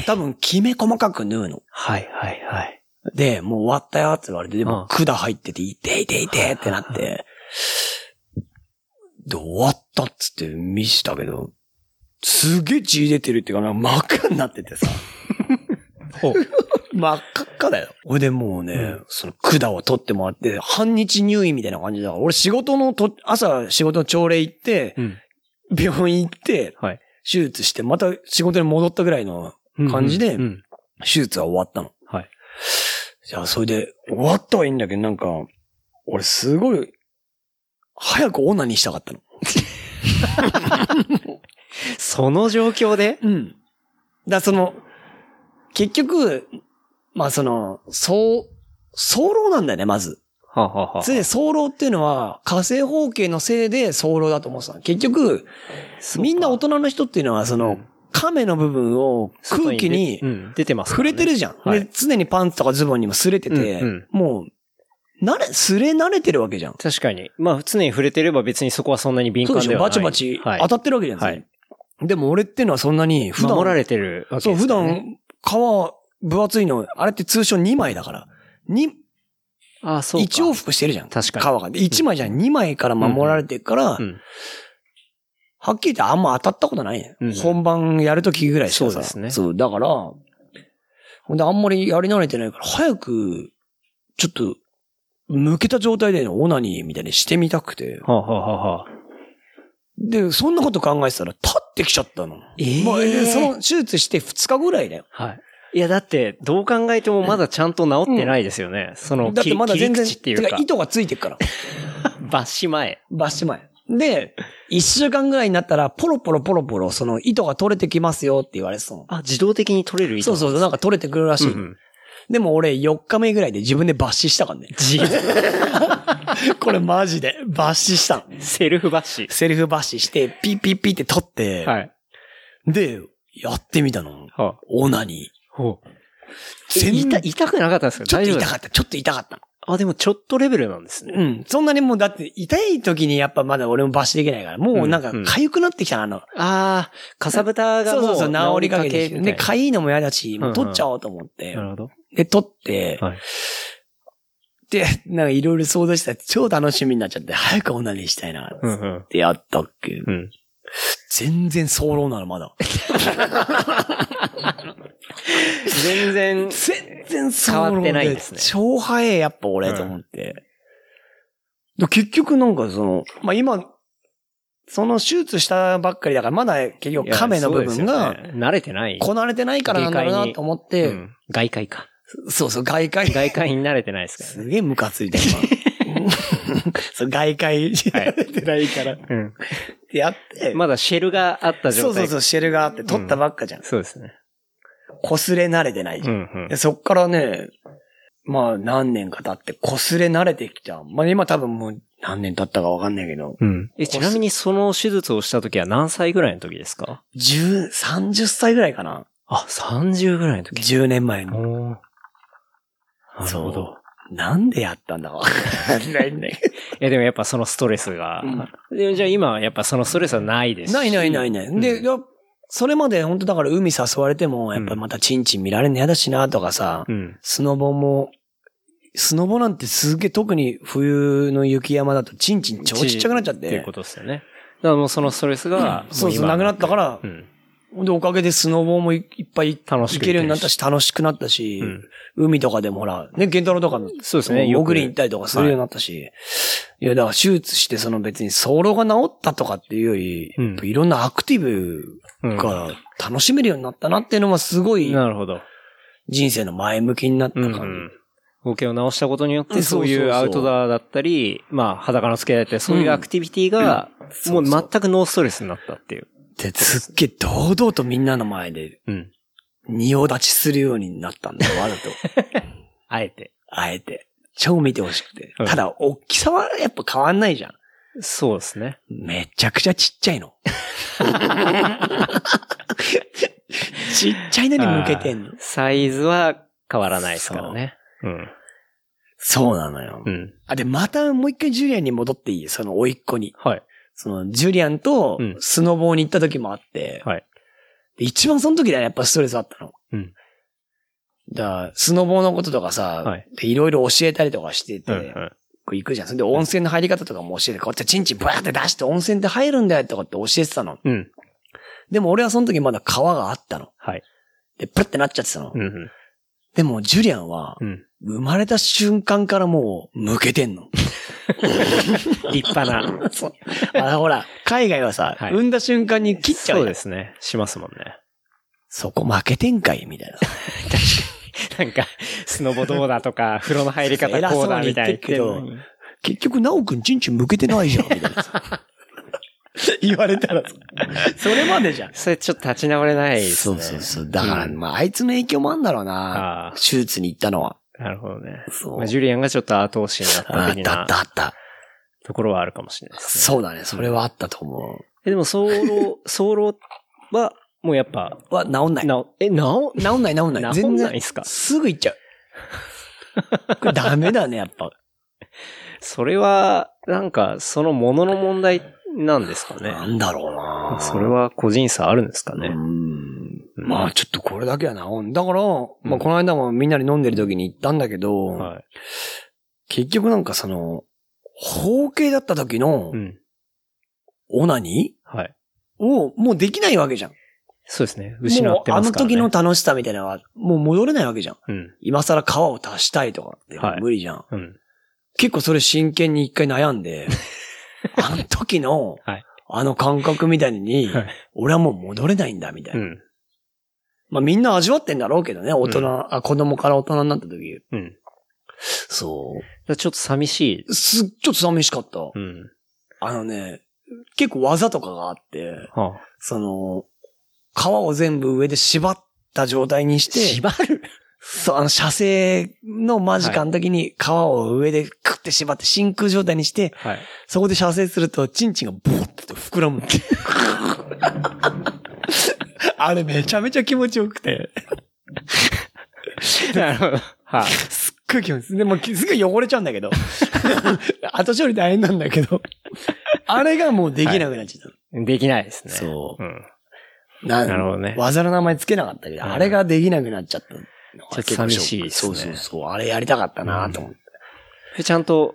C: 多分、きめ細かく縫うの。
B: はいはいはい。
C: で、もう終わったよって言われて、で
B: う
C: も
B: ん、
C: 管入ってて、痛い痛い痛いってなって、で、終わったっつって見したけど、すげえ血出てるっていうか、なんか真っ赤になって てさ、
B: ほう。
C: 真っ赤っかだよ。ほれでもうね、
B: うん
C: その管を取ってもらって、半日入院みたいな感じだから、俺仕事のと、朝仕事の朝礼行って、
B: うん。
C: 病院行って、
B: はい。
C: 手術して、また仕事に戻ったぐらいの感じで、
B: うんうん。
C: 手術は終わったの。
B: はい。
C: じゃあ、それで、終わったはいいんだけど、なんか、俺すごい、早くオナニーしたかったの。
B: その状況で
C: うん。だからその、結局、まあその、そう、早漏なんだよね、まず。
B: はあ、はあはあ
C: つい早漏っていうのは、火星方形のせいで早漏だと思ってたの。結局、
B: そうか
C: みんな大人の人っていうのは、その、亀の部分を空気に
B: 外出うん出てますか
C: 触
B: らね、
C: れてるじゃん。
B: はい
C: で、常にパンツとかズボンにも擦れてて、
B: うんうん
C: もう、慣れ、擦れ慣れてるわけじゃん。
B: 確かに。まあ、常に触れてれば別にそこはそんなに敏
C: そう
B: 感
C: でし
B: では
C: ょ
B: ない。
C: バチバチ
B: はい
C: 当たってるわけじゃないですか。でも俺ってのはそんなに普段、
B: 守られてるわけ
C: そう、
B: です
C: 普
B: からね、
C: 段、皮分厚いの、あれって通称2枚だから。に、
B: あそうか。
C: 1往復してるじゃん。
B: 確かに
C: 皮が。で、1枚じゃない、2枚から守られてるから、
B: うん。
C: はっきり言ってあんま当たったことないね。
B: うん
C: 本番やるときぐらいしかさ
B: そうですね
C: そう、だから、ほんであんまりやり慣れてないから、早く、ちょっと、抜けた状態でのオナニーみたいにしてみたくて。
B: はあ、はあはあはあ、
C: で、そんなこと考えてたら、立ってきちゃったの。
B: ええ
C: もうでその、手術して2日ぐらいだよ。
B: はい。いや、だって、どう考えてもまだちゃんと治ってないですよね。その、
C: だってまだ全然、
B: 切り口っていう
C: て
B: か
C: か、糸がついてるから。
B: 抜歯前。
C: バッシュ前。で、1週間ぐらいになったら、ポロポロポロポロ、その糸が取れてきますよって言われてたの。
B: あ、自動的に取れる糸。
C: そうそうそう、なんか取れてくるらしい。
B: うんうん。
C: でも俺、4日目ぐらいで自分で抜歯したからね
B: 自
C: これマジで、抜歯したの。
B: セルフ抜歯。
C: セルフ抜歯して、ピッピッピって取って、
B: はい。
C: で、やってみたの。
B: はあ、
C: オナニー。
B: ほう。
C: 全
B: え痛、痛くなかったんですか
C: ちょっ
B: 大
C: と
B: 丈夫
C: 痛かった、ちょっと痛かったの。
B: あ、でもちょっとレベルなんですね。
C: うん。そんなにもう、だって、痛い時にやっぱまだ俺も抜歯できないから、もうなんか
B: うんうん
C: 痒くなってきたな、あの、
B: ああ、かさぶたがも
C: そう
B: う
C: そうそう、治りかけ
B: 治り
C: てきて。
B: みた
C: で、
B: いな
C: かいいのも嫌だし、もう取っちゃおうと思って。
B: なるほど。
C: で、取って、
B: はい。
C: で、なんかいろいろ想像したら超楽しみになっちゃって、早く女にしたいな、
B: うん
C: っ
B: うん。
C: てやったっけ、
B: うん。
C: 全然早漏なの、まだ。
B: 全 然、
C: 全然
B: 変
C: 早漏
B: わってないんですね
C: 超早え、やっぱ俺、と思って。で結局なんかその、まあ、今、その手術したばっかりだから、まだ結局亀の部分
B: いやそう
C: が、
B: ですよね慣れてない。
C: こなれてないからなんだろうなと思っ
B: う
C: て、
B: ん外界か。
C: そうそう、外界
B: 外界に慣れてないですから
C: すげえムカつい た、今。そう、外界やってないから。っ
B: ね。
C: てやっ
B: う
C: て、
B: ん。まだシェルがあった
C: そ
B: 状
C: うそ
B: 態。
C: うそう、シェルがあって取ったばっかじゃん。
B: そうですね。
C: 擦れ慣れてないじ
B: う
C: ゃん。
B: んうん
C: で。そっからね、まあ何年か経って擦れ慣れてきた。まあ今多分もう何年経ったかわかんないけど、
B: うん。え、ちなみにその手術をした時は何歳ぐらいの時ですか
C: 10、30歳ぐらいかな。
B: あ、30ぐらいの時。
C: 10年前の。
B: おーなるほど。
C: なんでやったんだかわかんないね。
B: いや、でもやっぱそのストレスが。
C: う
B: でじゃあ今はやっぱそのストレスはないですし
C: ないないないない。で、いやそれまで本当だから海誘われても、やっぱりまたチンチン見られんの嫌だしなとかさ、
B: うん。
C: スノボも、スノボなんてすげえ特に冬の雪山だとチンチン超ちっちゃくなっちゃっ
B: ってい
C: て
B: うこ。とですよね。だからもうそのストレスが、も
C: そうそう、
B: 今
C: なくなったから
B: う、ん。
C: で、おかげでスノボもいいっぱい
B: 楽し
C: 行
B: く
C: けるようになったし、楽しくなったし、
B: うん
C: 海とかでもほら、ね、ケンタロウとかも、
B: そうですね。よ
C: 潜
B: く
C: りに行ったりとかするようになったし、い、や、だから手術してその別に早漏が治ったとかっていうより、
B: うん
C: やっぱいろんなアクティブ
B: うん
C: が楽しめるようになったなっていうのはすごい
B: なるほど。
C: 人生の前向きになった
B: うんう
C: 感じ。
B: ん。ボケを直したことによっ
C: う
B: て、
C: んそ
B: そう
C: そう
B: う
C: そう
B: いうアウトドアだったり、まあ、裸の付き合いだったり、そういうアクティビティが、もう全くノーストレスになったっていう。
C: で、すっげえ堂々とみんなの前で、
B: うん。
C: 仁王立ちするようになったんだよ、わざと。
B: あえて。
C: あえて。超見てほしくて。
B: うん
C: ただ、大きさはやっぱ変わんないじゃん。
B: そうですね。
C: めちゃくちゃちっちゃいの。ちっちゃいのに向けてん
B: あ
C: の
B: ー。サイズは変わらないですからね。うん。
C: そうなのよ
B: う。ん。
C: あ、で、またもう一回ジュリアンに戻っていいその甥っ子に。
B: はい。
C: その、ジュリアンと
B: うん
C: スノボーに行った時もあって、
B: はい。
C: で一番その時だね、やっぱストレスあったの。
B: うん。
C: だからスノボーのこととかさ、
B: はい
C: でいろいろ教えたりとかしてて、
B: うんうん。
C: こう行くじゃん。それで温泉の入り方とかも教えて、こっちはチンチンブワーって出して温泉で入るんだよとかって教えてたの。
B: うん。
C: でも俺はその時まだ川があったの。
B: はい。
C: で、プルってなっちゃってたの。
B: うんうん。
C: でも、ジュリアンは
B: う、ん。
C: 生まれた瞬間からもう、向けてん の。
B: 立派な。
C: そうあほら、海外はさ、
B: はい
C: 産んだ瞬間 に切っち
B: そう
C: ゃうじゃ
B: で
C: ん
B: すね。しますもんね。
C: そこ負けてんかいみたいな。
B: なんか、スノボどうだとか、風呂の入り方
C: 偉
B: こ
C: そう
B: うだみ
C: に言って
B: たい
C: る
B: な
C: けど
B: 言ってんのに
C: 結局、なおくんちんちん向けてないじゃん、み たいな。言われたら、それまでじゃん。
B: それちょっと立ち直れないです
C: そ
B: ね。
C: うそうそう。だから、
B: うん
C: まあ、あいつの影響もあんだろうな
B: あ。ー
C: 手術に行ったのは。
B: なるほどね。
C: そう
B: まあ、。ジュリアンがちょっと後押しになった
C: あっ
B: 的
C: たあ
B: な
C: ったあった。
B: ところはあるかもしれないですね。
C: そうだね。それはあったと思
B: えでも、早 漏、早漏は、もうやっぱ、
C: う。は、治んない。
B: なお、え、なお、
C: 治んない治んない。
B: 治ん
C: 全
B: ない
C: 然。
B: っすか
C: すぐ行っちゃう。 これダメだね、や っぱ。
B: それは、なんか、そのものの問題なんですかね。
C: なんだろうな
B: それは個人差あるんですか
C: う
B: ね。
C: ん。まあちょっとこれだけは治ん。だから、まあこの間もみんなで飲んでる時に行ったんだけど、
B: はい。
C: 結局なんかその、包茎だった時の
B: う、ん。
C: オナニ
B: はい。
C: をもうできないわけじゃん。
B: そうですね。失ってますから、ね。
C: もうあの時の楽しさみたいなのは、もう戻れないわけじゃん。
B: うん。
C: 今更皮を足したいとかって
B: はい
C: 無理じゃん。
B: うん。
C: 結構それ真剣に一回悩 んで、あの時の、
B: はい
C: あの感覚みたいに、
B: はい
C: 俺はもう戻れないんだみたいうな。
B: ん。
C: まあみんな味わってんだろうけどね、大人、
B: うん
C: あ子供から大人になった時。
B: うん。だか
C: そ
B: らちょっと寂しい。
C: う。すっちょっと寂しかった。
B: うん。
C: あのね、結構技とかがあって、
B: はあ、
C: その、皮を全部上で縛った状態にして、
B: 縛る
C: そう、あの、射精の間近の時に皮を上でクって縛って真空状態にして、
B: はい。
C: そこで射精すると、チンチンがボーって膨らむ。 あれめちゃめちゃ気持ちよくて、
B: なるほど。はい。
C: すっごい気持ちいい。でも、すごい汚れちゃうんだけど。 後処理大変なんだけど。あれがもうできなくなっちゃった。
B: できないですね。。
C: そう
B: ん。
C: う。な
B: なるほどね
C: 技の名前つけなかったけど、
B: うん
C: あれができなくなっちゃったの
B: ちょ
C: が
B: っと
C: 結構ショック。
B: 寂しいですね
C: そうそうそう。あれやりたかったなと思って。
B: でちゃんと、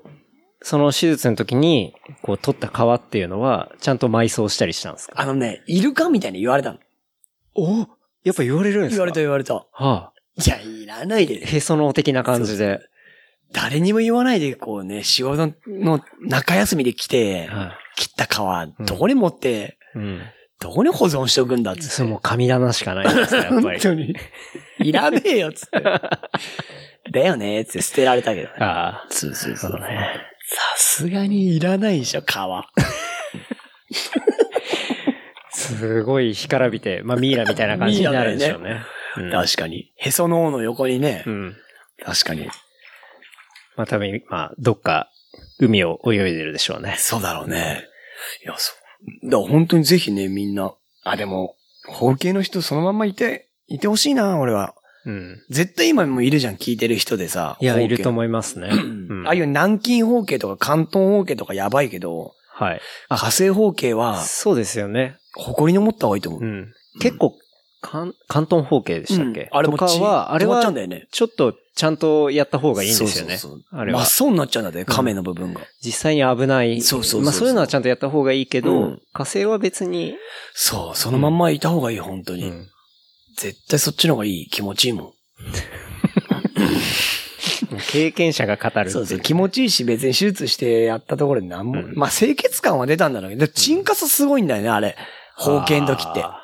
B: その手術の時に、こう、取った皮っていうのは、ちゃんと埋葬したりしたんですか
C: あのね、イルカみたいに言われたの。
B: おやっぱ言われるんです
C: 言
B: か
C: われた言われた。
B: はい
C: や、いらない
B: あ。
C: で。
B: へその的な感じで。
C: 誰にも言わないで、こうね、仕事の中休みで来て、
B: は
C: 切った
B: うん
C: 皮、どこに持って、
B: い。うん。
C: どこに保存しとくんだっつ
B: そ
C: っ
B: れ
C: て。
B: もう神棚しかないですね、やっぱ
C: 本
B: り。
C: 当に。いらねえよ、つって。 だよね、つって捨てられたけどね。
B: ああ。
C: そうそう
B: そうだね。
C: さすがにいらないでしょ、皮。
B: すごい干からびて、まあミイラみたいな感じになるんでしょうね。うん
C: 確かに。へその緒の横にね。
B: うん。
C: 確かに。
B: まあ多分、まあ、どっか、海を泳いでるでしょうね。
C: そうだろうね。いや、そう。だから本当にぜひね、みんな。あ、でも、包茎の人そのまんまいて、いてほしいな、俺は。
B: うん。
C: 絶対今もいるじゃん、聞いてる人でさ。
B: いや、
C: 包
B: い
C: 茎
B: ると思います ね。うん
C: ああいう南京包茎とか関東包茎とかやばいけど、
B: はい。
C: 火星包茎は、
B: そうですよね。
C: 誇りに持った方がいいと思う
B: う。ん。結構、関、関東方形でしたっけ、
C: うんあれも
B: とか
C: ち
B: は、あれ
C: 止まっちゃう
B: は
C: ん、だよね。
B: ちょっとちゃんとやった方がいいんですよね。
C: そうそうそう
B: あれは
C: 真っ青になっちゃうんだって、亀の部分が。
B: 実際に危ない。
C: そうそうそうそう
B: まあそういうのはちゃんとやった方がいいけど、
C: うん
B: 火星は別に、
C: そう、そのまんまいた方がいい、本当に。絶対そっちの方がいい、気持ちいいもん。
B: 経験者が語るってい
C: そうそう、気持ちいいし、別に手術してやったところでなんも、
B: うん
C: まあ清潔感は出たんだろうけど、沈下さすごいんだよね、あれ。包茎の時って。
B: あー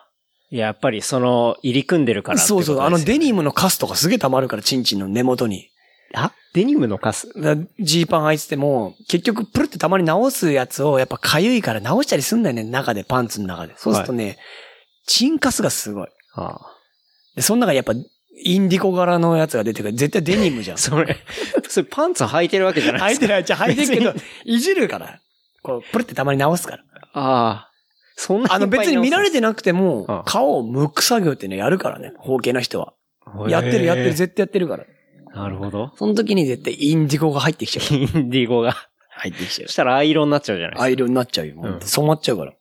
B: いややっぱりその、入り組んでるからって
C: そ
B: こと
C: う
B: ですよ
C: そう、
B: ね
C: あのデニムのカスとかすげえ溜まるから、チンチンの根元に。
B: あ、デニムのカス。
C: だジーパン履いてても、結局プルってたまに直すやつを、やっぱ痒いから直したりすんだよね、中で、パンツの中で。そうするとね、チンカスがすごい。
B: あ
C: で、その中やっぱ、インディコ柄のやつが出てくる。絶対デニムじゃ
B: ー
C: ん。
B: それ、それパンツ履いてるわけじゃない
C: 履
B: で
C: い
B: すか。
C: てない、じゃあ履いてるけど
B: 別、
C: いじるから。こう、プルってたまに 直すから。
B: ああ。そんな
C: あの別に見られ
B: て、
C: てなくて
B: うん
C: も、皮を剥く作業っていうのやるからね、包茎の人は。やってるやってる、
B: へー
C: 絶対やってるから。
B: なるほど。
C: その時に絶対インディゴが入ってきちゃう。
B: インディゴが。
C: 入ってきちゃ
B: そしたらアイロンになっちゃうじゃな
C: ア
B: いで
C: イロンになっちゃうよ。
B: うん
C: 染まっち ゃうから。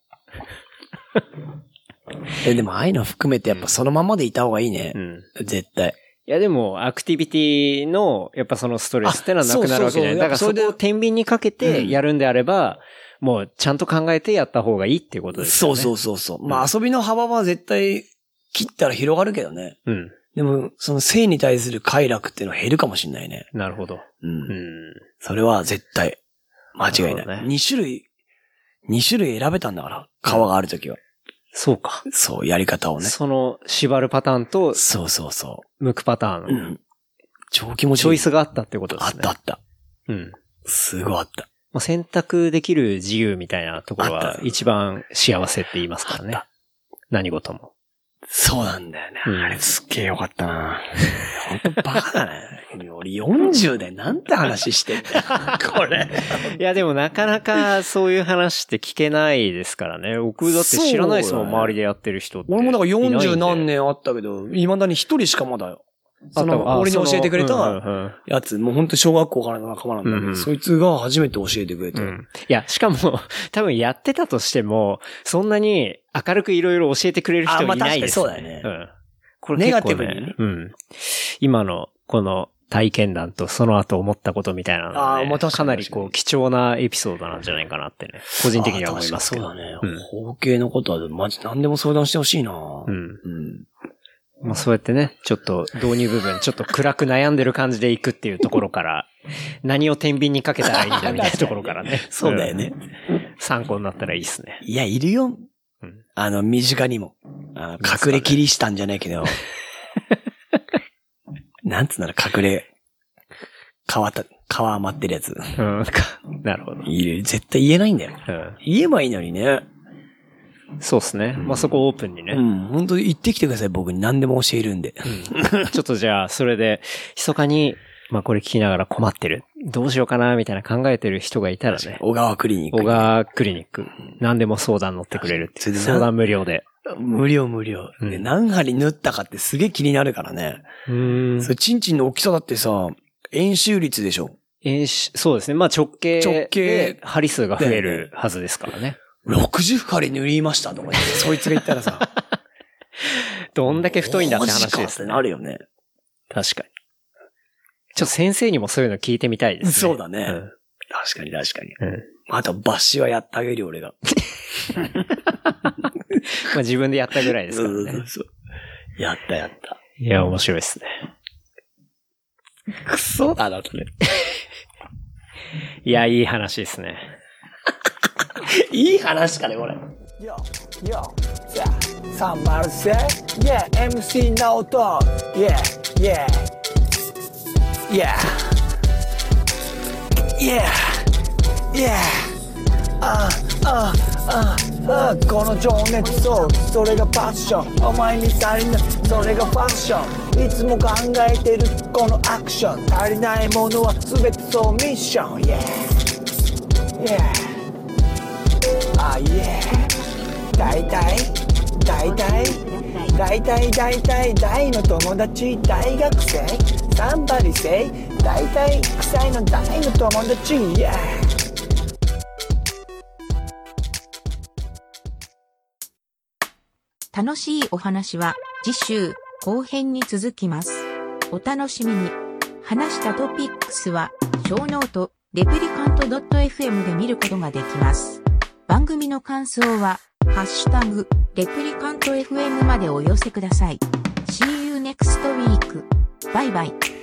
C: え、でもああいうの含めてやっぱそのままでいた方がいいね
B: す。か。うん。
C: 絶対。
B: いやでも、アクティビティの、やっぱそのストレスってのはなくなるわけじゃな
C: あそうそうそ
B: い。
C: うや
B: だ
C: っ
B: から
C: ぱ
B: そ
C: それで
B: こを天秤にかけ
C: うん
B: てやるんであれば、もうちゃんと考えてやった方がいいっていうことです
C: そ
B: よ
C: う
B: ね。
C: そううそうそう。まあ遊びの幅は絶対切ったら広がるけどね。
B: そう。うん。
C: でも、その性に対する快楽っていうのは減るかもしんないね。
B: なるほど。
C: う。
B: うんん。
C: それは絶対。間違い
B: なるほ
C: な
B: どね
C: い。二種類、二種類選べたんだから。皮があるときは。
B: そうか。
C: そう、やり方をね。
B: その、縛るパターンと、
C: そうそうそ
B: 剥くパター
C: う。う
B: ン、
C: ん。超気持ちいい。
B: チョイスがあったってことで
C: あっ
B: すね。
C: たあった。
B: た。うん。
C: すごいあった。
B: まあ、選択できる自由みたいなところ
C: あっ
B: は
C: た
B: 一番幸せって言いますからね
C: あっ。
B: 何事も。
C: そうなんだよね。
B: うん
C: あれすっげえよかったな。本当バカだね。俺40でなんて話してんだよこれ。
B: いや、でもなかなかそういう話って聞けないですからね。僕だって知らないですもん、
C: そうだね
B: 周りでやってる人って。
C: 俺もだから
B: い
C: 40何
B: ないんで、
C: 年あったけど、未だに一人しかまだよ。
B: あ
C: その、俺に教えてくれ
B: うん
C: た
B: うんうん
C: やつ、もう本当小学校からの仲間なんだけ
B: うんう
C: ど、
B: ん
C: そいつが初めて教えてくれ
B: う
C: て。
B: んいや、しかも、多分やってたとしても、そんなに明るくいろいろ教えてくれる人
C: あまあ
B: いないです、
C: 確かにそうだよね
B: ん。これ結構、
C: ネガティブにね
B: うん。今の、この、体験談とその後思ったことみたいなのが
C: あー
B: ね、
C: まあ確か
B: か
C: に
B: なりこう貴重なエピソードなんじゃないかなってね、個人的には思いますけど。
C: あ確かにそう
B: う
C: だね
B: ん。
C: 包茎のことは、マジ何でも相談してほしいな
B: うん。
C: うん。。
B: まあそうやってね、ちょっと導入部分、ちょっと暗く悩んでる感じでいくっていうところから、何を天秤にかけたらいいんだみたいなところからね
C: そうだよね。
B: うん。参考になったらいいですね。
C: いや、いるよ
B: うん。
C: あの、身近にも。あ
B: 身近
C: 隠れキリシタンじゃな いけど。なんつうなら隠れ、変わった、皮余ってるやつ。
B: うん。かなるほど。
C: いる。絶対言えないんだよ。
B: うん。
C: 言えばいいのにね。
B: そうですね。まあそこをオープンにね。
C: うん。本当言ってきてください。僕に何でも教えるんで。
B: うんちょっとじゃあ、それで、密かに、まあこれ聞きながら困ってる。どうしようかな、みたいな考えてる人がいたらね。
C: 小川クリニック。
B: 小。川クリニック。何でも相談乗ってくれるって
C: それでな
B: 相談無料で。
C: 無料無料。
B: うん
C: で何針縫ったかってすげえ気になるからね。
B: うん
C: それ、チンチンの大きさだってさ、円周率でしょ。
B: 遠視そうですね。まあ直径。
C: 直径。
B: 針数が増えるはずですからね。
C: 60針縫いましたとか言って、そいつが言った らさ。
B: どんだけ太いんだって
C: マジ
B: 話
C: か
B: で
C: って
B: すね。
C: なるよね。
B: 確かに。ちょっと先生にもそういうの聞いてみたいですね。
C: そうだね
B: ん
C: 確かに確かに。
B: うん
C: あと、バッシはやってあげるよ、俺が。
B: まあ自分でやったぐらいですからね。
C: そう。やったやった。
B: いや、面白いですね。
C: クソだな、それ。
B: いや、いい話ですね。
C: いい話かね、これ。
D: Yo, yo, yeah, 306, yeah, MC Naoto, yeah, yeah, yeah, yeah, yeah. あああああこの情熱そうそれがパッションお前に足りないそれがファッションいつも考えてるこのアクション足りないものは全てそうミッション Yeah Yeah あ Yeah 大体大体大体大体大の友達大学生サンバリセイ大体臭いの大の友達 Yeah
E: 楽しいお話は次週後編に続きます。お楽しみに。話したトピックスは、小ノート、レプリカント .fm で見ることができます。番組の感想は、ハッシュタグ、レプリカント fm までお寄せください。See you next week. バイバイ。